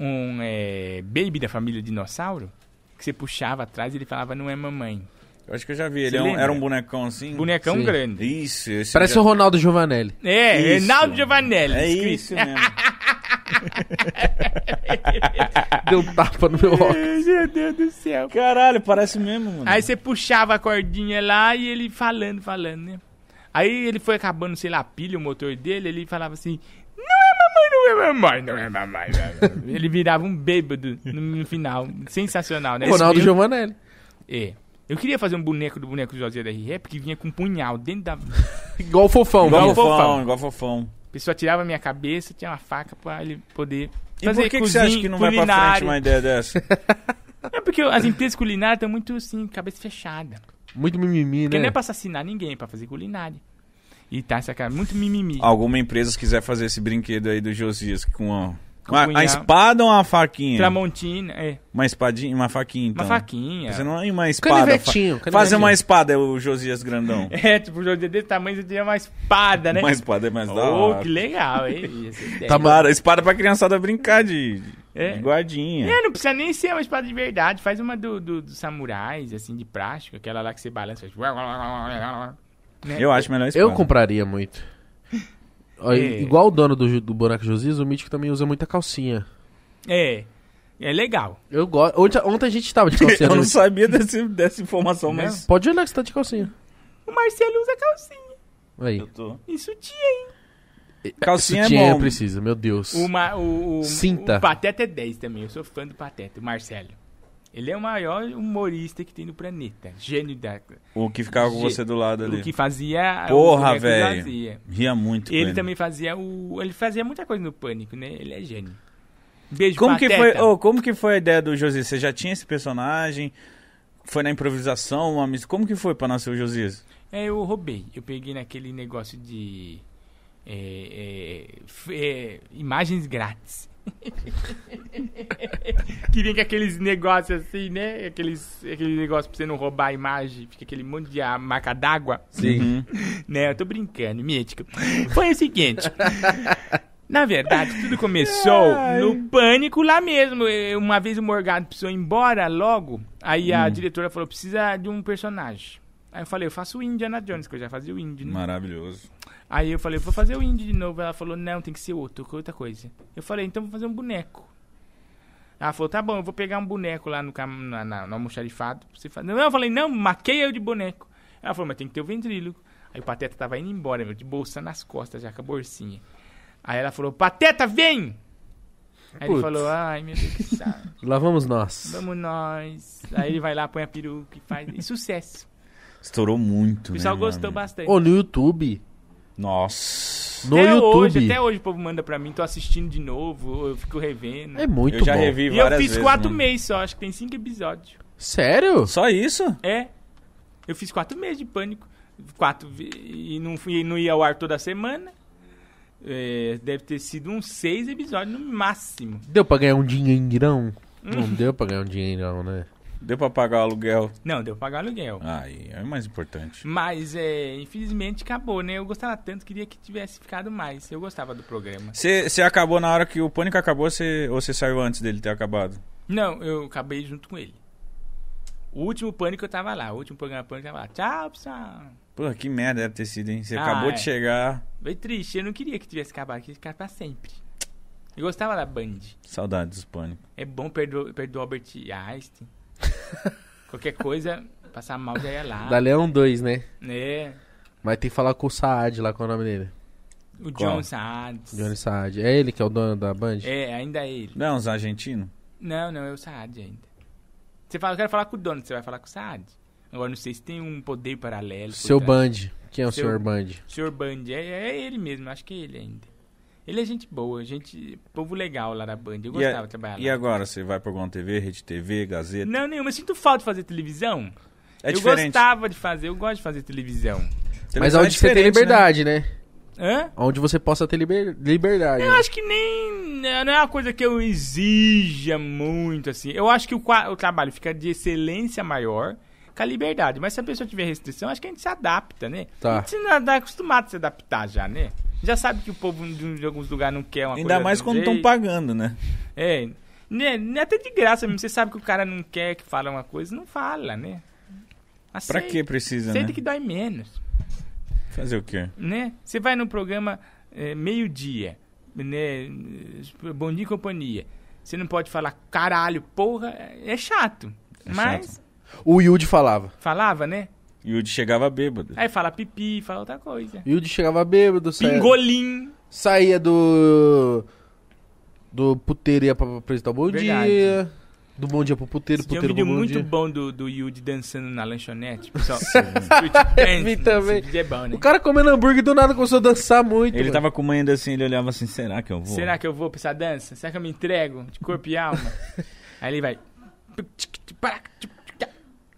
Speaker 3: um, é, baby da família dinossauro que você puxava atrás e ele falava, não é mamãe.
Speaker 2: Eu acho que eu já vi. Ele
Speaker 3: Você
Speaker 2: é um-
Speaker 3: lembra?
Speaker 2: era um bonecão assim.
Speaker 3: Bonecão
Speaker 1: Sim.
Speaker 3: grande.
Speaker 2: Isso, esse
Speaker 1: Parece um
Speaker 2: eu
Speaker 1: o Ronaldo Giovanelli.
Speaker 3: É,
Speaker 2: Isso.
Speaker 3: Reinaldo Giovanelli.
Speaker 2: já... É
Speaker 3: escrito.
Speaker 2: isso mesmo.
Speaker 1: Deu um tapa no meu óculos.
Speaker 3: Meu Deus do céu.
Speaker 2: Caralho, parece mesmo, mano.
Speaker 3: Aí você puxava a cordinha lá e ele falando, falando, né? Aí ele foi acabando, sei lá, a pilha, o motor dele, ele falava assim, não é mamãe, não não é mamãe, não é mamãe. Ele virava um bêbado no, no final. Sensacional, né?
Speaker 1: Ronaldo
Speaker 3: Esse filme-
Speaker 1: Giovanelli.
Speaker 3: É. Eu queria fazer um boneco do boneco do José da RR, que vinha com um punhal dentro da.
Speaker 1: Igual o Fofão.
Speaker 2: Igual
Speaker 1: viu?
Speaker 2: o fofão,
Speaker 3: Fofão.
Speaker 2: igual o fofão.
Speaker 3: A pessoa tirava a minha cabeça, tinha uma faca pra ele poder.
Speaker 2: E por que, que você acha que não vai pra frente
Speaker 3: culinária.
Speaker 2: uma ideia dessa?
Speaker 3: É porque as empresas culinárias estão muito assim, cabeça fechada.
Speaker 1: Muito mimimi,
Speaker 3: Porque não
Speaker 1: né?
Speaker 3: é pra assassinar ninguém, é pra fazer culinária. E tá, essa cara, muito mimimi.
Speaker 2: Alguma empresa quiser fazer esse brinquedo aí do Josias com a,
Speaker 3: Com
Speaker 2: a,
Speaker 3: punhal.
Speaker 2: a espada ou uma faquinha?
Speaker 3: Tramontina, é.
Speaker 2: Uma espadinha, uma faquinha então.
Speaker 3: Uma faquinha.
Speaker 2: Você não é uma espada.
Speaker 1: Canivetinho,
Speaker 2: fa-
Speaker 1: canivetinho.
Speaker 2: Fazer uma espada, é o Josias grandão.
Speaker 3: É, tipo, o José desse tamanho, você tinha uma espada, né?
Speaker 2: Uma espada é mais da
Speaker 3: Oh,
Speaker 2: hora.
Speaker 3: que legal, hein? Essa ideia.
Speaker 1: Tá
Speaker 2: Para, espada pra criançada brincar de, de
Speaker 3: É.
Speaker 2: guardinha.
Speaker 3: É, não precisa nem ser uma espada de verdade. Faz uma do- do- dos samurais, assim, de plástico. Aquela lá que você balança. Né?
Speaker 2: Eu acho melhor espada.
Speaker 1: Eu compraria muito. Ó,
Speaker 3: É.
Speaker 1: Igual o dono do, Ju- do Boneco Josias, o Mítico também usa muita calcinha.
Speaker 3: É. É legal.
Speaker 1: Eu gosto. Ontem, ontem a gente tava de calcinha.
Speaker 2: Eu
Speaker 1: né?
Speaker 2: não sabia desse- dessa informação,
Speaker 3: Não.
Speaker 2: mas.
Speaker 1: Pode olhar que você tá de calcinha.
Speaker 3: O Marcelo usa calcinha.
Speaker 1: Aí.
Speaker 2: Eu tô.
Speaker 3: Isso tinha, hein?
Speaker 2: Calcinha é
Speaker 1: Tinha,
Speaker 2: bom.
Speaker 1: precisa, meu Deus.
Speaker 3: O, Ma- o, o,
Speaker 1: Cinta.
Speaker 3: o Pateta é 10 também. Eu sou fã do Pateta, o Marcelo. Ele é o maior humorista que tem no planeta. Gênio da...
Speaker 2: O que ficava com você do lado ali.
Speaker 3: O que fazia... o
Speaker 2: Porra,
Speaker 3: boneco
Speaker 2: velho.
Speaker 3: fazia.
Speaker 2: Ria muito. com
Speaker 3: é. Ele também fazia o... Ele fazia muita coisa no Pânico, né? Ele é gênio. Beijo,
Speaker 2: Como que, foi,
Speaker 3: Pateta.
Speaker 2: ô, como que foi a ideia do Josias? Você já tinha esse personagem? Foi na improvisação? Uma... mis- Como que foi pra nascer o Josias?
Speaker 3: É, eu roubei. Eu peguei naquele negócio de. é, é, f- é, imagens grátis. que vem com aqueles negócios assim, né? Aqueles, aquele negócio pra você não roubar a imagem, fica aquele monte de ah, marca d'água.
Speaker 2: Uhum.
Speaker 3: Né, eu tô brincando, mítico. Foi o seguinte. Na verdade, tudo começou no pânico lá mesmo. Eu- Uma vez o Morgado precisou ir embora logo. Aí a diretora falou: precisa de um personagem. Aí eu falei, eu faço o Indiana Jones, que eu já fazia o Indy, né?
Speaker 2: Maravilhoso.
Speaker 3: Aí eu falei, vou fazer o Indy de novo. Ela falou, não, tem que ser outro, outra coisa. Eu falei, então vou fazer um boneco. Ela falou, tá bom, eu vou pegar um boneco lá no, cam- na, na, no almoxarifado. pra Você fazer. Não, eu falei, não, maquei eu de boneco. Ela falou, mas tem que ter o ventríloco. Aí o Pateta tava indo embora, meu, de bolsa nas costas, já com a bolsinha. Aí ela falou, Pateta, vem! Aí ele
Speaker 1: Putz.
Speaker 3: falou, ai, meu Deus, que saco.
Speaker 1: Lá vamos nós.
Speaker 3: Vamos nós. Aí ele vai lá, põe a peruca e faz. E sucesso.
Speaker 2: Estourou muito.
Speaker 3: O pessoal
Speaker 2: né,
Speaker 3: gostou
Speaker 2: mano?
Speaker 3: bastante.
Speaker 1: é Ô, no YouTube.
Speaker 2: Nossa.
Speaker 1: No
Speaker 3: até
Speaker 1: YouTube.
Speaker 3: hoje, até hoje o povo manda pra mim, tô assistindo de novo, eu fico revendo.
Speaker 1: É muito
Speaker 2: eu já
Speaker 1: bom.
Speaker 2: revi
Speaker 3: e eu
Speaker 2: várias
Speaker 3: fiz
Speaker 2: vezes, né?
Speaker 3: quatro
Speaker 2: mano.
Speaker 3: meses só, acho que tem cinco episódios.
Speaker 1: Sério?
Speaker 2: Só isso?
Speaker 3: É. Eu fiz quatro meses de pânico. Quatro ve- e não, fui, não ia ao ar toda semana. É, deve ter sido uns seis episódios no máximo.
Speaker 1: Deu pra ganhar um dinheirão?
Speaker 3: Hum.
Speaker 1: Não deu pra ganhar um dinheirão, né?
Speaker 2: Deu pra pagar o aluguel.
Speaker 3: Não, deu pra pagar aluguel.
Speaker 2: Aí, é o mais importante.
Speaker 3: Mas, é, infelizmente, acabou, né? Eu gostava tanto, queria que tivesse ficado mais. Eu gostava do programa.
Speaker 2: Você você acabou na hora que o pânico acabou você, ou você saiu antes dele ter acabado?
Speaker 3: Não, eu acabei junto com ele. O último pânico eu tava lá, o último programa pânico eu tava lá. Tchau, pessoal.
Speaker 2: Pô, que merda deve ter sido, hein? Você
Speaker 3: Ah,
Speaker 2: acabou
Speaker 3: é.
Speaker 2: de chegar.
Speaker 3: Foi triste, eu não queria que tivesse acabado, queria ficar pra sempre. Eu gostava da Band.
Speaker 2: Saudades dos pânico.
Speaker 3: É bom perder, o- perder o Albert Einstein. Qualquer coisa, passar mal já ia lá.
Speaker 1: Da Leão 2, né?
Speaker 3: Né?
Speaker 1: Mas tem que falar com o Saad lá, qual é o nome dele?
Speaker 3: O
Speaker 2: Qual?
Speaker 3: John Saad.
Speaker 1: Johnny Saad. É ele que é o dono da Band?
Speaker 3: É, ainda é ele.
Speaker 2: Não, os argentinos?
Speaker 3: Não, não, é o Saad ainda. Você fala, eu quero falar com o dono, você vai falar com o Saad. Agora não sei se tem um poder paralelo. por
Speaker 1: Seu
Speaker 3: trás.
Speaker 1: Band. Quem é o
Speaker 3: Seu-
Speaker 1: senhor Band?
Speaker 3: Sr. Band, é, é ele mesmo, acho que é ele ainda. Ele é gente boa, gente, povo legal lá da Band. Eu
Speaker 2: E a-
Speaker 3: gostava de trabalhar
Speaker 2: E
Speaker 3: lá.
Speaker 2: agora, você vai pra alguma TV, Rede TV, Gazeta?
Speaker 3: Não, nenhuma, eu sinto falta de fazer televisão.
Speaker 2: É
Speaker 3: eu
Speaker 2: diferente.
Speaker 3: gostava de fazer, eu gosto de fazer televisão.
Speaker 1: Mas
Speaker 2: Televisão é
Speaker 1: onde você tem
Speaker 2: diferente,
Speaker 1: liberdade, né?
Speaker 3: Hã?
Speaker 1: Onde você possa ter liber- liberdade.
Speaker 3: Eu
Speaker 1: né?
Speaker 3: acho que nem. Não é uma coisa que eu exija muito, assim. Eu acho que o, qua- o trabalho fica de excelência maior com a liberdade. Mas se a pessoa tiver restrição, acho que a gente se adapta, né?
Speaker 1: Tá.
Speaker 3: A gente não tá acostumado a se adaptar já, né? Já sabe que o povo de, de alguns lugares não quer uma
Speaker 2: Né?
Speaker 3: coisa.
Speaker 2: Ainda mais
Speaker 3: de um
Speaker 2: quando estão
Speaker 3: jeito.
Speaker 2: pagando, né?
Speaker 3: É, né, né, até de graça mesmo. Você sabe que o cara não quer que fale uma coisa, não fala, né?
Speaker 2: Pra
Speaker 3: Aceita.
Speaker 2: que precisa,
Speaker 3: Aceita
Speaker 2: né?
Speaker 3: que dói menos,
Speaker 2: Fazer o quê?
Speaker 3: né? Você vai num programa é, meio-dia, né? Bom dia e companhia. Você não pode falar caralho, porra, é chato.
Speaker 2: É
Speaker 3: Mas
Speaker 1: O Yudi falava.
Speaker 3: falava, né?
Speaker 2: E o de chegava bêbado.
Speaker 3: Aí fala pipi, fala outra coisa.
Speaker 1: é O Yudi chegava bêbado, saía,
Speaker 3: Pingolim.
Speaker 1: saía do. Do puteiro ia pra pra apresentar o bom
Speaker 3: Verdade.
Speaker 1: dia. Do bom dia pro puteiro,
Speaker 3: Tinha um
Speaker 1: puteiro pro
Speaker 3: vídeo
Speaker 1: bom
Speaker 3: muito
Speaker 1: dia.
Speaker 3: bom do, do Yudi dançando na lanchonete, pessoal. Eu
Speaker 1: vi também.
Speaker 3: Esse vídeo é bom, né?
Speaker 1: O cara comendo hambúrguer do nada começou a dançar muito.
Speaker 2: Ele
Speaker 1: mano.
Speaker 2: tava comendo assim, ele olhava assim, será que eu vou?
Speaker 3: Será que eu vou pra essa dança? Será que eu me entrego de corpo e alma? Aí ele vai.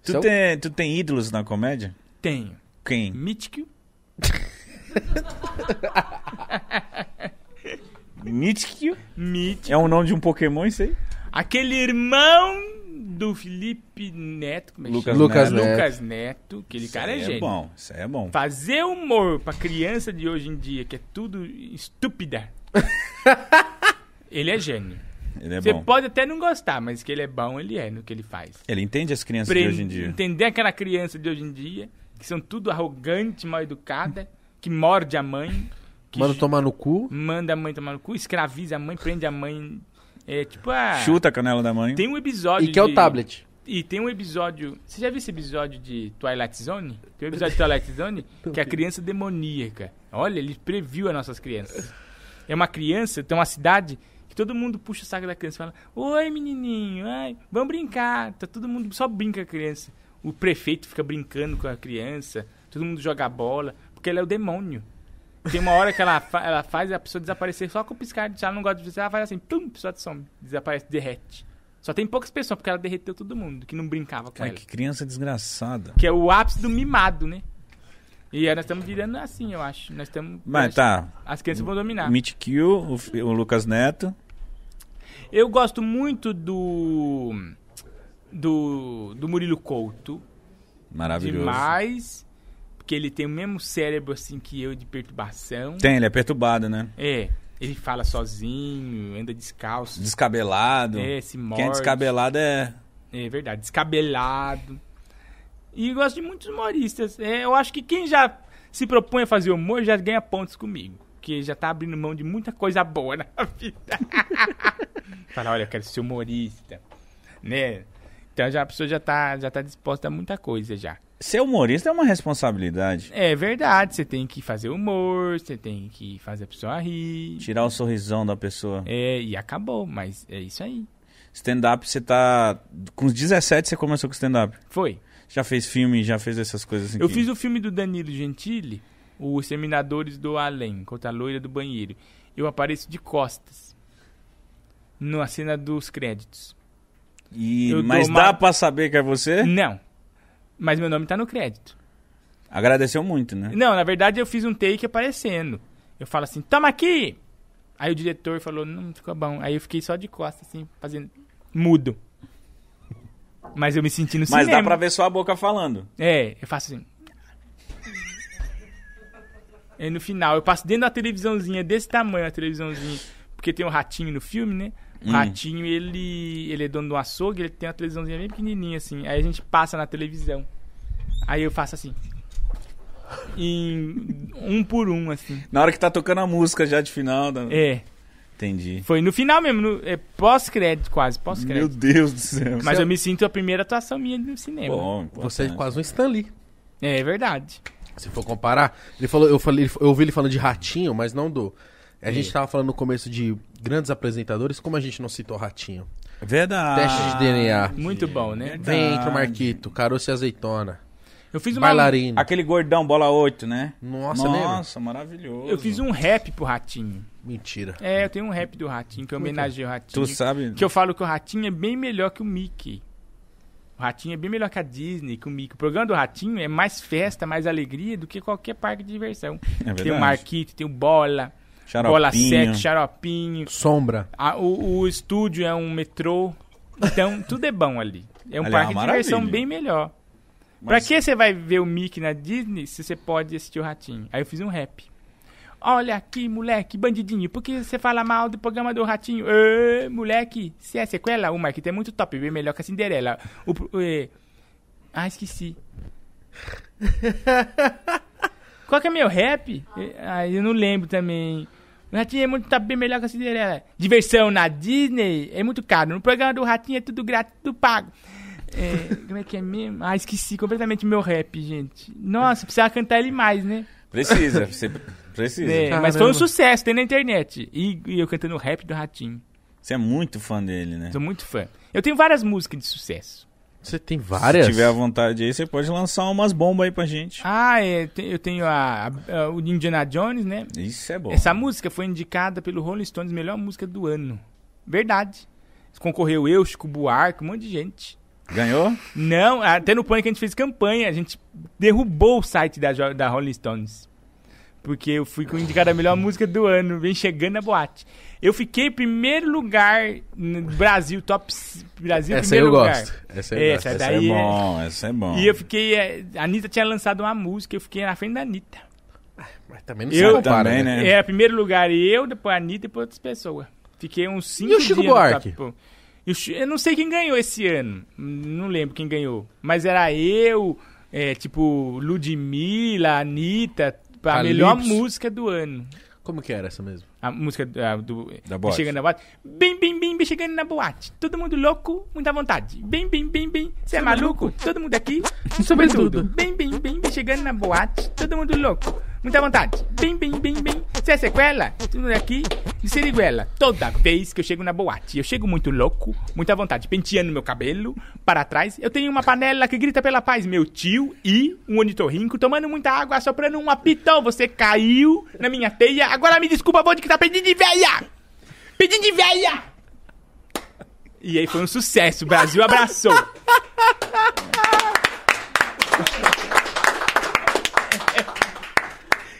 Speaker 2: Tu, tem, tu tem ídolos na comédia?
Speaker 3: Tenho. Hum.
Speaker 2: Quem?
Speaker 3: Mítico.
Speaker 2: Mítico?
Speaker 3: Mítico.
Speaker 2: É o nome de um Pokémon isso aí?
Speaker 3: Aquele irmão do Felipe Neto. Como é que
Speaker 2: Lucas
Speaker 1: Lucas
Speaker 3: chama?
Speaker 1: Neto.
Speaker 3: Lucas Neto. Aquele cara é
Speaker 2: Isso aí
Speaker 3: gênio.
Speaker 2: É bom, isso aí é bom.
Speaker 3: Fazer humor pra criança de hoje em dia, que é tudo estúpida. ele é gênio.
Speaker 2: Ele é
Speaker 3: Você
Speaker 2: bom.
Speaker 3: pode até não gostar, mas que ele é bom, ele é no que ele faz.
Speaker 2: Ele entende as crianças
Speaker 3: Pre-
Speaker 2: de hoje em dia.
Speaker 3: Entender aquela criança de hoje em dia, que são tudo arrogante, mal educada, que morde a mãe, que
Speaker 1: Mano,
Speaker 3: ch-
Speaker 1: tomar no cu.
Speaker 3: manda a mãe tomar no cu, escraviza a mãe, prende a mãe. É tipo, ah,
Speaker 2: Chuta a canela da mãe.
Speaker 3: tem um episódio.
Speaker 1: E que é o
Speaker 3: de-
Speaker 1: tablet.
Speaker 3: E tem um episódio. Você já viu esse episódio de Twilight Zone? Tem um episódio de Twilight Zone que é a criança demoníaca. Olha, ele previu as nossas crianças. É uma criança, tem uma cidade que todo mundo puxa o saco da criança e fala: Oi, menininho, ai, vamos brincar. Tá todo mundo só brinca com a criança. O prefeito fica brincando com a criança, todo mundo joga bola, porque ela é o demônio. Tem uma hora que ela, fa- ela faz a pessoa desaparecer só com o piscar de olho. Ela não gosta de piscar, ela faz assim, pum, a pessoa some, desaparece, derrete. Só tem poucas pessoas, porque ela derreteu todo mundo, que não brincava com
Speaker 2: Cara,
Speaker 3: ela.
Speaker 2: que criança desgraçada.
Speaker 3: Que é o ápice do mimado, né? E aí nós estamos virando assim, eu acho. Nós estamos.
Speaker 2: Mas tá,
Speaker 3: As crianças vão dominar.
Speaker 2: Meet Kill, o, fi- o Lucas Neto.
Speaker 3: Eu gosto muito do. Do. Do Murilo Couto.
Speaker 2: Maravilhoso.
Speaker 3: Demais. Porque ele tem o mesmo cérebro assim que eu de perturbação.
Speaker 2: Tem, ele é perturbado, né?
Speaker 3: É. Ele fala sozinho, anda descalço.
Speaker 2: Descabelado.
Speaker 3: É, se morde.
Speaker 2: Quem é descabelado é.
Speaker 3: É verdade, descabelado. E gosto de muitos humoristas. É, eu acho que quem já se propõe a fazer humor já ganha pontos comigo. Porque já tá abrindo mão de muita coisa boa na vida. Fala, olha, eu quero ser humorista. Né? Então já, a pessoa já tá, já tá disposta a muita coisa já.
Speaker 2: Ser humorista é uma responsabilidade.
Speaker 3: É verdade, você tem que fazer humor, você tem que fazer a pessoa rir.
Speaker 2: Tirar o sorrisão da pessoa.
Speaker 3: É, e acabou, mas é isso aí.
Speaker 2: Stand-up, você tá. Com os 17 você começou com stand-up.
Speaker 3: Foi.
Speaker 2: Já fez filme, já fez essas coisas assim.
Speaker 3: Eu
Speaker 2: que-
Speaker 3: fiz o filme do Danilo Gentili, Os Seminadores do Além, contra a loira do banheiro. Eu apareço de costas. Na cena dos créditos.
Speaker 2: E...
Speaker 3: eu
Speaker 2: Mas
Speaker 3: dou
Speaker 2: dá
Speaker 3: uma-
Speaker 2: pra saber que é você?
Speaker 3: Não. Mas meu nome tá no crédito.
Speaker 2: Agradeceu muito, né?
Speaker 3: Não, na verdade eu fiz um take aparecendo. Eu falo assim, toma aqui! Aí o diretor falou, não ficou bom. Aí eu fiquei só de costas, assim, fazendo. Mudo. Mas eu me senti no
Speaker 2: Mas
Speaker 3: cinema.
Speaker 2: dá pra ver só a boca falando.
Speaker 3: É, eu faço assim. Aí no final, eu passo dentro da televisãozinha, desse tamanho a televisãozinha, porque tem um ratinho no filme, né? O
Speaker 2: Hum.
Speaker 3: ratinho, ele, ele é dono do açougue, ele tem uma televisãozinha bem pequenininha, assim. Aí a gente passa na televisão. Aí eu faço assim. Em um por um, assim.
Speaker 2: Na hora que tá tocando a música já de final. Da...
Speaker 3: É,
Speaker 2: Entendi.
Speaker 3: foi no final mesmo, no- é pós-crédito quase,
Speaker 2: Meu
Speaker 3: pós-crédito.
Speaker 2: Deus do céu.
Speaker 3: Mas eu me sinto a primeira atuação minha no cinema.
Speaker 2: Bom,
Speaker 1: Você é
Speaker 2: importante.
Speaker 1: quase um Stanley.
Speaker 3: É verdade.
Speaker 1: Se for comparar, ele falou, eu falei, eu ouvi ele falando de ratinho, mas não do. A gente tava falando no começo de grandes apresentadores, como a gente não citou ratinho?
Speaker 2: Verdade.
Speaker 1: Teste de DNA.
Speaker 3: Muito bom, né?
Speaker 2: Ah. Verdade.
Speaker 1: Vem, entra o Marquito, caroço e azeitona.
Speaker 3: Eu fiz uma
Speaker 1: Bailarino.
Speaker 2: Aquele gordão, bola 8, né?
Speaker 1: Nossa,
Speaker 2: Nossa, maravilhoso.
Speaker 3: Eu fiz um rap pro Ratinho.
Speaker 1: Mentira.
Speaker 3: É, eu tenho um rap do Ratinho, que eu homenageei o Ratinho.
Speaker 2: é Tu sabe?
Speaker 3: Que eu falo que o Ratinho é bem melhor que o Mickey. O Ratinho é bem melhor que a Disney, que o Mickey. O programa do Ratinho é mais festa, mais alegria do que qualquer parque de diversão.
Speaker 2: É verdade.
Speaker 3: tem o Marquito, tem o Bola,
Speaker 2: Xaropinho.
Speaker 3: Bola 7, Xaropinho.
Speaker 1: Sombra.
Speaker 3: A- o, o estúdio é um metrô. Então, tudo é bom ali. É um
Speaker 2: Olha,
Speaker 3: parque de
Speaker 2: maravilha.
Speaker 3: diversão bem melhor. Pra
Speaker 2: Mas-
Speaker 3: que você vai ver o Mickey na Disney se você pode assistir o Ratinho? Aí eu fiz um rap. Olha aqui, moleque, bandidinho, por que você fala mal do programa do Ratinho? Ê, moleque, se é sequela, o Marquito é muito top, bem melhor que a Cinderela. O, pro- é... Ah, esqueci. Qual que é meu rap? É, Ah, eu não lembro também. O Ratinho é muito, tá bem melhor que a Cinderela. Diversão na Disney é muito caro. No programa do Ratinho é tudo grátis, tudo pago. É, como é que é mesmo? Ah, esqueci completamente o meu rap, gente. Nossa, precisava cantar ele mais, né?
Speaker 2: Precisa, você precisa.
Speaker 3: É,
Speaker 1: Caramba.
Speaker 3: mas foi um sucesso, tem na internet. E, e eu cantando o rap do Ratinho.
Speaker 2: Você é muito fã dele, né?
Speaker 3: Sou muito fã. Eu tenho várias músicas de sucesso.
Speaker 1: Você tem
Speaker 2: Se
Speaker 1: várias?
Speaker 2: tiver à vontade aí, você pode lançar umas bombas aí pra gente.
Speaker 3: Ah, é, te- eu tenho a, a- o Indiana Jones, né?
Speaker 2: Isso é bom.
Speaker 3: Essa música foi indicada pelo Rolling Stones melhor música do ano. Verdade. Concorreu eu, Chico Buarque, um monte de gente.
Speaker 2: Ganhou?
Speaker 3: Não, até no Pânico a gente fez campanha, a gente derrubou o site da, Jo- da Rolling Stones. Porque eu fui com indicada a melhor música do ano, vem chegando na boate. Eu fiquei em primeiro lugar no Brasil, top c- Brasil
Speaker 1: Essa aí
Speaker 3: primeiro
Speaker 1: eu
Speaker 3: lugar.
Speaker 1: gosto. Essa aí eu
Speaker 3: Essa
Speaker 1: gosto.
Speaker 2: Essa é
Speaker 3: Daí é-
Speaker 2: bom, essa é bom.
Speaker 3: E eu fiquei, eh, a Anitta tinha lançado uma música, eu fiquei na frente da Anitta.
Speaker 1: Mas também não
Speaker 3: Eu-
Speaker 1: se compara,
Speaker 2: Também,
Speaker 1: né?
Speaker 2: né? É.
Speaker 3: Era primeiro lugar eu, depois a Anitta e depois outras pessoas. Fiquei uns cinco
Speaker 1: E o Chico
Speaker 3: dias no
Speaker 1: Buarque?
Speaker 3: top, pô. E o Chi- Eu não sei quem ganhou esse ano. Hum, Não lembro quem ganhou. Mas era eu, é, tipo, Ludmilla, Anitta, a
Speaker 1: Calypso.
Speaker 3: melhor música do ano.
Speaker 1: Como que era essa mesmo?
Speaker 3: A música do- a do.
Speaker 2: Da boate.
Speaker 3: Chegando na boate. Bem, bem, bem, bem, chegando na boate. Todo mundo louco, muita vontade. Bem, bem, bem, bem. Você é maluco? Todo mundo aqui.
Speaker 1: Sobre
Speaker 3: Tudo.
Speaker 1: tudo.
Speaker 3: Bem, bem, bem, bem, chegando na boate. Todo mundo louco, muita vontade. Bem, bem, bem, bem. Você é sequela? Todo mundo aqui de seriguela. Toda vez que eu chego na boate, eu chego muito louco, muita vontade. Penteando meu cabelo para trás. Eu tenho uma panela que grita pela paz, meu tio. E um onitorrinco tomando muita água, soprando um apitão. Você caiu na minha teia. Agora me desculpa, vou de que tá pedindo de veia. Pedindo de veia. E aí foi um sucesso. O Brasil abraçou.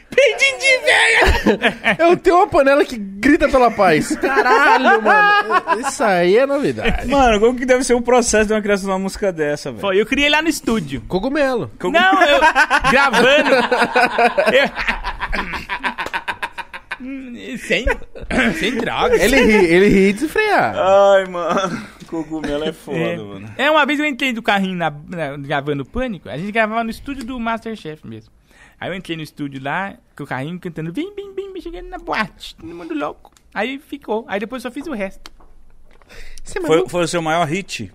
Speaker 3: Pedindo de veia.
Speaker 1: Eu tenho uma panela que grita pela paz. Caralho, mano. Isso aí é novidade.
Speaker 2: Mano, como que deve ser o processo de uma criação de uma música dessa, velho?
Speaker 3: Foi, eu criei lá no estúdio.
Speaker 1: Cogumelo.
Speaker 2: Como-
Speaker 3: Não, eu gravando. Eu- Sem, sem drogas.
Speaker 1: Ele ri, ele ri de frear.
Speaker 2: Ai, mano. Cogumelo é foda,
Speaker 3: É.
Speaker 2: mano.
Speaker 3: É, uma vez eu entrei do carrinho na, na- gravando Pânico, a gente gravava no estúdio do Masterchef mesmo. Aí eu entrei no estúdio lá, com o carrinho cantando bim, bim, bim, bim, chegando na boate, todo mundo louco. Aí ficou, aí depois eu só fiz o resto.
Speaker 1: Você é
Speaker 2: Foi,
Speaker 1: maluco?
Speaker 2: foi o seu maior hit?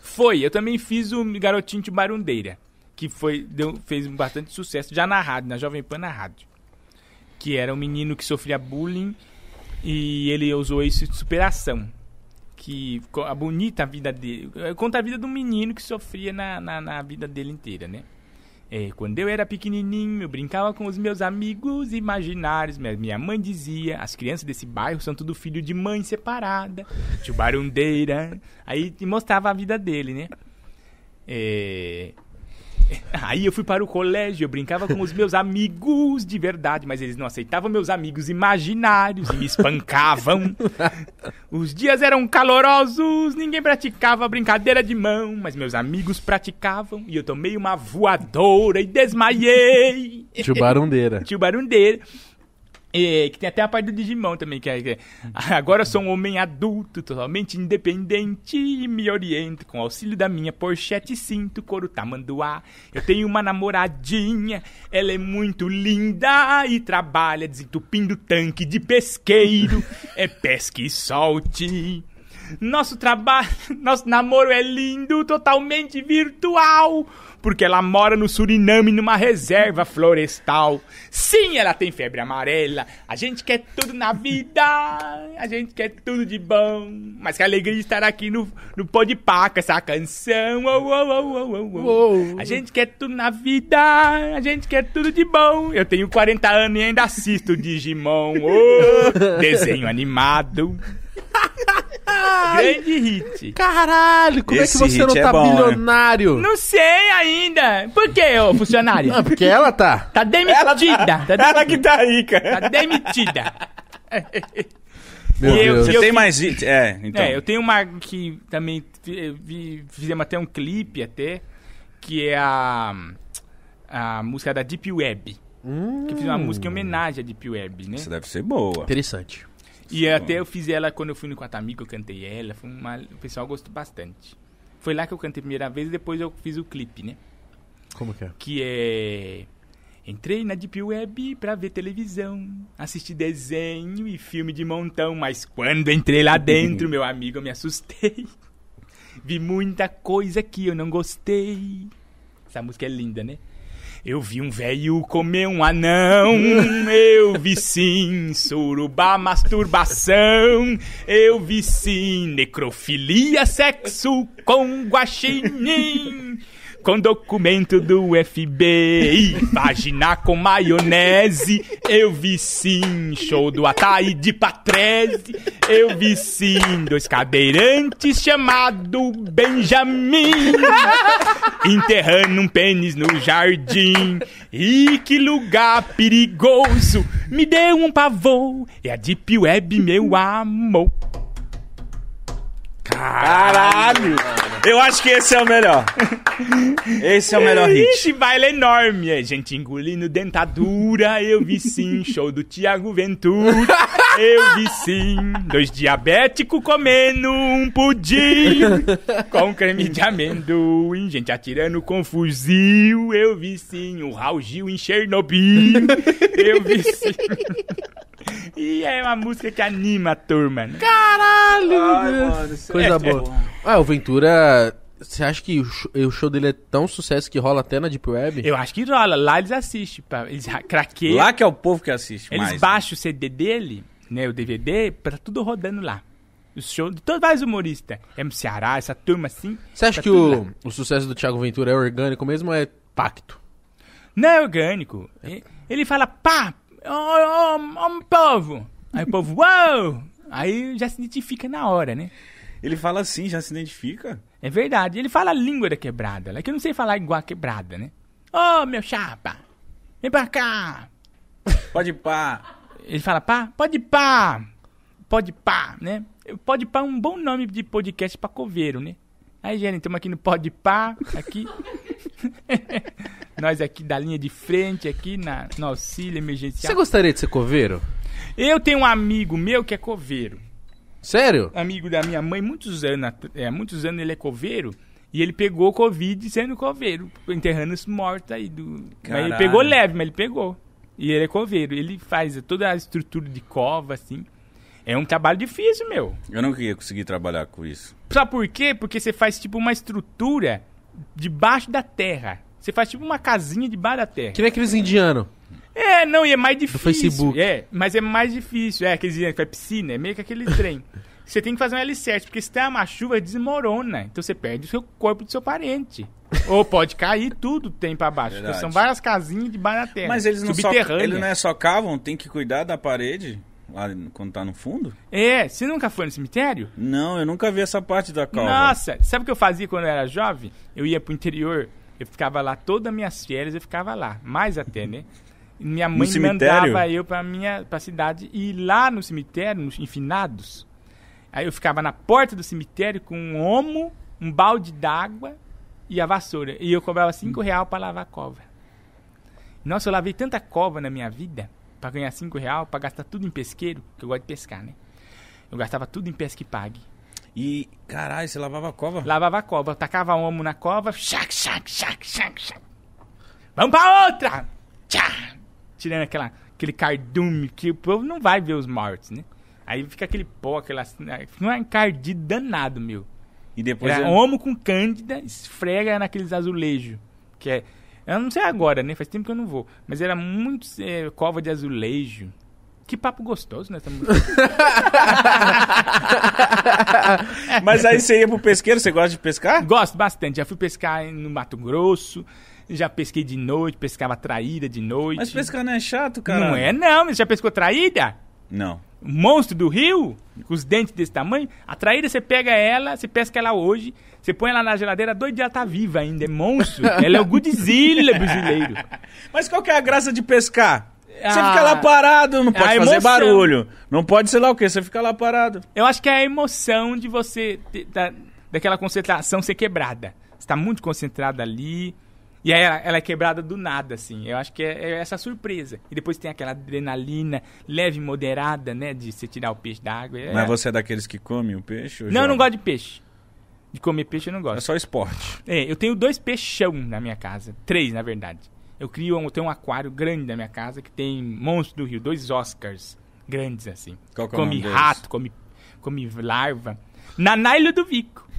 Speaker 3: Foi, eu também fiz o Garotinho de Barundeira, que foi, deu- fez bastante sucesso já na rádio, na Jovem Pan na rádio. Que era um menino que sofria bullying e ele usou isso de superação. Que co- a bonita vida dele. eh, Conta a vida de um menino que sofria na, na, na vida dele inteira, né? É, quando eu era pequenininho, eu brincava com os meus amigos imaginários. Minha, minha mãe dizia: as crianças desse bairro são tudo filho de mãe separada, tio Barundeira. Aí te mostrava a vida dele, né? É, Aí eu fui para o colégio, eu brincava com os meus amigos de verdade, mas eles não aceitavam meus amigos imaginários e me espancavam. Os dias eram calorosos, ninguém praticava brincadeira de mão, mas meus amigos praticavam e eu tomei uma voadora e desmaiei.
Speaker 1: Tio Barundeira.
Speaker 3: Tio Barundeira. É, que tem até a parte do Digimon também, que é, que é, Agora eu sou um homem adulto, totalmente independente e me oriento com o auxílio da minha porchete cinto, couro tamanduá. Eu tenho uma namoradinha, ela é muito linda e trabalha desentupindo tanque de pesqueiro. É pesca e solte. Nosso trabalho, nosso namoro é lindo, totalmente virtual, porque ela mora no Suriname numa reserva florestal. Sim, ela tem febre amarela. A gente quer tudo na vida, a gente quer tudo de bom. Mas que alegria de estar aqui no, no pó de paca, essa canção. Oh, oh, oh, oh, oh, oh.
Speaker 1: Uou.
Speaker 3: A gente quer tudo na vida, a gente quer tudo de bom. Eu tenho 40 anos e ainda assisto Digimon. Oh, desenho animado. Grande hit.
Speaker 1: Caralho, como
Speaker 2: Esse
Speaker 1: é que você não
Speaker 2: hit é
Speaker 1: tá
Speaker 2: bom, né?
Speaker 1: bilionário?
Speaker 3: Não sei ainda. Por que, ô funcionária?
Speaker 1: Ah, porque ela tá.
Speaker 3: Tá demitida. Tá,
Speaker 2: Ela que tá aí, cara.
Speaker 3: tá demitida.
Speaker 1: Meu
Speaker 3: E eu-
Speaker 1: Deus.
Speaker 2: Você
Speaker 3: eu
Speaker 2: tem
Speaker 3: fiz-
Speaker 2: mais hit? É, então.
Speaker 3: É, eu tenho uma que também fi- eh, vi- fizemos até um clipe até, que é a, a música da Deep Web. Que eu fiz uma música
Speaker 2: Hum.
Speaker 3: em homenagem à Deep Web, né?
Speaker 2: Essa deve ser boa.
Speaker 1: Interessante.
Speaker 3: E
Speaker 2: é
Speaker 3: até eu fiz ela quando eu fui no Quatamico, eu cantei ela. Foi uma... O pessoal gostou bastante. Foi lá que eu cantei a primeira vez e depois eu fiz o clipe, né?
Speaker 1: Como que é?
Speaker 3: que é. Entrei na Deep Web pra ver televisão, assisti desenho e filme de montão, mas quando entrei lá dentro, meu amigo, eu me assustei. Vi muita coisa que eu não gostei. Essa música é linda, né? Eu vi um velho comer um anão, eu vi sim suruba masturbação, eu vi sim necrofilia sexo com guaxinim. Com documento do FBI, vagina com maionese, eu vi sim, show do Ataí de Patrese, eu vi sim, dois cadeirantes chamado Benjamin, enterrando um pênis no jardim, e que lugar perigoso, me deu um pavor, é a Deep Web, meu amor.
Speaker 2: Caralho! Eu acho que esse é o melhor. Esse é o melhor hit.
Speaker 3: Ixi, baile enorme. É gente engolindo dentadura. Eu vi sim, show do Tiago Ventura. Eu vi sim, dois diabéticos comendo um pudim com creme de amendoim. Gente atirando com fuzil. Eu vi sim, o Raul Gil em Chernobyl. Eu vi sim. E é uma música que anima a turma, né?
Speaker 1: Coisa
Speaker 3: é
Speaker 1: boa. Ah, o Ventura. Você acha que o sh- o show dele é tão sucesso que rola até na Deep Web?
Speaker 3: Eu acho que rola. Lá eles assistem. pá. Eles ra- craqueiam.
Speaker 2: Lá que é o povo que assiste
Speaker 3: Eles
Speaker 2: mais. né?
Speaker 3: baixam o CD dele, né? O DVD, pra tudo rodando lá. O show de todos vários humoristas. M. Ceará, essa turma assim.
Speaker 1: Você acha
Speaker 3: tá
Speaker 1: que
Speaker 3: tudo lá.
Speaker 1: o, o sucesso do Thiago Ventura é orgânico mesmo ou é pacto?
Speaker 3: Não é orgânico. E- Ele fala, pá, ô, ô, ô, um povo. Aí o povo, uou! Aí já se identifica na hora, né?
Speaker 2: Ele fala assim, já se identifica.
Speaker 3: É verdade. Ele fala a língua da quebrada. lá que eu não sei falar igual a quebrada, né? Ô, meu chapa, vem pra cá.
Speaker 2: Pode pá.
Speaker 3: Ele fala pá? Pode pá! Pode pá, né? Pode pá é um bom nome de podcast pra coveiro, né? Aí, gente, estamos aqui no Pode pá, aqui. Nós aqui da linha de frente, aqui na, no auxílio
Speaker 1: Você
Speaker 3: emergencial.
Speaker 1: gostaria de ser coveiro?
Speaker 3: Eu tenho um amigo meu que é coveiro.
Speaker 1: Sério?
Speaker 3: Amigo da minha mãe, muitos anos, at- é, muitos anos ele é coveiro. E ele pegou Covid sendo coveiro, enterrando os mortos aí do. Mas ele
Speaker 2: Caralho.
Speaker 3: pegou leve, mas ele pegou. E ele é coveiro. Ele faz toda a estrutura de cova, assim. É um trabalho difícil, meu.
Speaker 2: Eu não queria conseguir trabalhar com isso.
Speaker 3: Sabe por quê? Porque você faz tipo uma estrutura debaixo da terra. Você faz tipo uma casinha debaixo da terra.
Speaker 1: Que nem aqueles indianos.
Speaker 3: É, não, e é mais difícil.
Speaker 1: Facebook.
Speaker 3: É, mas é mais difícil. É, aqueles que vai piscina, é meio que aquele trem. Você tem que fazer um alicerce, porque se tem uma chuva, desmorona. Então você perde o seu corpo do seu parente. Ou pode cair tudo tem pra baixo. Então
Speaker 2: Verdade.
Speaker 3: são várias casinhas debaixo da terra.
Speaker 2: Mas eles não, só,
Speaker 3: É, subterrânea.
Speaker 2: eles não é só cavam, tem que cuidar da parede lá quando tá no fundo?
Speaker 3: é... você nunca foi no cemitério?
Speaker 2: Não, eu nunca vi essa parte da calva.
Speaker 3: Nossa, sabe o que eu fazia quando eu era jovem? Eu ia pro interior, eu ficava lá todas as minhas férias, eu ficava lá, mais até, né? E Minha mãe
Speaker 2: cemitério?
Speaker 3: mandava eu pra minha pra cidade e lá no cemitério, nos Enfinados, aí eu ficava na porta do cemitério com um homo, um balde d'água e a vassoura. E eu cobrava cinco real pra lavar a cova. Nossa, eu lavei tanta cova na minha vida pra ganhar cinco real, pra gastar tudo em pesqueiro, que eu gosto de pescar, né? Eu gastava tudo em pesca e pague.
Speaker 2: E, caralho, você lavava a cova?
Speaker 3: Lavava a cova, tacava o omo na cova, chac, chac, chac, chac, chac. Vamos pra outra! Tchá! Tirando aquela, aquele cardume que o povo não vai ver os mortos, né? Aí fica aquele pó, aquela. Não é encardido danado, meu.
Speaker 2: E depois
Speaker 3: Era
Speaker 2: eu-
Speaker 3: homo com cândida, esfrega naqueles azulejos. Que é. Eu não sei agora, né? Faz tempo que eu não vou. Mas era muito eh, cova de azulejo. Que papo gostoso, né? Tamo-
Speaker 2: Mas aí você ia pro pesqueiro, você gosta de pescar?
Speaker 3: Gosto bastante. Já fui pescar em- no Mato Grosso, já pesquei de noite, pescava traíra de noite.
Speaker 2: Mas pescar não é chato, cara.
Speaker 3: Não é não, mas já pescou traíra?
Speaker 2: Não.
Speaker 3: O monstro do rio, com os dentes desse tamanho. A traíra você pega ela, você pesca ela hoje, você põe ela na geladeira, dois dias ela tá viva ainda, é monstro. ela é o Godzilla brasileiro.
Speaker 2: Mas qual que é a graça de pescar? Você
Speaker 3: Ah,
Speaker 2: fica lá parado, não
Speaker 3: a
Speaker 2: pode fazer
Speaker 3: emoção.
Speaker 2: barulho. Não pode sei lá o quê, você fica lá parado.
Speaker 3: Eu acho que é a emoção de você, ter- da, daquela concentração ser quebrada. Você tá muito concentrado ali, e aí ela, ela é quebrada do nada, assim. Eu acho que é, é essa surpresa. E depois tem aquela adrenalina leve e moderada, né, de você tirar o peixe da água. É-
Speaker 2: Mas você é daqueles que come o peixe? ou
Speaker 3: Não, eu
Speaker 2: joga?
Speaker 3: não gosto de peixe. De comer peixe eu não
Speaker 2: É
Speaker 3: gosto.
Speaker 2: só esporte.
Speaker 3: É, eu tenho dois peixão na minha casa. Três, na verdade. Eu crio, um- eu tenho um aquário grande na minha casa que tem monstro do rio, dois Oscars grandes assim.
Speaker 2: Qual que é o
Speaker 3: come
Speaker 2: nome deles?
Speaker 3: rato, come, come larva. Nanailo do Vico.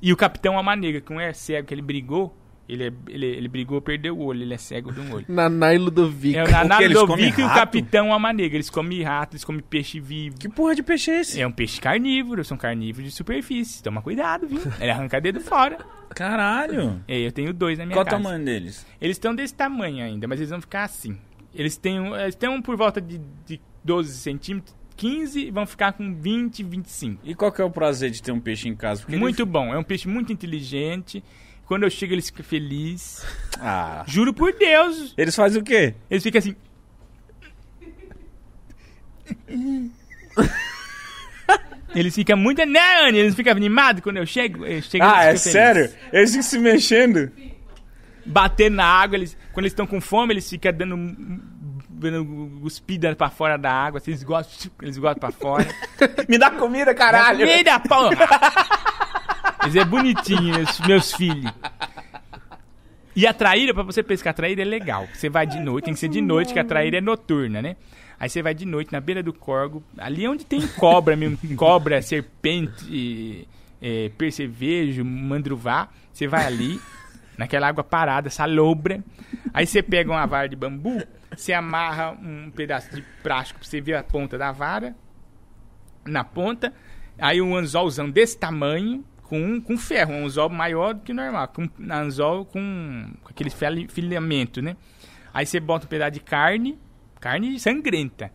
Speaker 3: E o Capitão Alma Negra, que um é cego que ele brigou Ele, é- ele, ele brigou, perdeu o olho, ele é cego de um olho.
Speaker 1: Naná e Ludovico.
Speaker 3: É o Naná
Speaker 2: eles comem
Speaker 3: Ludovico e o
Speaker 2: rato?
Speaker 3: Capitão Alma Negra. Eles comem rato, eles comem peixe vivo.
Speaker 2: Que porra de peixe é esse?
Speaker 3: É um peixe carnívoro, são carnívoros de superfície. Toma cuidado, viu? Ele arranca dedo fora.
Speaker 2: Caralho.
Speaker 3: É, eu tenho dois na minha
Speaker 2: Qual o
Speaker 3: casa.
Speaker 2: tamanho deles?
Speaker 3: Eles estão desse tamanho ainda, mas eles vão ficar assim. Eles têm, um- eles têm um por volta de, de 12 centímetros, 15 e vão ficar com 20, 25.
Speaker 2: E qual que é o prazer de ter um peixe em casa? Porque ele-
Speaker 3: muito bom, é um peixe muito inteligente. Quando eu chego, eles ficam felizes.
Speaker 2: Ah.
Speaker 3: Juro por Deus!
Speaker 2: Eles fazem o quê?
Speaker 3: Eles ficam assim. Eles ficam muito. Né, Anny? Eles ficam animados quando eu chego. Eu chego
Speaker 2: Ah, é
Speaker 3: eles ficam felizes.
Speaker 2: sério? Eles ficam se mexendo?
Speaker 3: bater na água, eles, quando eles estão com fome, eles ficam dando, dando cuspida pra fora da água, assim, eles gostam, eles gostam pra fora.
Speaker 2: Me dá comida, caralho!
Speaker 3: Meio da porra! Mas é bonitinho, meus, meus filhos. E a traíra, pra você pescar a traíra, é legal. Você vai de noite, tem que ser de noite, que a traíra é noturna, né? Aí você vai de noite na beira do corgo, ali é onde tem cobra mesmo, cobra, serpente, eh, percevejo, mandruvá. Você vai ali, naquela água parada, salobra. Aí você pega uma vara de bambu, você amarra um pedaço de plástico pra você ver a ponta da vara, na ponta. Aí um anzolzão desse tamanho, com, um- com ferro, um anzol maior do que o normal, com um anzol com, com aquele fili- filamento, né? Aí você bota um pedaço de carne, carne sangrenta,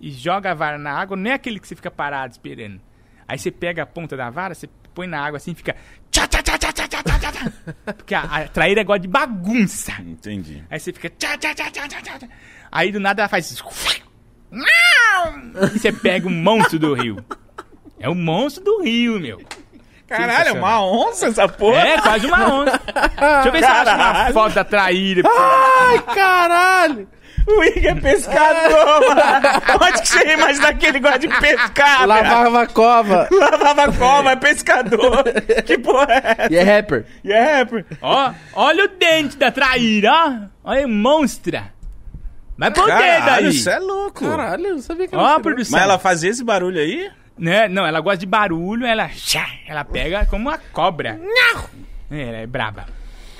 Speaker 3: e joga a vara na água, não é aquele que você fica parado esperando. Aí você pega a ponta da vara, você põe na água assim e fica. Tchá, tchá, tchá, tchá, tchá, tchá, tchá, tchá. Porque a, a traíra gosta de bagunça.
Speaker 2: Entendi.
Speaker 3: Aí você fica. Tchá, tchá, tchá, tchá, tchá, tchá, tchá. Aí do nada ela faz. Não! E você pega um monstro do rio. É um monstro do rio, meu.
Speaker 2: Caralho, é uma onça essa porra?
Speaker 3: É, quase uma onda. Deixa eu ver se eu acho uma
Speaker 2: Caralho.
Speaker 3: foto da traíra.
Speaker 1: Ai, caralho!
Speaker 2: O Igor é pescador, mano! Onde que você mais daquele gosta de pescar, velho?
Speaker 1: Lavava a cova.
Speaker 2: Lavava cova, é pescador! Que porra é essa?
Speaker 1: E é rapper.
Speaker 2: E é rapper.
Speaker 3: Ó, olha o dente da traíra, ó. Olha, monstra. Vai pro dedo aí.
Speaker 2: isso é louco!
Speaker 1: Caralho, eu não sabia que
Speaker 3: Ó,
Speaker 1: era um isso.
Speaker 3: produção.
Speaker 2: Mas ela fazia esse barulho aí?
Speaker 3: Né? Não, ela gosta de barulho, ela... Ela pega como uma cobra. Não! Ela é braba.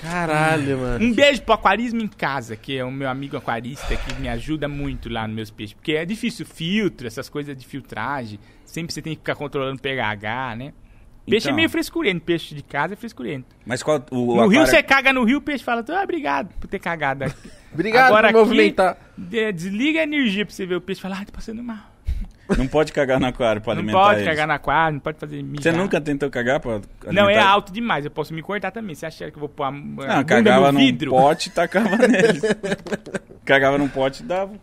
Speaker 1: Caralho, mano.
Speaker 3: Um beijo pro Aquarismo em Casa, que é o meu amigo aquarista que me ajuda muito lá nos meus peixes. Porque é difícil, filtro, essas coisas de filtragem. Sempre você tem que ficar controlando pH, né? Peixe
Speaker 2: Então.
Speaker 3: é meio frescurento, peixe de casa é frescurento.
Speaker 2: Mas qual o
Speaker 3: no rio
Speaker 2: aquário-
Speaker 3: você caga no rio, o peixe fala, ah, obrigado por ter cagado aqui.
Speaker 1: Obrigado
Speaker 3: Agora
Speaker 1: por movimentar.
Speaker 3: de- desliga a energia pra você ver o peixe falar, ah, tô passando mal.
Speaker 2: é- Não pode cagar no aquário pra
Speaker 3: Não
Speaker 2: alimentar
Speaker 3: pode
Speaker 2: eles.
Speaker 3: cagar na quadra, não pode fazer mijar.
Speaker 2: Você nunca tentou cagar pra alimentar
Speaker 3: Não, é
Speaker 2: eles?
Speaker 3: alto demais, eu posso me cortar também. Você acha que eu vou pôr a, a
Speaker 2: Tá Não,
Speaker 3: bunda
Speaker 2: cagava
Speaker 3: no
Speaker 2: num
Speaker 3: vidro?
Speaker 2: pote e tacava neles. cagava num pote e dava.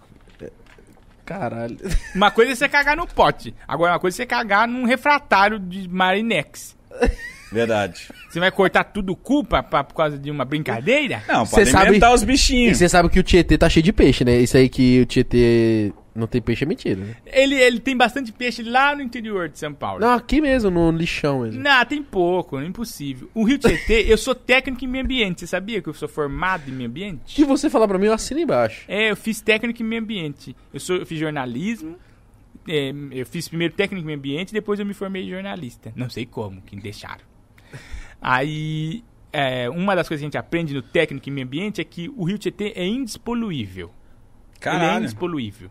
Speaker 1: Caralho.
Speaker 3: Uma coisa é você cagar no pote. Agora, uma coisa é você cagar num refratário de Marinex.
Speaker 2: Verdade.
Speaker 3: Você vai cortar tudo culpa pra, por causa de uma brincadeira?
Speaker 2: Não,
Speaker 1: Cê
Speaker 2: pra
Speaker 1: sabe-
Speaker 2: alimentar os
Speaker 1: E
Speaker 2: bichinhos.
Speaker 1: você sabe que o Tietê tá cheio de peixe, né? Isso aí que o Tietê não tem peixe é mentira. Né?
Speaker 3: Ele, ele tem bastante peixe lá no interior de São Paulo.
Speaker 1: Não, aqui mesmo, no lixão mesmo.
Speaker 3: Não, tem pouco, é impossível. O Rio Tietê, eu sou técnico em meio ambiente. Você sabia que eu sou formado em meio ambiente?
Speaker 1: Se você falar pra mim, eu assino embaixo.
Speaker 3: É, eu fiz técnico em meio ambiente. Eu, sou, eu fiz jornalismo. é, eu fiz primeiro técnico em meio ambiente, depois eu me formei jornalista. Não sei como, que me deixaram. Aí, é, uma das coisas que a gente aprende no técnico em meio ambiente é que o Rio Tietê é indespoluível. Ele é
Speaker 2: Caralho.
Speaker 3: indespoluível.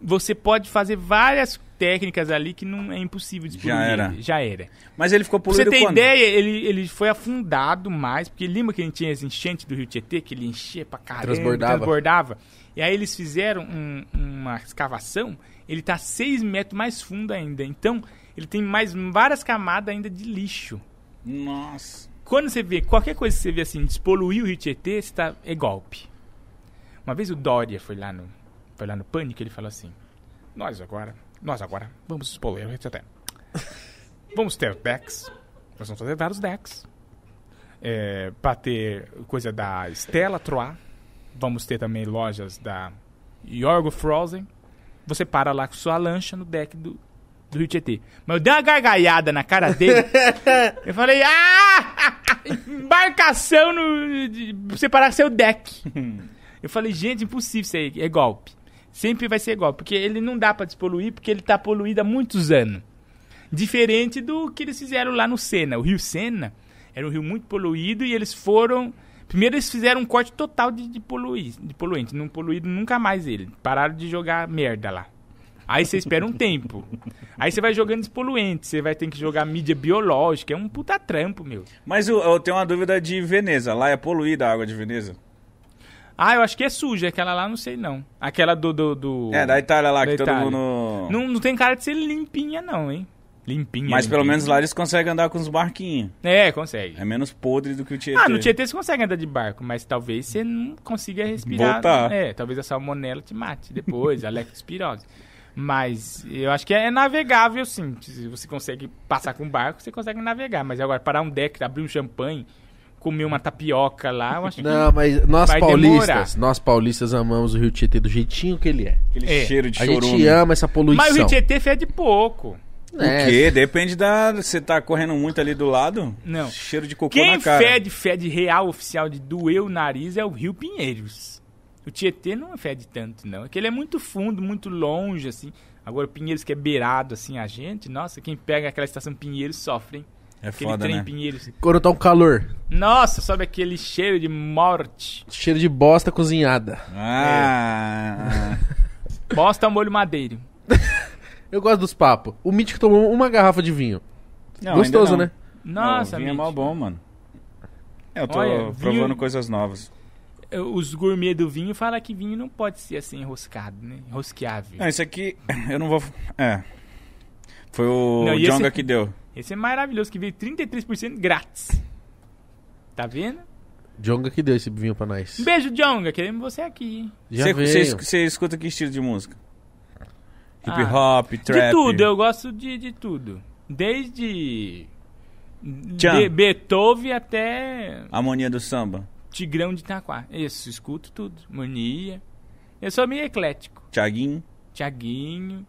Speaker 3: Você pode fazer várias técnicas ali que não é impossível despoluir.
Speaker 2: Já era.
Speaker 3: ele. Já era.
Speaker 2: Mas ele ficou
Speaker 3: Pra você
Speaker 2: poluído
Speaker 3: ter
Speaker 2: quando?
Speaker 3: ideia, ele, ele foi afundado mais, porque lembra que ele tinha as enchentes do Rio Tietê, que ele enchia pra caramba,
Speaker 1: Transbordava.
Speaker 3: transbordava. E aí eles fizeram um- uma escavação, ele tá 6 metros mais fundo ainda. Então, ele tem mais várias camadas ainda de lixo.
Speaker 2: Nossa.
Speaker 3: Quando você vê, qualquer coisa que você vê assim, despoluir o Rio Tietê, você tá, é golpe. Uma vez o Dória foi lá no, foi lá no Pânico, ele falou assim, nós agora, nós agora, vamos despoluir o Rio Tietê. Vamos ter decks, nós vamos fazer vários decks. É, pra ter coisa da Stella Troá, vamos ter também lojas da Yorgo Frozen. Você para lá com sua lancha no deck do, do Rio Tietê. Mas eu dei uma gargalhada na cara dele. Eu falei, ah! Embarcação no. de- pra Separar seu deck. Eu falei, gente, impossível isso aí, é golpe. Sempre vai ser golpe, porque ele não dá pra despoluir, porque ele tá poluído há muitos anos. Diferente do que eles fizeram lá no Sena. O rio Sena era um rio muito poluído e eles foram Primeiro eles fizeram um corte total de, de, polui- de poluente. Não poluíram nunca mais ele. Pararam de jogar merda lá. Aí você espera um tempo. Aí você vai jogando os poluentes. Você vai ter que jogar mídia biológica. É um puta trampo, meu.
Speaker 2: Mas eu, eu tenho uma dúvida de Veneza. Lá é poluída a água de Veneza?
Speaker 3: Ah, eu acho que é suja. Aquela lá, não sei não. Aquela do... do, do-
Speaker 2: É, da Itália lá,
Speaker 3: da
Speaker 2: que
Speaker 3: Itália.
Speaker 2: todo mundo...
Speaker 3: Não, não tem cara de ser limpinha não, hein? Limpinha.
Speaker 2: Mas pelo
Speaker 3: limpinha.
Speaker 2: menos lá eles conseguem andar com os barquinhos.
Speaker 3: É, consegue.
Speaker 2: É menos podre do que o Tietê.
Speaker 3: Ah, no Tietê você consegue andar de barco, mas talvez você não consiga respirar.
Speaker 2: Voltar.
Speaker 3: É, talvez a salmonela te mate depois, a leptospirose. Mas eu acho que é navegável, sim. Se você consegue passar com barco, você consegue navegar. Mas agora, parar um deck, abrir um champanhe, comer uma tapioca lá, eu acho
Speaker 1: Não, mas nós
Speaker 3: Vai
Speaker 1: paulistas,
Speaker 3: demorar.
Speaker 1: nós paulistas amamos o Rio Tietê do jeitinho que ele é.
Speaker 2: Aquele
Speaker 3: É.
Speaker 2: cheiro de
Speaker 1: A
Speaker 2: chorume.
Speaker 1: gente ama essa
Speaker 3: que...
Speaker 1: poluição.
Speaker 3: Mas o Rio Tietê fede pouco.
Speaker 1: É,
Speaker 2: O quê? Depende da... Você tá correndo muito ali do lado?
Speaker 3: Não.
Speaker 2: Cheiro de cocô
Speaker 3: Quem
Speaker 2: na cara.
Speaker 3: fede, fede real oficial de doer o nariz é o Rio Pinheiros. O Tietê não fede tanto, não. É que ele é muito fundo, muito longe, assim. Agora, o Pinheiros que é beirado, assim, a gente, nossa, quem pega aquela estação Pinheiros sofre, hein?
Speaker 2: É
Speaker 3: Aquele
Speaker 2: foda,
Speaker 3: trem
Speaker 2: né?
Speaker 3: Pinheiros.
Speaker 1: Quando tá um calor,
Speaker 3: Nossa, sobe aquele cheiro de morte.
Speaker 1: cheiro de bosta cozinhada.
Speaker 2: Ah...
Speaker 3: É. Bosta ao molho madeiro.
Speaker 1: Eu gosto dos papos. O Mítico tomou uma garrafa de vinho.
Speaker 2: Não,
Speaker 1: Gostoso,
Speaker 2: ainda não.
Speaker 1: né?
Speaker 3: Nossa,
Speaker 2: Não, vinho é
Speaker 3: amigo.
Speaker 2: mó bom, mano. É, Eu tô
Speaker 3: Olha, vinho-
Speaker 2: provando coisas novas.
Speaker 3: Os gourmet do vinho falam que vinho não pode ser assim enroscado, né? Enrosqueável.
Speaker 2: Não, isso aqui eu não vou. É. Foi o
Speaker 3: Não, e
Speaker 2: Jonga
Speaker 3: esse-
Speaker 2: que deu.
Speaker 3: Esse é maravilhoso, que veio 33% grátis. Tá vendo?
Speaker 1: Jonga que deu esse vinho pra nós.
Speaker 3: Um beijo, Jonga. Queremos você aqui, hein?
Speaker 1: Já
Speaker 2: Você-
Speaker 1: veio.
Speaker 2: Você esc- você escuta que estilo de música? Hip
Speaker 3: Ah,
Speaker 2: hop, trap.
Speaker 3: De tudo, eu gosto de, de tudo. Desde
Speaker 2: Tchan.
Speaker 3: de Beethoven até
Speaker 2: A mania do samba.
Speaker 3: Tigrão de Itaquá. Isso, escuto tudo. Mania. Eu sou meio eclético.
Speaker 2: Thiaguinho.
Speaker 3: Tiaguinho.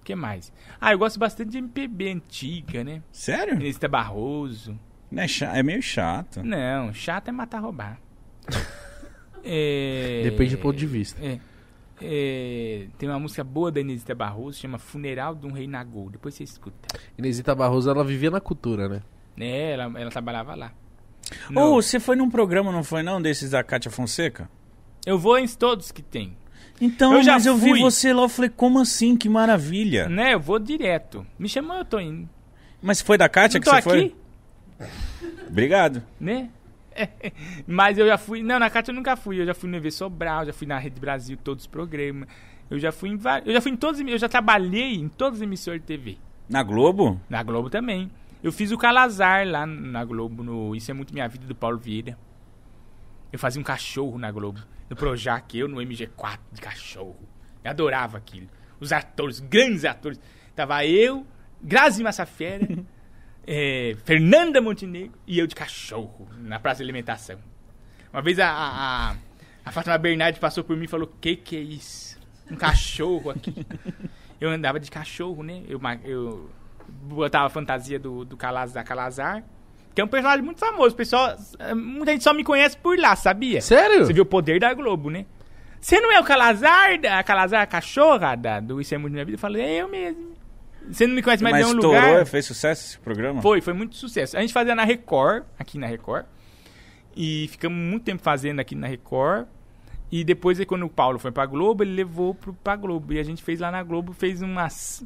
Speaker 3: O que mais? Ah, eu gosto bastante de MPB antiga, né?
Speaker 2: Sério?
Speaker 3: Ministra Barroso.
Speaker 2: Não é, cha- é meio chato.
Speaker 3: Não, chato é matar roubar. É,
Speaker 1: Depende do ponto de vista.
Speaker 3: É. É, tem uma música boa da Inesita Barroso, chama Funeral de um Rei Nagô. Depois você escuta.
Speaker 1: Inesita Barroso, ela vivia na cultura, né?
Speaker 3: É, ela, ela trabalhava lá.
Speaker 2: Ou
Speaker 3: No-
Speaker 2: você foi num programa, não foi não? Desses da Cátia Fonseca?
Speaker 3: Eu vou em todos que tem.
Speaker 2: Então,
Speaker 3: Eu já
Speaker 2: mas eu
Speaker 3: fui.
Speaker 2: vi você lá, eu falei, como assim? Que maravilha.
Speaker 3: Né? Eu vou direto. Me chamou, eu tô indo.
Speaker 2: Mas foi da Cátia
Speaker 3: Eu
Speaker 2: que
Speaker 3: tô
Speaker 2: você
Speaker 3: aqui,
Speaker 2: foi? Obrigado.
Speaker 3: né? Mas eu já fui. Não, na Cátia eu nunca fui. Eu já fui no EV Sobral, já fui na Rede Brasil, todos os programas. Eu já fui em vários. Eu já fui em todos os Eu já trabalhei em todas as emissoras de TV.
Speaker 2: Na Globo?
Speaker 3: Na Globo também. Eu fiz o Calazar lá na Globo, no Isso é Muito Minha Vida, do Paulo Vieira. Eu fazia um cachorro na Globo. No Projac, eu no MG4 de cachorro. Eu adorava aquilo. Os atores, grandes atores. Tava eu, Grazi Massafera, eh, Fernanda Montenegro e eu de cachorro na Praça de Alimentação. Uma vez a, a, a, a Fátima Bernardes passou por mim e falou: Que que é isso? Um cachorro aqui. eu andava de cachorro, né? Eu, ma- eu botava a fantasia do, do Calaz, da Calazar. Que é um personagem muito famoso. O Pessoal, eh, muita gente só me conhece por lá, sabia?
Speaker 1: Sério?
Speaker 3: Você viu o poder da Globo, né? Você não é o Calazar, da- a Calazar, a cachorra da, do Isso é Muito Minha Vida? Eu falei, é eu mesmo. Você não me conhece mais
Speaker 2: mas um
Speaker 3: de nenhum
Speaker 2: estourou, é
Speaker 3: lugar.
Speaker 2: fez sucesso esse programa?
Speaker 3: Foi, foi muito sucesso. A gente fazia na Record, aqui na Record. E ficamos muito tempo fazendo aqui na Record. E depois, aí, quando o Paulo foi pra Globo, ele levou pro, pra Globo. E a gente fez lá na Globo, fez umas.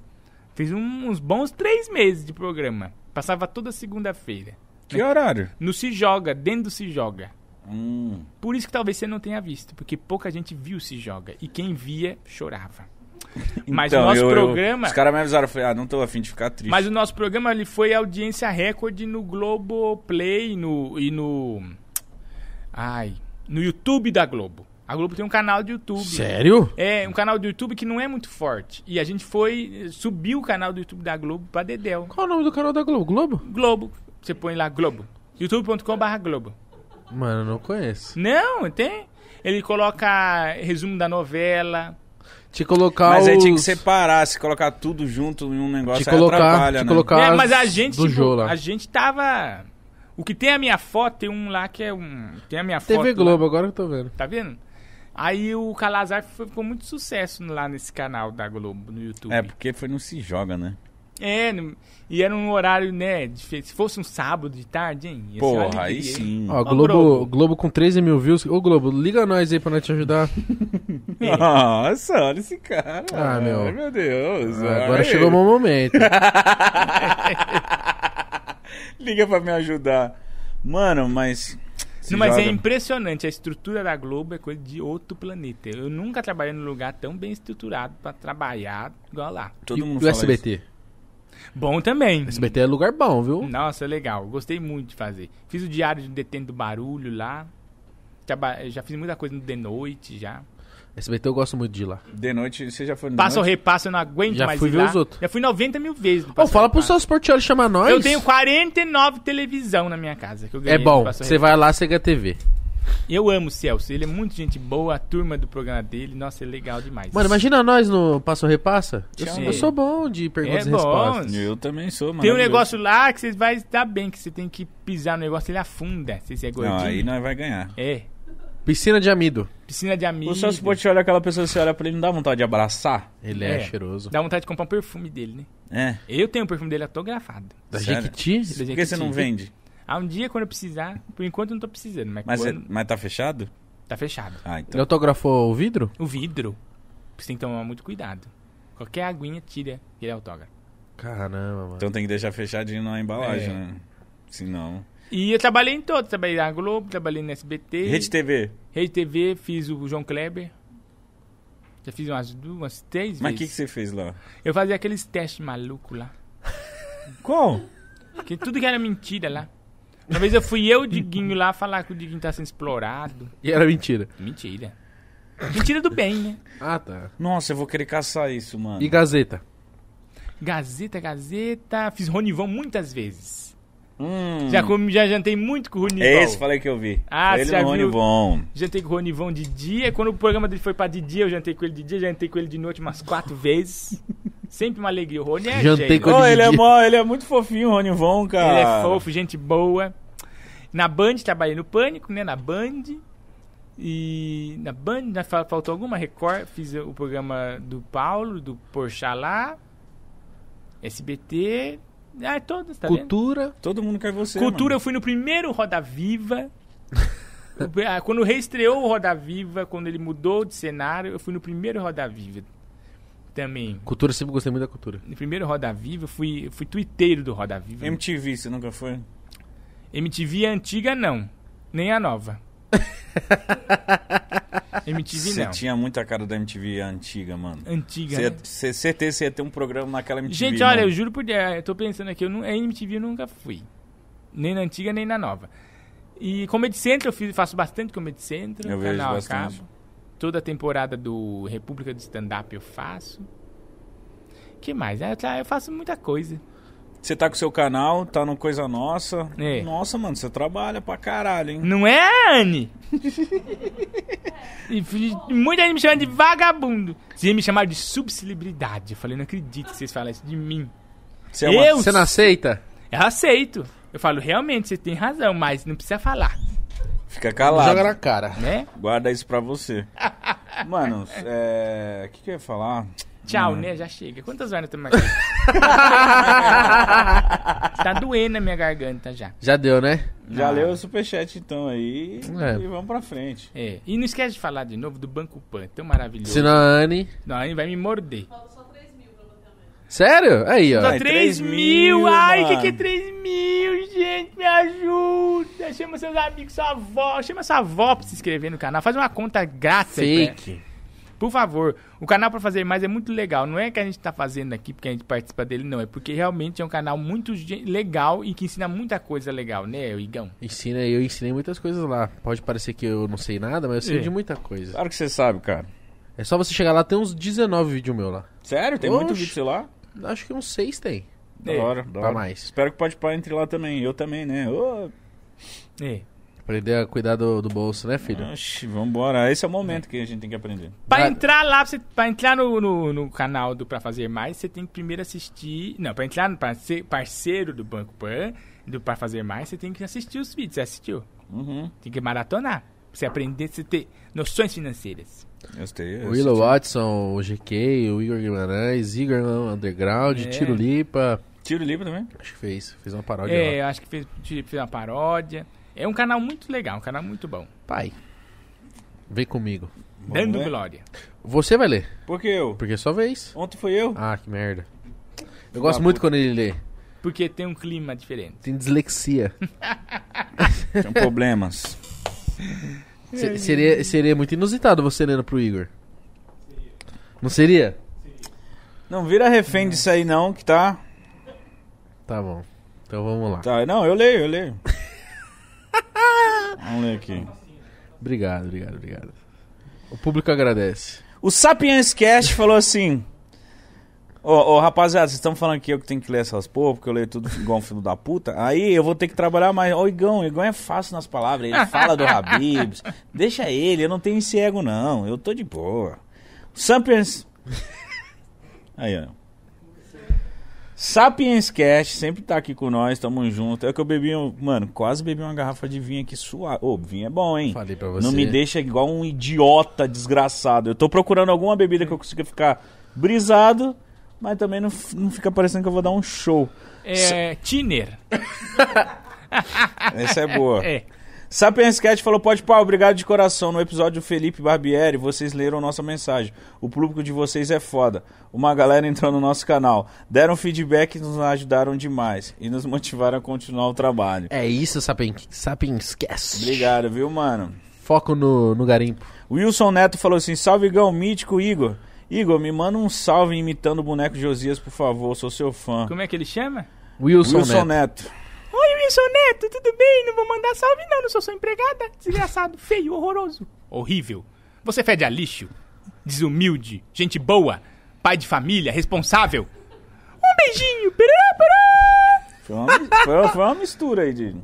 Speaker 3: Fez um- uns bons três meses de programa. Passava toda segunda-feira.
Speaker 2: Que horário?
Speaker 3: No Se Joga, dentro do Se Joga.
Speaker 2: Hum.
Speaker 3: Por isso que talvez você não tenha visto, porque pouca gente viu Se Joga. E quem via, chorava. Mas o nosso programa.
Speaker 2: Então, os caras me avisaram, eu falei, ah, não tô afim de ficar triste.
Speaker 3: Mas o nosso programa ele foi audiência recorde no Globoplay no, e no. Ai. No YouTube da Globo. A Globo tem um canal de YouTube.
Speaker 1: Sério?
Speaker 3: É, um canal de YouTube que não é muito forte. E a gente foi. Subiu o canal do YouTube da Globo pra Dedel.
Speaker 1: Qual é o nome do canal da Globo? Globo?
Speaker 3: Globo. Você põe lá Globo. youtube.com.br Globo.
Speaker 1: Mano, eu não conheço.
Speaker 3: Não, tem. Ele coloca resumo da novela.
Speaker 1: Te colocar
Speaker 2: Mas aí tinha que
Speaker 1: os-
Speaker 2: separar, se colocar tudo junto em um negócio,
Speaker 1: Te
Speaker 2: aí
Speaker 1: colocar-
Speaker 2: atrapalha,
Speaker 1: te
Speaker 2: né?
Speaker 1: colocar-
Speaker 3: É,
Speaker 1: Caso
Speaker 3: mas a gente,
Speaker 1: do Jô lá.
Speaker 3: a gente tava. O que tem a minha foto, tem um lá que é um. Tem a minha foto.
Speaker 1: TV
Speaker 3: lá.
Speaker 1: Globo, agora que eu tô vendo.
Speaker 3: Tá vendo? Aí o Calazar foi- ficou muito sucesso lá nesse canal da Globo, no YouTube.
Speaker 2: É, porque foi não se joga, né?
Speaker 3: É, não- e era um horário, né? dife- Se fosse um sábado de tarde, hein? Ia ser uma
Speaker 2: Porra, aí
Speaker 3: alegria, hein?
Speaker 2: sim.
Speaker 1: Ó,
Speaker 3: Ó,
Speaker 1: Globo, Globo.
Speaker 3: Globo.
Speaker 1: com 13 mil views. Ô, Globo, liga nós aí pra nós te ajudar.
Speaker 2: Nossa, olha esse cara.
Speaker 1: Ah, meu.
Speaker 2: Ai, meu Deus.
Speaker 1: Ah, agora
Speaker 2: olha
Speaker 1: chegou o
Speaker 2: ele.
Speaker 1: meu momento.
Speaker 2: Liga pra me ajudar. Mano, mas. se
Speaker 3: Não, mas é
Speaker 2: joga.
Speaker 3: impressionante, a estrutura da Globo é coisa de outro planeta. Eu nunca trabalhei num lugar tão bem estruturado pra trabalhar igual lá.
Speaker 1: E
Speaker 2: Todo mundo
Speaker 1: o
Speaker 2: fala
Speaker 1: SBT?
Speaker 3: Bom também.
Speaker 1: SBT é lugar bom, viu?
Speaker 3: Nossa, legal. Gostei muito de fazer. Fiz o diário de detento do barulho lá. Traba- Já fiz muita coisa no de noite já.
Speaker 1: SBT eu gosto muito de ir lá.
Speaker 2: isso. De noite, você já foi no.
Speaker 3: Passa ou
Speaker 2: noite?
Speaker 3: repasso, eu não aguento
Speaker 1: Já
Speaker 3: mais
Speaker 1: fui
Speaker 3: ir
Speaker 1: ver
Speaker 3: lá.
Speaker 1: os outros.
Speaker 3: Já fui 90 mil vezes. no
Speaker 1: Ô,
Speaker 3: Passa
Speaker 1: fala
Speaker 3: ou
Speaker 1: pro
Speaker 3: Repasso.
Speaker 1: Celso Portioli chamar nós.
Speaker 3: Eu tenho 49 televisão na minha casa. que eu
Speaker 1: É
Speaker 3: ganhei do
Speaker 1: bom,
Speaker 3: Passa ou
Speaker 1: você
Speaker 3: Repasso.
Speaker 1: vai lá, você ganha TV.
Speaker 3: Eu amo o Celso, ele é muito gente boa, a turma do programa dele, nossa, é legal demais.
Speaker 1: Mano, imagina nós no Passa ou Repassa. Eu,
Speaker 2: Tchau.
Speaker 1: sou- eu sou bom de perguntas
Speaker 3: É
Speaker 1: e
Speaker 3: bom.
Speaker 1: respostas.
Speaker 2: Eu também sou, mano.
Speaker 3: Tem um negócio lá que você vai dar bem, que você tem que pisar no negócio, ele afunda, se você é gordinho.
Speaker 2: Não, aí nós vai ganhar.
Speaker 3: É,
Speaker 1: Piscina de amido.
Speaker 3: piscina de amigos.
Speaker 2: O Celso Porte olha aquela pessoa, você olha pra ele, não dá vontade de abraçar?
Speaker 1: Ele é, cheiroso.
Speaker 3: Dá vontade de comprar um perfume dele, né?
Speaker 2: É.
Speaker 3: Eu tenho o perfume dele autografado.
Speaker 1: Da
Speaker 2: Sério?
Speaker 1: Jequiti?
Speaker 3: Da
Speaker 2: Por que você
Speaker 3: Jequiti.
Speaker 2: não vende?
Speaker 3: Ah, um dia quando eu precisar, por enquanto eu não tô precisando, mas,
Speaker 2: Mas,
Speaker 3: quando...
Speaker 2: é- mas tá fechado?
Speaker 3: Tá fechado.
Speaker 2: Ah,
Speaker 1: Ele
Speaker 2: então.
Speaker 1: autografou o vidro?
Speaker 3: O vidro, você tem que tomar muito cuidado. Qualquer aguinha tira, ele é autógrafo.
Speaker 1: Caramba, mano.
Speaker 2: Então tem que deixar fechadinho na embalagem,
Speaker 3: É.
Speaker 2: né? Senão.
Speaker 3: E eu trabalhei em todos, trabalhei na Globo, trabalhei na SBT.
Speaker 2: Rede TV.
Speaker 3: Rede TV, fiz o João Kleber. Já fiz umas duas, umas três
Speaker 2: Mas o que, que
Speaker 3: vezes.
Speaker 2: você fez lá?
Speaker 3: Eu fazia aqueles testes malucos lá.
Speaker 2: Qual?
Speaker 3: Que tudo que era mentira lá. Uma vez eu fui eu, o Diguinho, lá falar que o Diguinho tá sendo explorado.
Speaker 1: E era mentira.
Speaker 3: Mentira. Mentira do bem, né?
Speaker 1: Ah, tá.
Speaker 2: Nossa, eu vou querer caçar isso, mano.
Speaker 1: E Gazeta?
Speaker 3: Gazeta, Gazeta. Fiz Ronivão muitas vezes.
Speaker 2: Hum.
Speaker 3: Já, comi, já jantei muito com o Ronivão.
Speaker 2: É esse, falei que eu vi.
Speaker 3: Ah,
Speaker 2: Foi
Speaker 3: você
Speaker 2: ele
Speaker 3: já
Speaker 2: no
Speaker 3: viu?
Speaker 2: Onivon.
Speaker 3: Jantei com o Ronivão de dia. Quando o programa dele foi pra de dia, eu jantei com ele de dia. Jantei com ele de noite umas quatro vezes. Sempre uma alegria. O Rony é
Speaker 1: Jantei
Speaker 3: gênio.
Speaker 1: com Quando
Speaker 2: Oh, ele, é
Speaker 1: ele-
Speaker 2: mó, ele é muito fofinho, o Ronivon, cara.
Speaker 3: Ele é fofo, gente boa. Na Band, trabalhei no Pânico, né? Na Band. E na Band, né, fal- faltou alguma Record. Fiz o programa do Paulo, do Porchat lá. SBT. Ah, todas, tá vendo?
Speaker 1: Cultura.
Speaker 2: Todo mundo quer você.
Speaker 3: Cultura, eu
Speaker 2: mano.
Speaker 3: fui no primeiro Roda Viva. Eu- ah, quando reestreou o Roda Viva, quando ele mudou de cenário, eu fui no primeiro Roda Viva também.
Speaker 1: Cultura, sempre gostei muito da cultura.
Speaker 3: No primeiro Roda Viva, eu fui, eu fui tuiteiro do Roda Viva.
Speaker 2: MTV, você nunca foi?
Speaker 3: MTV a antiga não, nem a nova. MTV
Speaker 2: Você
Speaker 3: não.
Speaker 2: tinha muita cara da MTV antiga, mano.
Speaker 3: Antiga.
Speaker 2: Você, é
Speaker 3: né?
Speaker 2: você, certeza você ia ter um programa naquela MTV.
Speaker 3: Gente, olha,
Speaker 2: mano.
Speaker 3: eu juro por Deus, eu tô pensando aqui, eu não, em MTV eu nunca fui. Nem na antiga, nem na nova. E Comedy Central, eu fiz- faço bastante Comedy Central.
Speaker 2: Eu vejo
Speaker 3: canal a
Speaker 2: bastante.
Speaker 3: cabo. Toda a temporada do República do Stand-Up eu faço. que mais? Ah, tá, Eu faço muita coisa.
Speaker 2: Você tá com o seu canal, tá no Coisa Nossa.
Speaker 3: É.
Speaker 2: Nossa, mano, você trabalha pra caralho, hein?
Speaker 3: Não é, Anne? e fi- muita gente me chamando de vagabundo. Vocês me chamaram de subcelebridade. Eu falei, não acredito que vocês falam isso de mim.
Speaker 2: Você é uma-
Speaker 3: Eu-
Speaker 1: Você não aceita?
Speaker 3: Eu aceito. Eu falo, realmente, você tem razão, mas não precisa falar,
Speaker 2: Fica calado.
Speaker 1: Joga na cara.
Speaker 3: né?
Speaker 2: Guarda isso pra você. Mano, é. O que, que eu ia falar?
Speaker 3: Tchau, né? Já chega. Quantas horas estamos aqui? tá doendo a minha garganta já.
Speaker 1: Já deu, né?
Speaker 3: Ah.
Speaker 2: Já leu o superchat então aí
Speaker 1: É.
Speaker 2: e vamos pra frente.
Speaker 3: É. E não esquece de falar de novo do Banco Pan, tão maravilhoso.
Speaker 1: Senão a Anne.
Speaker 3: Não, aí vai me morder.
Speaker 1: Sério? Aí, ó.
Speaker 3: Só
Speaker 2: Ai,
Speaker 3: 3
Speaker 2: 3
Speaker 3: É, mil,
Speaker 2: mil,
Speaker 3: ai,
Speaker 2: mano.
Speaker 3: que que é 3 mil, gente, me ajuda, chama seus amigos, sua avó, chama sua avó pra se inscrever no canal, faz uma conta grátis aí, pra-
Speaker 1: Fake.
Speaker 3: por favor, o canal pra fazer mais é muito legal, não é que a gente tá fazendo aqui porque a gente participa dele, não, é porque realmente é um canal muito ge- legal e que ensina muita coisa legal, né, Igão?
Speaker 1: Ensina, eu ensinei muitas coisas lá. Pode parecer que eu não sei nada, mas eu sei
Speaker 3: É.
Speaker 1: de muita coisa.
Speaker 2: Claro que você sabe, cara.
Speaker 1: É só você chegar lá, tem uns 19 vídeos meu lá.
Speaker 2: Sério? Tem muito
Speaker 1: Oxe.
Speaker 2: vídeo, sei lá?
Speaker 1: Acho que uns 6 tem.
Speaker 2: Da
Speaker 3: É,
Speaker 2: hora, da
Speaker 1: pra
Speaker 2: hora.
Speaker 1: mais.
Speaker 2: Espero que pode parar entre lá também. Eu também, né? Ô,
Speaker 3: É.
Speaker 1: Aprender a cuidar do, do bolso, né, filho?
Speaker 2: oxe, vambora. Esse é o momento que a gente tem que aprender.
Speaker 3: Pra
Speaker 1: Nada.
Speaker 3: entrar lá, pra você, pra entrar no, no, no canal do Pra Fazer Mais, você tem que primeiro assistir. Não, pra entrar no parce- parceiro do Banco Pan, do Pra Fazer Mais, você tem que assistir os vídeos. Você assistiu?
Speaker 2: Uhum.
Speaker 3: Tem que maratonar. Pra Pra você aprender, você ter noções financeiras.
Speaker 2: Gostei.
Speaker 1: O Willow Watson, o GK, o Igor Guimarães, Igor Underground,
Speaker 3: É.
Speaker 1: Tiro Lipa.
Speaker 2: Tiro livre também?
Speaker 1: Acho que fez. Fez uma paródia
Speaker 3: É,
Speaker 1: lá.
Speaker 3: eu acho que fez, fez uma paródia. É um canal muito legal, um canal muito bom.
Speaker 1: Pai. Vem comigo.
Speaker 2: Vamos
Speaker 3: Dando
Speaker 2: ver.
Speaker 3: glória.
Speaker 1: Você vai ler,
Speaker 2: Por que eu?
Speaker 1: porque é sua vez.
Speaker 2: Ontem foi eu?
Speaker 1: Ah, que merda. Eu
Speaker 3: Tá
Speaker 1: gosto muito quando ele lê.
Speaker 3: Porque tem um clima diferente.
Speaker 1: Tem dislexia.
Speaker 2: Tinha problemas.
Speaker 1: Se- seria, seria muito inusitado você lendo pro Igor. Não seria?
Speaker 2: Não, vira refém disso aí não, que tá...
Speaker 1: Tá bom. Então vamos lá.
Speaker 2: tá... Não, eu leio, eu leio. Vamos ler aqui.
Speaker 1: Obrigado, obrigado, obrigado. O público agradece.
Speaker 2: O Sapiens Cast falou assim... Ô, ô, rapaziada, vocês estão falando que eu que tenho que ler essas porra, porque eu leio tudo igual um filho da puta. Aí eu vou ter que trabalhar mais. Ó, o Igão, o Igão é fácil nas palavras. Ele fala do Habibs. Deixa ele, eu não tenho esse ego, não. Eu tô de boa. Sapiens. Aí, ó. Sapiens Cast sempre tá aqui com nós, tamo junto. É que eu bebi, um, mano, quase bebi uma garrafa de vinho aqui suave. Ô, vinho é bom, hein?
Speaker 1: Falei pra você.
Speaker 2: Não me deixa igual um idiota desgraçado. Eu tô procurando alguma bebida que eu consiga ficar brisado, mas também não, f- não fica parecendo que eu vou dar um show.
Speaker 3: É, Tiner.
Speaker 2: Essa é boa.
Speaker 3: É.
Speaker 2: Sapiens Cat falou: Pode pau, obrigado de coração. No episódio Felipe Barbieri, vocês leram nossa mensagem. O público de vocês é foda. Uma galera entrou no nosso canal. Deram feedback e nos ajudaram demais. E nos motivaram a continuar o trabalho.
Speaker 1: É isso, Sapien. Sapien, esquece.
Speaker 2: Obrigado, viu, mano?
Speaker 1: Foco no, no garimpo.
Speaker 2: Wilson Neto falou assim: Salve, Gão, mítico Igor. Igor, me manda um salve imitando o boneco Josias, por favor. Sou seu fã.
Speaker 3: Como é que é ele chama?
Speaker 1: Wilson,
Speaker 2: Wilson
Speaker 1: Neto.
Speaker 2: Neto.
Speaker 3: Oi, Wilson Neto, tudo bem? Não vou mandar salve não, não sou sua empregada. Desgraçado, feio, horroroso. Horrível. Você fede a lixo, desumilde, gente boa, pai de família, responsável. Um beijinho, perá, perá.
Speaker 2: Foi uma, foi uma- foi uma mistura aí de.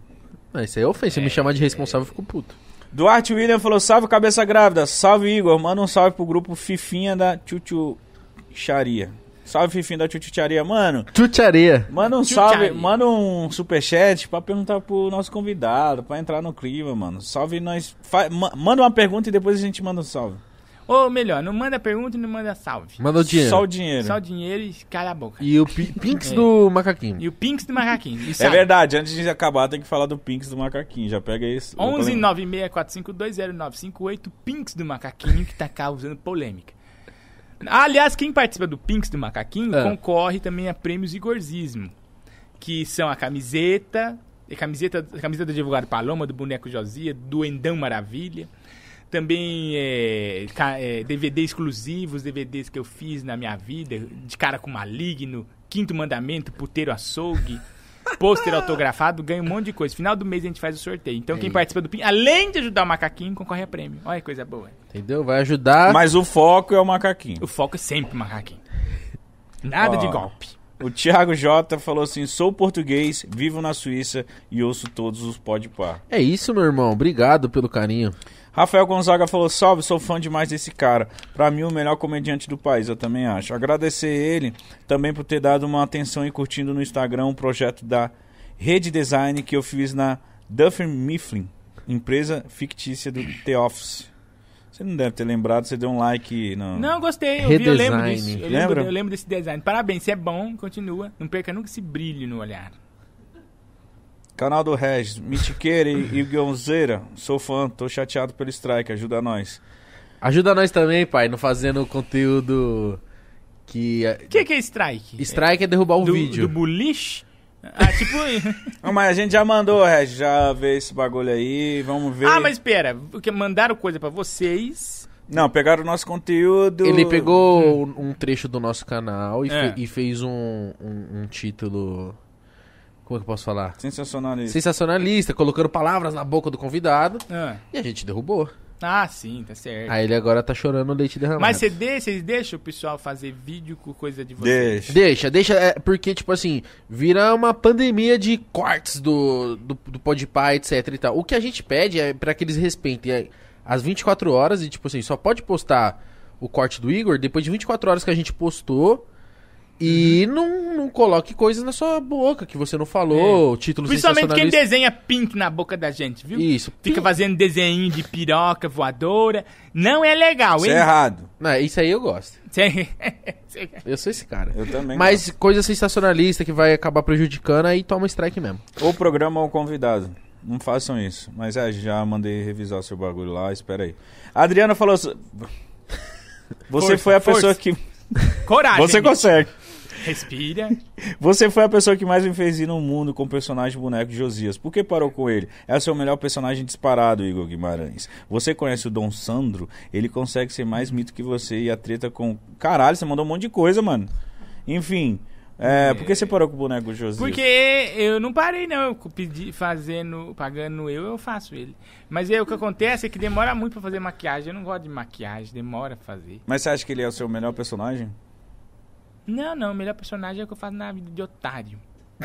Speaker 1: Não, isso aí é ofensa. Se me chamar de responsável, eu fico puto.
Speaker 2: Duarte William falou: Salve, cabeça grávida. Salve, Igor. Manda um salve pro grupo Fifinha da Chuchucharia. Salve, Fifinha da Chuchucharia. Mano,
Speaker 1: Tchutcharia.
Speaker 2: manda um
Speaker 3: Chucharia.
Speaker 2: salve, manda um superchat pra perguntar pro nosso convidado, pra entrar no clima, mano. Salve nós. fa- ma- manda uma pergunta e depois a gente manda um salve.
Speaker 3: Ou melhor, não manda pergunta e não manda salve.
Speaker 1: Manda o dinheiro.
Speaker 2: Só o dinheiro.
Speaker 3: Só dinheiro e cala a boca.
Speaker 1: E o pi- Pinks do macaquinho.
Speaker 3: E o Pinks do Macaquinho. E
Speaker 2: É
Speaker 3: sabe,
Speaker 2: verdade, antes de acabar tem que falar do Pinks do Macaquinho, já pega esse.
Speaker 3: 11 964520958 Pinks do Macaquinho, que tá causando polêmica. Aliás, quem participa do Pinks do Macaquinho
Speaker 1: Ah.
Speaker 3: concorre também a prêmios Igorzismo, que são a camiseta, a camiseta, a camiseta do advogado Paloma, do Boneco Josia, do Endão Maravilha. Também é, ca- é, DVD exclusivos, DVDs que eu fiz na minha vida, de cara com maligno, Quinto Mandamento, Puteiro Açougue, pôster autografado, ganha um monte de coisa. Final do mês a gente faz o sorteio. Então quem
Speaker 1: Eita.
Speaker 3: participa do PIN, além de ajudar o macaquinho, concorre a prêmio. Olha que coisa boa.
Speaker 1: Entendeu? Vai ajudar.
Speaker 2: Mas o foco é o macaquinho.
Speaker 3: O foco é sempre o macaquinho. Nada
Speaker 2: Ó.
Speaker 3: de golpe.
Speaker 2: O Thiago J falou assim: sou português, vivo na Suíça e ouço todos os podpar.
Speaker 1: É isso, meu irmão. Obrigado pelo carinho.
Speaker 2: Rafael Gonzaga falou: salve, sou fã demais desse cara. Pra mim, o melhor comediante do país, eu também acho. Agradecer ele também por ter dado uma atenção e curtindo no Instagram um projeto da Rede Design que eu fiz na Duffer Mifflin, empresa fictícia do The Office. Você não deve ter lembrado, você deu um like no.
Speaker 3: Não, gostei. Eu, vi, eu lembro
Speaker 1: Redesign.
Speaker 3: disso. Eu
Speaker 2: Lembra?
Speaker 3: lembro, eu lembro desse design. Parabéns, você é bom, continua. Não perca nunca esse brilho no olhar.
Speaker 2: Canal do Regis, Mitiqueira e, e Gonzeira, sou fã, tô chateado pelo strike, ajuda nós.
Speaker 1: Ajuda nós também, pai, não fazendo conteúdo que...
Speaker 3: O que, que é strike?
Speaker 1: Strike é derrubar o
Speaker 3: do,
Speaker 1: vídeo.
Speaker 3: Do buliche? Ah, tipo...
Speaker 2: Não, mas a gente já mandou, Regis, já vê esse bagulho aí, vamos ver.
Speaker 3: ah, mas pera. Porque mandaram coisa pra vocês...
Speaker 2: Não, pegaram o nosso conteúdo.
Speaker 1: Ele pegou um um trecho do nosso canal e,
Speaker 3: É.
Speaker 1: fe- e fez um, um- um título... Como é que eu posso falar?
Speaker 2: Sensacionalista.
Speaker 1: Sensacionalista, colocando palavras na boca do convidado.
Speaker 3: Ah,
Speaker 1: E a gente derrubou.
Speaker 3: ah sim, tá certo.
Speaker 1: Aí ele agora tá chorando leite derramado.
Speaker 3: Mas cê de- vocês deixam o pessoal fazer vídeo com coisa de vocês?
Speaker 2: Deixa.
Speaker 1: Deixa, deixa, é, porque, tipo assim, vira uma pandemia de cortes do, do, do Podpah, etc e tal. O que a gente pede é pra que eles respeitem é, as 24 horas e, tipo assim, só pode postar o corte do Igor depois de 24 horas que a gente postou E não, não coloque coisas na sua boca que você não falou, títulos
Speaker 3: Principalmente quem
Speaker 1: sensacionalistas.
Speaker 3: desenha pink na boca da gente, viu?
Speaker 1: Isso.
Speaker 3: Fica
Speaker 1: Pink.
Speaker 3: fazendo desenho de piroca voadora. Não é legal,
Speaker 2: Isso
Speaker 3: hein?
Speaker 2: é errado.
Speaker 1: Não, isso aí eu gosto.
Speaker 3: Cê-
Speaker 1: Eu sou esse cara.
Speaker 2: Eu também.
Speaker 1: Mas coisa sensacionalista que vai acabar prejudicando, aí toma strike mesmo.
Speaker 2: gosto. Ou programa ou convidado. Não façam isso. Mas é, já mandei revisar o seu bagulho lá, espera aí. A Adriana falou. assim- Você
Speaker 3: Força,
Speaker 2: foi a pessoa
Speaker 3: força. Ah,
Speaker 2: que.
Speaker 3: Coragem.
Speaker 2: Você
Speaker 3: amigo.
Speaker 2: consegue.
Speaker 3: Respira.
Speaker 2: Você foi a pessoa que mais me fez ir no mundo com o personagem boneco de Josias. Por que parou com ele? É o seu melhor personagem disparado, Igor Guimarães. Você conhece o Dom Sandro? Ele consegue ser mais mito que você e a treta com. Caralho, você mandou um monte de coisa, mano. Enfim. É, Por que você parou com o boneco de Josias?
Speaker 3: Porque eu não parei, não. Eu pedi fazendo, pagando eu, eu faço ele. Mas aí o que acontece é que demora muito pra fazer maquiagem. Eu não gosto de maquiagem, demora pra fazer.
Speaker 2: Mas você acha que ele é o seu melhor personagem?
Speaker 3: Não, não. O melhor personagem é o que eu faço na vida de otário.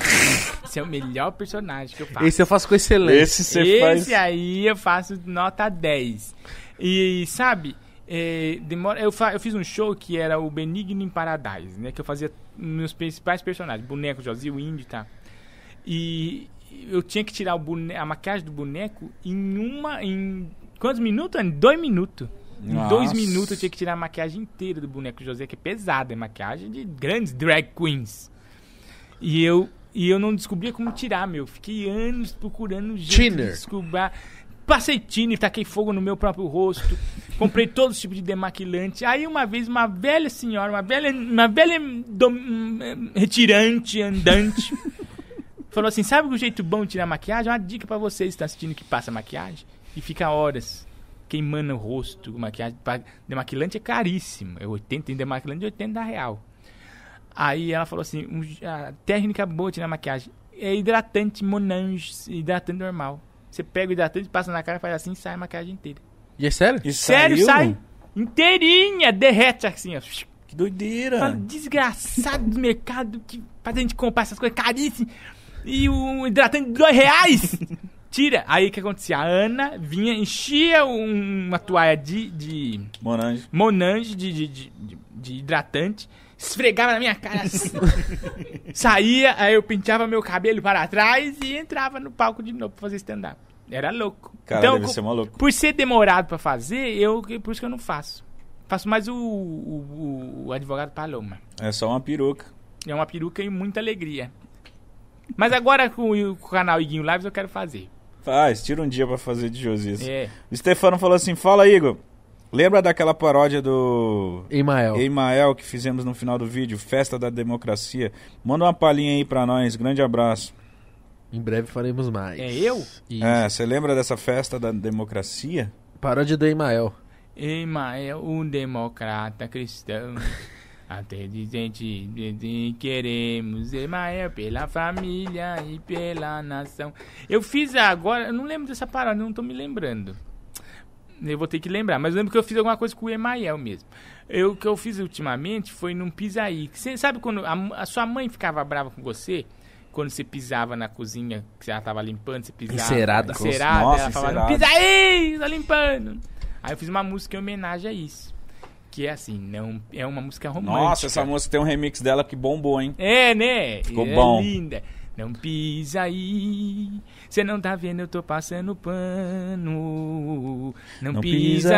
Speaker 3: Esse é o melhor personagem que eu faço.
Speaker 1: Esse eu faço com excelência.
Speaker 2: você
Speaker 3: Esse é- aí eu faço nota 10. E sabe, é, demora, eu, fa- eu fiz um show que era o Benigno em Paradise, né? Que eu fazia meus principais personagens, boneco, Josi, o índio e tal. E eu tinha que tirar o bone- a maquiagem do boneco em uma. Em quantos minutos? Em dois minutos. Em dois
Speaker 2: Nossa.
Speaker 3: minutos eu tinha que tirar a maquiagem inteira do boneco José, que é pesada, é maquiagem de grandes drag queens. E eu, e eu não descobria como tirar, meu. Fiquei anos procurando um jeito
Speaker 1: Thinner.
Speaker 3: de descobrir. Passei tiner, taquei fogo no meu próprio rosto. Comprei todo tipo de demaquilante. Aí uma vez uma velha senhora, uma velha, uma velha dom- retirante, andante, falou assim: "Sabe o jeito bom de tirar maquiagem? É Uma dica pra vocês que estão assistindo que passa maquiagem e fica horas queimando o rosto com maquiagem. Pa- Demaquilante é caríssimo. É 80, tem demaquilante de 80 real. Aí ela falou assim: um- a técnica boa de tirar maquiagem é hidratante Monange, hidratante normal. Você pega o hidratante, passa na cara, faz assim sai a maquiagem inteira.
Speaker 1: E é sério?
Speaker 2: E
Speaker 3: Sério,
Speaker 2: saiu?
Speaker 3: sai inteirinha, derrete assim, ó.
Speaker 2: Que doideira.
Speaker 3: Fala, desgraçado do mercado que faz a gente comprar essas coisas caríssimas. E o hidratante de dois reais. Tira. Aí o que acontecia? A Ana vinha, enchia um- uma toalha de, de
Speaker 2: Morange.
Speaker 3: Monange de, de, de- de- de hidratante, esfregava na minha cara assim. Saía, aí eu penteava meu cabelo para trás e entrava no palco de novo pra fazer stand-up. Era louco.
Speaker 2: Cara,
Speaker 3: então,
Speaker 2: deve
Speaker 3: co-
Speaker 2: ser maluco.
Speaker 3: por ser demorado pra fazer, eu por isso que eu não faço. Faço mais o, o, o advogado Paloma.
Speaker 2: É só uma peruca.
Speaker 3: É uma peruca e muita alegria. Mas agora com o com o canal Iguinho Lives eu quero fazer.
Speaker 2: Faz, tira um dia pra fazer de Josias.
Speaker 3: É.
Speaker 2: O Stefano falou assim: Fala, Igor. Lembra daquela paródia do
Speaker 1: Emael.
Speaker 2: Emael que fizemos no final do vídeo, Festa da Democracia? Manda uma palhinha aí pra nós, grande abraço.
Speaker 1: Em breve faremos mais.
Speaker 3: É eu?
Speaker 1: Isso.
Speaker 2: É, você lembra dessa festa da democracia?
Speaker 1: Paródia do Emael.
Speaker 3: Emael, um democrata cristão. Até dizente queremos Emael pela família e pela nação. Eu fiz agora, eu não lembro dessa paródia, não tô me lembrando. Eu vou ter que lembrar, mas eu lembro que eu fiz alguma coisa com o Emael mesmo. Eu, o que eu fiz ultimamente foi num pisaí. Você sabe quando a, m- a sua mãe ficava brava com você? Quando você pisava na cozinha, que ela tava limpando, você pisava.
Speaker 1: Encerada.
Speaker 3: Encerada,
Speaker 2: Nossa,
Speaker 3: ela falava,
Speaker 2: encerada.
Speaker 3: não pisa aí, tá limpando. Aí eu fiz uma música em homenagem a isso. Que é assim, não é uma música romântica.
Speaker 2: Nossa, essa música tem um remix dela que bombou, hein?
Speaker 3: É, né?
Speaker 2: Ficou
Speaker 3: é
Speaker 2: bom.
Speaker 3: linda. Não pisa aí, cê não tá vendo, eu tô passando pano. Não,
Speaker 2: Não
Speaker 3: pisa,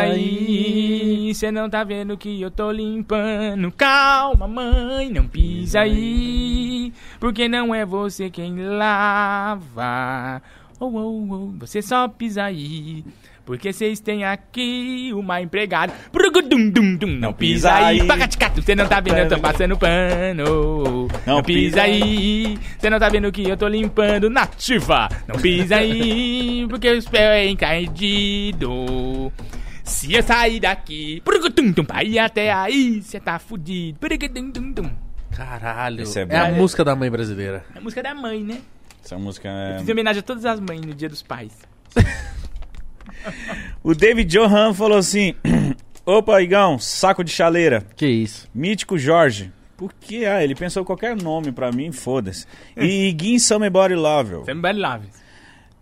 Speaker 2: pisa
Speaker 3: aí, cê não tá vendo que eu tô limpando. Calma, mãe, não pisa aí, porque não é você quem lava. Oh, oh, oh, você só pisa aí, porque vocês têm aqui uma empregada. Brugudum, dum, dum, não pisa
Speaker 2: pisa
Speaker 3: aí,
Speaker 2: aí.
Speaker 3: paga Cato, cê não tá vendo, eu tô passando pano. Não, pisa aí, cê não tá vendo que eu tô limpando nativa. Não pisa aí, porque os pés é encardido. Se eu sair daqui, brucutum-tum, pra ir até aí, cê tá fudido. Brucutum-tum-tum.
Speaker 1: Caralho.
Speaker 2: Esse é bom.
Speaker 1: é a música da mãe brasileira.
Speaker 3: É a música da mãe, né?
Speaker 2: Essa música
Speaker 3: Fiz
Speaker 2: é.
Speaker 3: homenagem a todas as mães no Dia dos Pais.
Speaker 2: O David Johan falou assim: Opa, Igão, saco de chaleira.
Speaker 1: Que isso.
Speaker 2: Mítico Jorge. Por que? Ah, ele pensou qualquer nome pra mim, foda-se. E Guin Somebody Lovel.
Speaker 3: Somebody loves.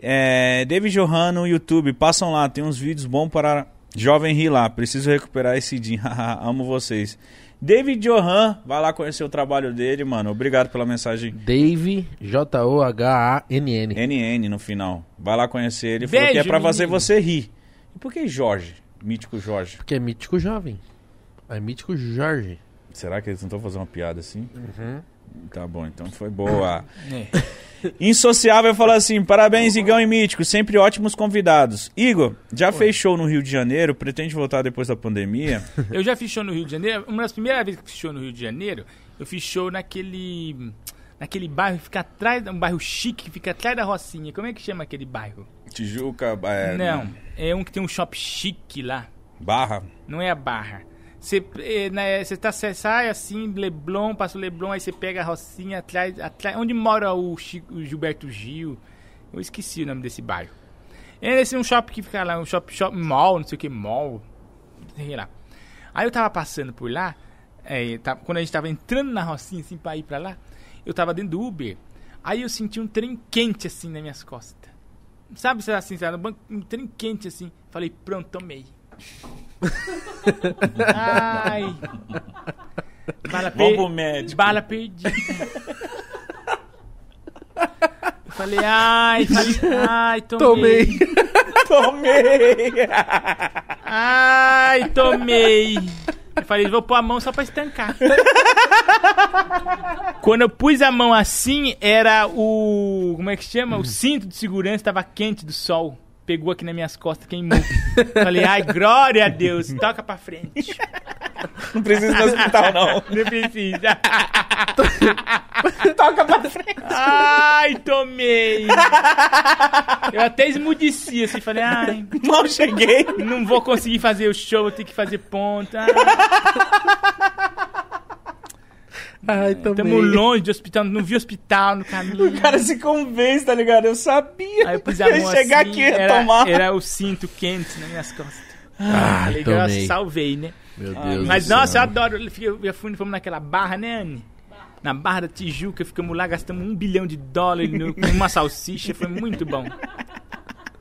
Speaker 2: É, David Johan no YouTube, passam lá, tem uns vídeos bons para jovem rir lá. Preciso recuperar esse din. Haha, Amo vocês. David Johan, vai lá conhecer o trabalho dele, mano. Obrigado pela mensagem
Speaker 1: Dave, J-O-H-A-N-N.
Speaker 2: NN no final. Vai lá conhecer ele.
Speaker 3: Beijo,
Speaker 2: falou que é pra
Speaker 3: menino.
Speaker 2: fazer você rir. E por que Jorge? Mítico Jorge.
Speaker 1: Porque é mítico jovem. É mítico Jorge.
Speaker 2: Será que eles tentou fazer uma piada assim?
Speaker 3: Uhum.
Speaker 2: Tá bom, então foi boa. Insociável fala assim: parabéns, Igão e Mítico, sempre ótimos convidados. Igor, já fez show no Rio de Janeiro, pretende voltar depois da pandemia?
Speaker 3: Eu já fiz show no Rio de Janeiro. Uma das primeiras vezes que eu fiz show no Rio de Janeiro, eu fiz show naquele. Naquele bairro que fica atrás. Um bairro chique que fica atrás da Rocinha. Como é que chama aquele bairro?
Speaker 2: Tijuca, é,
Speaker 3: Não. É um que tem um shop chique lá.
Speaker 2: Barra.
Speaker 3: Não é a barra. Você eh, né, você tá, você sai assim, Leblon, passa o Leblon, aí você pega a Rocinha atrás. atrás onde mora o, Chi- o Gilberto Gil? Eu esqueci o nome desse bairro. É esse é um shopping que fica lá, um shopping shop mall, não sei o que, mall. Sei lá. Aí eu tava passando por lá, eh, tá- quando a gente tava entrando na Rocinha, assim, pra ir pra lá, eu tava dentro do Uber. Aí eu senti um trem quente, assim, nas minhas costas. Sabe, você assim, você tá no banco, um trem quente, assim. Falei, pronto, tomei. Ai. Bala,
Speaker 2: Vamos
Speaker 3: per...
Speaker 2: pro médico.
Speaker 3: Bala perdida. Eu Falei, ai, falei, ai, tomei.
Speaker 1: Tomei.
Speaker 2: Tomei!
Speaker 3: Ai, tomei. Eu falei, vou pôr a mão só pra estancar. Quando eu pus a mão assim, era o. Como é que chama? O cinto de segurança tava quente do sol. Pegou aqui nas minhas costas, queimou. Falei, ai, glória a Deus, toca pra frente.
Speaker 2: Não precisa ir no hospital, não.
Speaker 3: Não precisa. Toca pra frente. Ai, tomei. Eu até esmudeci assim, falei, ai,
Speaker 2: Mal cheguei.
Speaker 3: não vou conseguir fazer o show, vou ter que fazer ponta.
Speaker 1: Ai, tomei.
Speaker 3: Tamo longe de hospital, não vi hospital no caminho.
Speaker 2: O cara se convence, tá ligado? Eu sabia.
Speaker 3: Aí eu pus a mão
Speaker 2: chegar
Speaker 3: assim,
Speaker 2: aqui e
Speaker 3: era,
Speaker 2: retomar.
Speaker 3: era o cinto quente nas minhas costas.
Speaker 1: Ah,
Speaker 3: Falei,
Speaker 1: tomei.
Speaker 3: nossa, salvei, né?
Speaker 1: Meu Deus
Speaker 3: Mas
Speaker 1: do céu.
Speaker 3: nossa, eu adoro. Eu fiquei- Eu fui, fomos naquela barra, né, Anne? Na Barra da Tijuca, ficamos lá, gastamos um bilhão de dólares no- com uma salsicha, foi muito bom.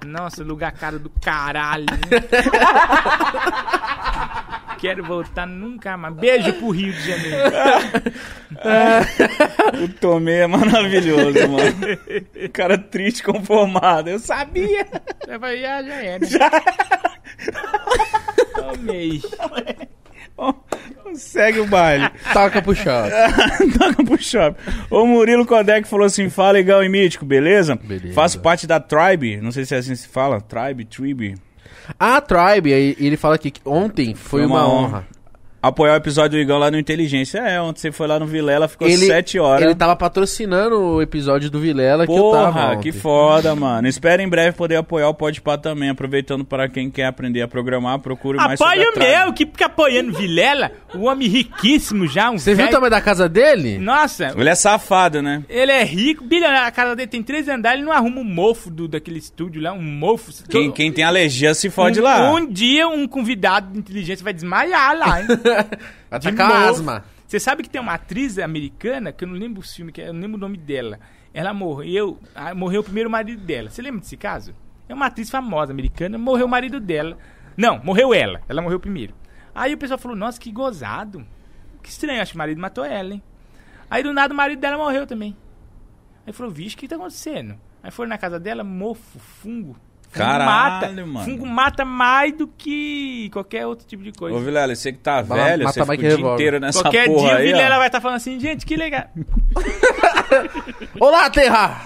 Speaker 3: Nossa, lugar caro do caralho. Né? Quero voltar nunca mais. Beijo pro Rio de Janeiro.
Speaker 2: O Tomé é maravilhoso, mano. O cara triste, conformado. Eu sabia.
Speaker 3: Eu falei, ah, já era. Tomei.
Speaker 2: Bom, Segue o baile.
Speaker 1: Toca pro shopping.
Speaker 2: Toca pro shopping. O Murilo Codec falou assim: fala igual e mítico, beleza?
Speaker 1: Beleza.
Speaker 2: Faço parte da Tribe. Não sei se é assim que se fala. Tribe, Tribe.
Speaker 1: A Tribe, aí ele fala aqui que ontem foi, uma, honra.
Speaker 2: Apoiar o episódio do Igão lá no Inteligência. É, ontem você foi lá no Vilela, ficou
Speaker 1: Ele,
Speaker 2: sete horas.
Speaker 1: ele tava patrocinando o episódio do Vilela que eu tava.
Speaker 2: Porra,
Speaker 1: ontem.
Speaker 2: que foda, mano. Espero em breve poder apoiar o Podpah também. Aproveitando para quem quer aprender a programar, procure mais
Speaker 3: Apoio
Speaker 2: sobre a Tribe.
Speaker 3: meu, que fica apoiando Vilela, o homem riquíssimo já, um
Speaker 1: Você viu o
Speaker 3: velho-
Speaker 1: tamanho da casa dele?
Speaker 3: Nossa,
Speaker 2: Ele é safado, né?
Speaker 3: Ele é rico, bilionário. A casa dele tem três andares, ele não arruma um mofo do, daquele estúdio lá, um mofo.
Speaker 2: Quem,
Speaker 3: Todo-
Speaker 2: quem tem alergia se fode
Speaker 3: um,
Speaker 2: lá.
Speaker 3: Um dia um convidado de inteligência vai desmaiar lá, hein?
Speaker 1: Atacar
Speaker 3: novo.
Speaker 1: Tá asma.
Speaker 3: Você sabe que tem uma atriz americana, que eu não lembro o filme, que é- eu não lembro o nome dela. Ela morreu, ah, morreu o primeiro marido dela. Você lembra desse caso? É uma atriz famosa americana, morreu o marido dela. Não, morreu ela. Ela morreu primeiro. Aí o pessoal falou, nossa, que gozado. Que estranho, acho que o marido matou ela, hein? Aí do nada o marido dela morreu também. Aí falou, vixe, o que tá acontecendo? Aí foram na casa dela, mofo, fungo. Fungo
Speaker 2: Caralho,
Speaker 3: mata,
Speaker 2: mano.
Speaker 3: Fungo mata mais do que qualquer outro tipo de coisa.
Speaker 2: Ô, Vilela, você que tá
Speaker 1: Vai lá,
Speaker 2: velho,
Speaker 1: mata
Speaker 2: você fica o
Speaker 1: Mike
Speaker 2: dia
Speaker 1: Revolver.
Speaker 2: inteiro nessa
Speaker 3: Qualquer
Speaker 2: porra
Speaker 3: dia o
Speaker 2: aí, ó.
Speaker 3: Vilela vai estar falando assim, gente, que legal.
Speaker 1: Olá, Terra!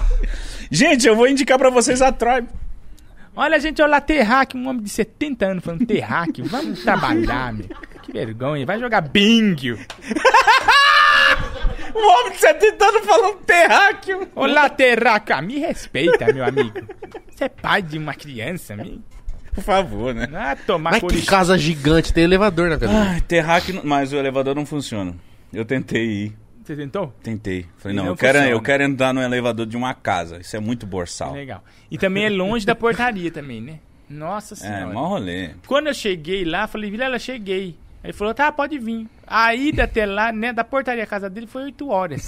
Speaker 2: Gente, eu vou indicar pra vocês a Tribe.
Speaker 3: Olha, gente, olha lá, terráqueo, um homem de 70 anos falando terráqueo, vamos trabalhar, meu. Que vergonha, vai jogar bingo.
Speaker 2: Um homem de 70 anos falando terráqueo.
Speaker 3: Olá, terráqueo, ah, me respeita, meu amigo. Você é pai de uma criança, meu.
Speaker 2: Por favor, né?
Speaker 3: Ah, tomar
Speaker 1: Mas que casa gigante, tem elevador na casa. dele.
Speaker 2: Ai, terráqueo, não- mas o elevador não funciona. Eu tentei ir,
Speaker 3: Você tentou?
Speaker 2: tentei. Falei,
Speaker 3: E
Speaker 2: não,
Speaker 3: não
Speaker 2: eu, quero,
Speaker 3: funciona.
Speaker 2: eu quero entrar no elevador de uma casa. Isso é muito borsal.
Speaker 3: Legal. E também é longe da portaria também, né? Nossa
Speaker 2: É,
Speaker 3: senhora.
Speaker 2: mó rolê.
Speaker 3: Quando eu cheguei lá, falei, Vilela, cheguei. Ele falou, tá, pode vir. A ida até lá, né, da portaria à casa dele foi 8 horas.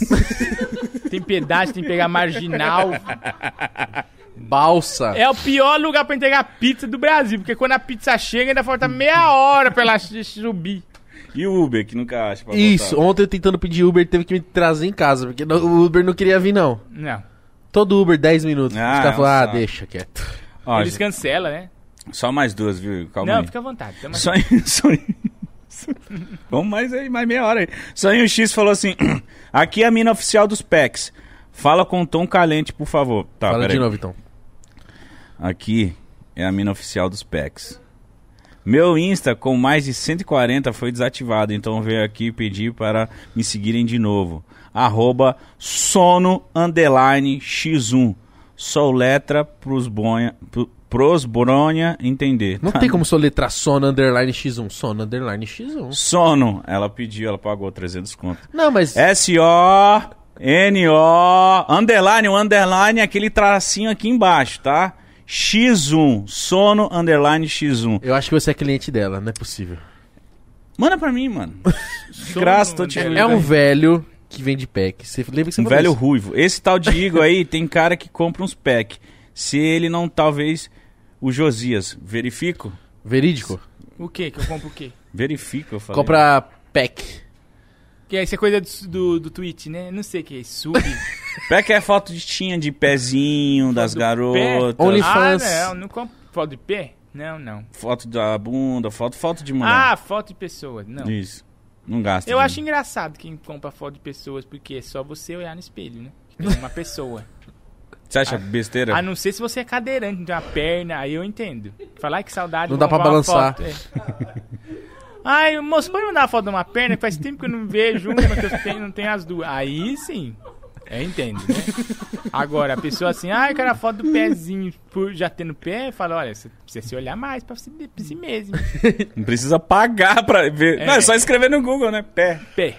Speaker 3: tem pedágio, tem que pegar marginal.
Speaker 1: Balsa.
Speaker 3: É o pior lugar pra entregar pizza do Brasil, porque quando a pizza chega, ainda falta meia hora pra ela ch- subir.
Speaker 2: E o Uber, que nunca acha pra
Speaker 1: Isso,
Speaker 2: voltar.
Speaker 1: ontem eu tentando pedir Uber, teve que me trazer em casa, porque no- o Uber não queria vir, não.
Speaker 3: Não.
Speaker 1: Todo Uber, 10 minutos.
Speaker 2: Ah,
Speaker 1: os
Speaker 2: é um
Speaker 1: caras falaram, ah,
Speaker 2: saco.
Speaker 1: deixa quieto.
Speaker 2: Ó,
Speaker 3: Eles cancelam, né?
Speaker 2: Só mais duas, viu? Calma
Speaker 3: não,
Speaker 2: aí.
Speaker 3: fica à vontade. tá, Tamo
Speaker 2: Só em, só em- Vamos mais aí, mais meia hora aí. Sonho X falou assim: aqui é a mina oficial dos packs. Fala com tom calente, por favor. Tá,
Speaker 1: Fala de
Speaker 2: peraí.
Speaker 1: novo, então.
Speaker 2: Aqui é a mina oficial dos packs. Meu Insta com mais de 140 foi desativado, então veio aqui pedir para me seguirem de novo. Arroba sono underline x1. Sou letra pros bonha, pro- pros bronha entender.
Speaker 1: Não
Speaker 2: tá?
Speaker 1: tem como soletrar Sona underline X1. Sona underline X1.
Speaker 2: Sono, ela pediu, ela pagou 300 conto.
Speaker 1: Não, mas.
Speaker 2: É. S-O-N-O, underline, o underline é aquele tracinho aqui embaixo, tá? X1, sono, underline, X1.
Speaker 1: Eu acho que você é cliente dela, não é possível.
Speaker 2: Manda pra mim, mano.
Speaker 3: junto.
Speaker 2: De graça, tô te
Speaker 3: Sono,
Speaker 1: É um velho que vende pack. Você lembra que você
Speaker 2: Um
Speaker 1: falou
Speaker 2: velho
Speaker 1: isso?
Speaker 2: ruivo. Esse tal de Igor aí tem cara que compra uns pack. Se ele não, talvez, o Josias. Verifico?
Speaker 1: Verídico?
Speaker 3: O quê? Que eu compro o quê?
Speaker 2: Verifico, eu falei.
Speaker 1: Compra pack.
Speaker 3: Que isso é coisa do, do, do Twitch, né? Não sei o que é. Sub.
Speaker 2: Pack é foto de tinha, de pezinho, das
Speaker 3: do
Speaker 2: garotas.
Speaker 1: Only-
Speaker 3: ah,
Speaker 1: OnlyFans.
Speaker 3: não. Não compro foto de pé? Não, não.
Speaker 2: Foto da bunda, foto, foto de mulher.
Speaker 3: Ah, foto de pessoas. Não.
Speaker 2: Isso. Não gasta.
Speaker 3: Eu
Speaker 2: né?
Speaker 3: acho engraçado quem compra foto de pessoas, porque é só você olhar no espelho, né? Tem uma pessoa.
Speaker 2: Você acha besteira?
Speaker 3: A não ser se você é cadeirante, não tem uma perna, aí eu entendo. Falar "Ai, que saudade.
Speaker 1: Não dá
Speaker 3: vou
Speaker 1: pra
Speaker 3: comprar uma
Speaker 1: balançar."
Speaker 3: foto", é. Ai, moço, pode mandar uma foto de uma perna? que Faz tempo que eu não vejo uma, que eu tenho, não tenho as duas. Aí sim, eu entendo, né? Agora, a pessoa assim, ah, eu quero a foto do pezinho, por já tendo pé, fala, olha, você precisa se olhar mais pra si, pra si mesmo.
Speaker 2: Não precisa pagar pra ver.
Speaker 3: É.
Speaker 2: Não, é só escrever no Google, né? Pé.
Speaker 3: Pé.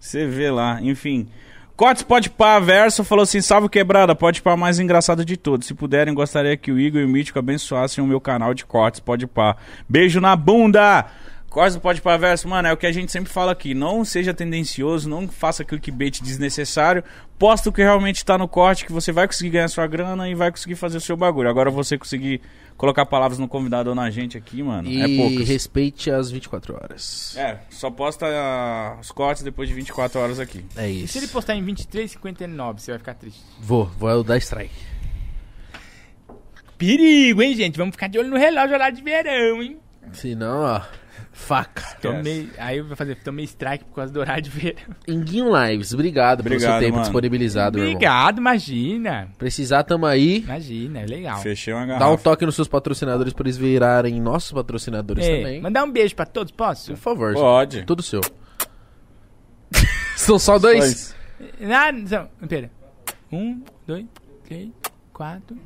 Speaker 2: Você vê lá, enfim. Cortes Pode Pá Verso falou assim: salve quebrada, pode pá mais engraçado de todos. Se puderem, gostaria que o Igor e o Mítico abençoassem o meu canal de cortes Pode Pá. Beijo na bunda! Cortes do Pode Pá Verso, mano, é o que a gente sempre fala aqui: não seja tendencioso, não faça clickbait desnecessário. Posta o que realmente tá no corte, que você vai conseguir ganhar sua grana e vai conseguir fazer o seu bagulho. Agora você conseguir colocar palavras no convidado ou na gente aqui, mano,
Speaker 1: E
Speaker 2: é poucas.
Speaker 1: respeite as 24 horas.
Speaker 2: É, só posta ah, os cortes depois de 24 horas aqui.
Speaker 1: É
Speaker 3: E se
Speaker 1: isso.
Speaker 3: ele postar em 23,59, você vai ficar triste.
Speaker 1: Vou, vou dar strike.
Speaker 3: Perigo, hein, gente? Vamos ficar de olho no relógio lá de verão, hein?
Speaker 1: Se não, ó. Faca.
Speaker 3: Tomei, aí eu vou fazer, tomei strike por causa do horário de verão.
Speaker 1: Inguinho Lives, obrigado, pelo seu
Speaker 2: Obrigado,
Speaker 1: tempo
Speaker 2: mano.
Speaker 1: disponibilizado, meu irmão.
Speaker 3: Obrigado, imagina.
Speaker 1: Precisar, tamo aí.
Speaker 3: Imagina, é legal.
Speaker 2: Fechei uma garrafa.
Speaker 1: Dá um toque nos seus patrocinadores pra eles virarem nossos patrocinadores
Speaker 3: É,
Speaker 1: também.
Speaker 3: mandar um beijo pra todos, posso?
Speaker 1: Por favor.
Speaker 2: Pode.
Speaker 1: Tudo seu. São só dois?
Speaker 3: Ah, não, pera. Um, dois, três, quatro,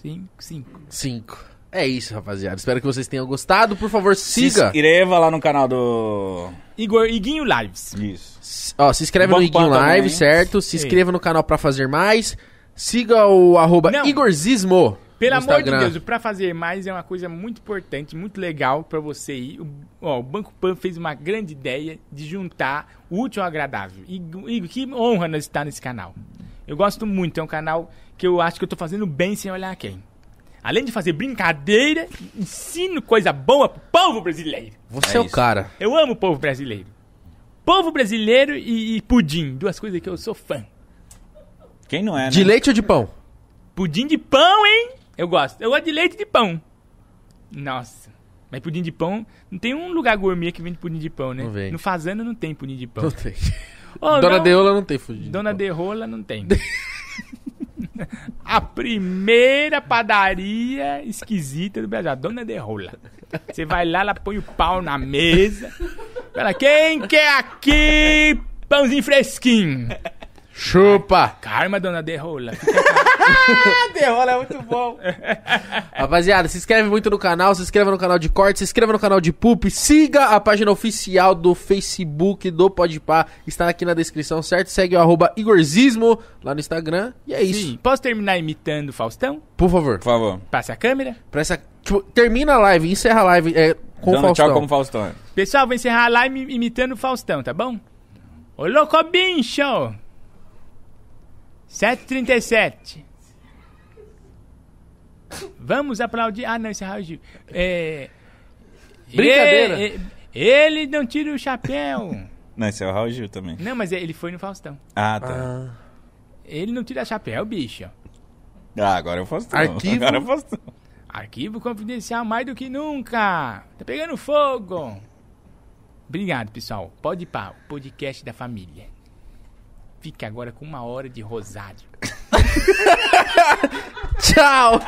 Speaker 3: cinco, cinco.
Speaker 1: Cinco. É isso, rapaziada. Espero que vocês tenham gostado. Por favor,
Speaker 2: Se
Speaker 1: siga.
Speaker 2: inscreva lá no canal do.
Speaker 3: Igor, Iguinho Lives.
Speaker 2: Isso.
Speaker 1: S- Ó, se inscreve no
Speaker 2: Bom
Speaker 1: Iguinho
Speaker 2: pão também,
Speaker 1: Live,
Speaker 2: hein?
Speaker 1: certo? Se
Speaker 3: Sim.
Speaker 1: inscreva no canal pra fazer mais. Siga o arroba
Speaker 3: Não.
Speaker 1: Igorzismo.
Speaker 3: Pelo
Speaker 1: no
Speaker 3: amor de
Speaker 1: Instagram.
Speaker 3: Deus, o pra fazer mais é uma coisa muito importante, muito legal pra você ir. O, ó, o Banco Pan fez uma grande ideia de juntar o útil ao agradável. E, Igor, que honra nós estar nesse canal. Eu gosto muito, é um canal que eu acho que eu tô fazendo bem sem olhar quem. Além de fazer brincadeira, ensino coisa boa pro povo brasileiro.
Speaker 1: Você é,
Speaker 2: É
Speaker 1: o
Speaker 2: isso.
Speaker 1: cara.
Speaker 3: Eu amo o povo brasileiro. Povo brasileiro e, e pudim, duas coisas que eu sou fã.
Speaker 2: Quem não é, né?
Speaker 1: De leite ou de pão?
Speaker 3: Pudim de pão, hein? Eu gosto. Eu gosto de leite de pão. Nossa. Mas pudim de pão, não tem um lugar gourmet que vende pudim de pão, né?
Speaker 1: Não vende.
Speaker 3: No Fazano não tem pudim de pão.
Speaker 1: Não tem.
Speaker 3: Oh,
Speaker 1: Dona
Speaker 3: não,
Speaker 1: Deola não tem fugido.
Speaker 3: Dona Derrola não tem. A primeira padaria esquisita do Brasil, a Dona Derrola. Você vai lá, ela põe o pau na mesa. Fala, quem quer aqui pãozinho fresquinho?
Speaker 1: Chupa!
Speaker 3: Carma, Dona Derrola.
Speaker 2: Derrola é muito bom.
Speaker 1: É. Rapaziada, se inscreve muito no canal, se inscreva no canal de corte, se inscreva no canal de poop, siga a página oficial do Facebook do Podpah, está aqui na descrição, certo? Segue o arroba Igorzismo lá no Instagram. E é isso.
Speaker 3: Sim, posso terminar imitando o Faustão?
Speaker 1: Por favor,
Speaker 2: Por favor.
Speaker 3: Passa a câmera.
Speaker 1: pra essa, tipo, termina a live, encerra a live é, com o
Speaker 2: Dando
Speaker 1: Faustão.
Speaker 2: tchau como Faustão.
Speaker 3: Pessoal, vou encerrar a live imitando o Faustão, tá bom? Ô, louco bicho! 7h37. Vamos aplaudir... Ah, não, encerrar o Gil. É...
Speaker 1: Brincadeira.
Speaker 3: É, é, Ele não tira o chapéu.
Speaker 2: Não, esse é o Raul Gil também.
Speaker 3: não, mas ele foi no Faustão.
Speaker 2: Ah, tá.
Speaker 3: Ele não tira chapéu, bicho.
Speaker 2: Ah, agora eu faço.
Speaker 1: Arquivo.
Speaker 2: Agora é eu faço.
Speaker 3: Arquivo confidencial mais do que nunca. Tá pegando fogo. Obrigado, pessoal. Pode ir para o podcast da família. Fica agora com uma hora de rosário.
Speaker 1: Tchau!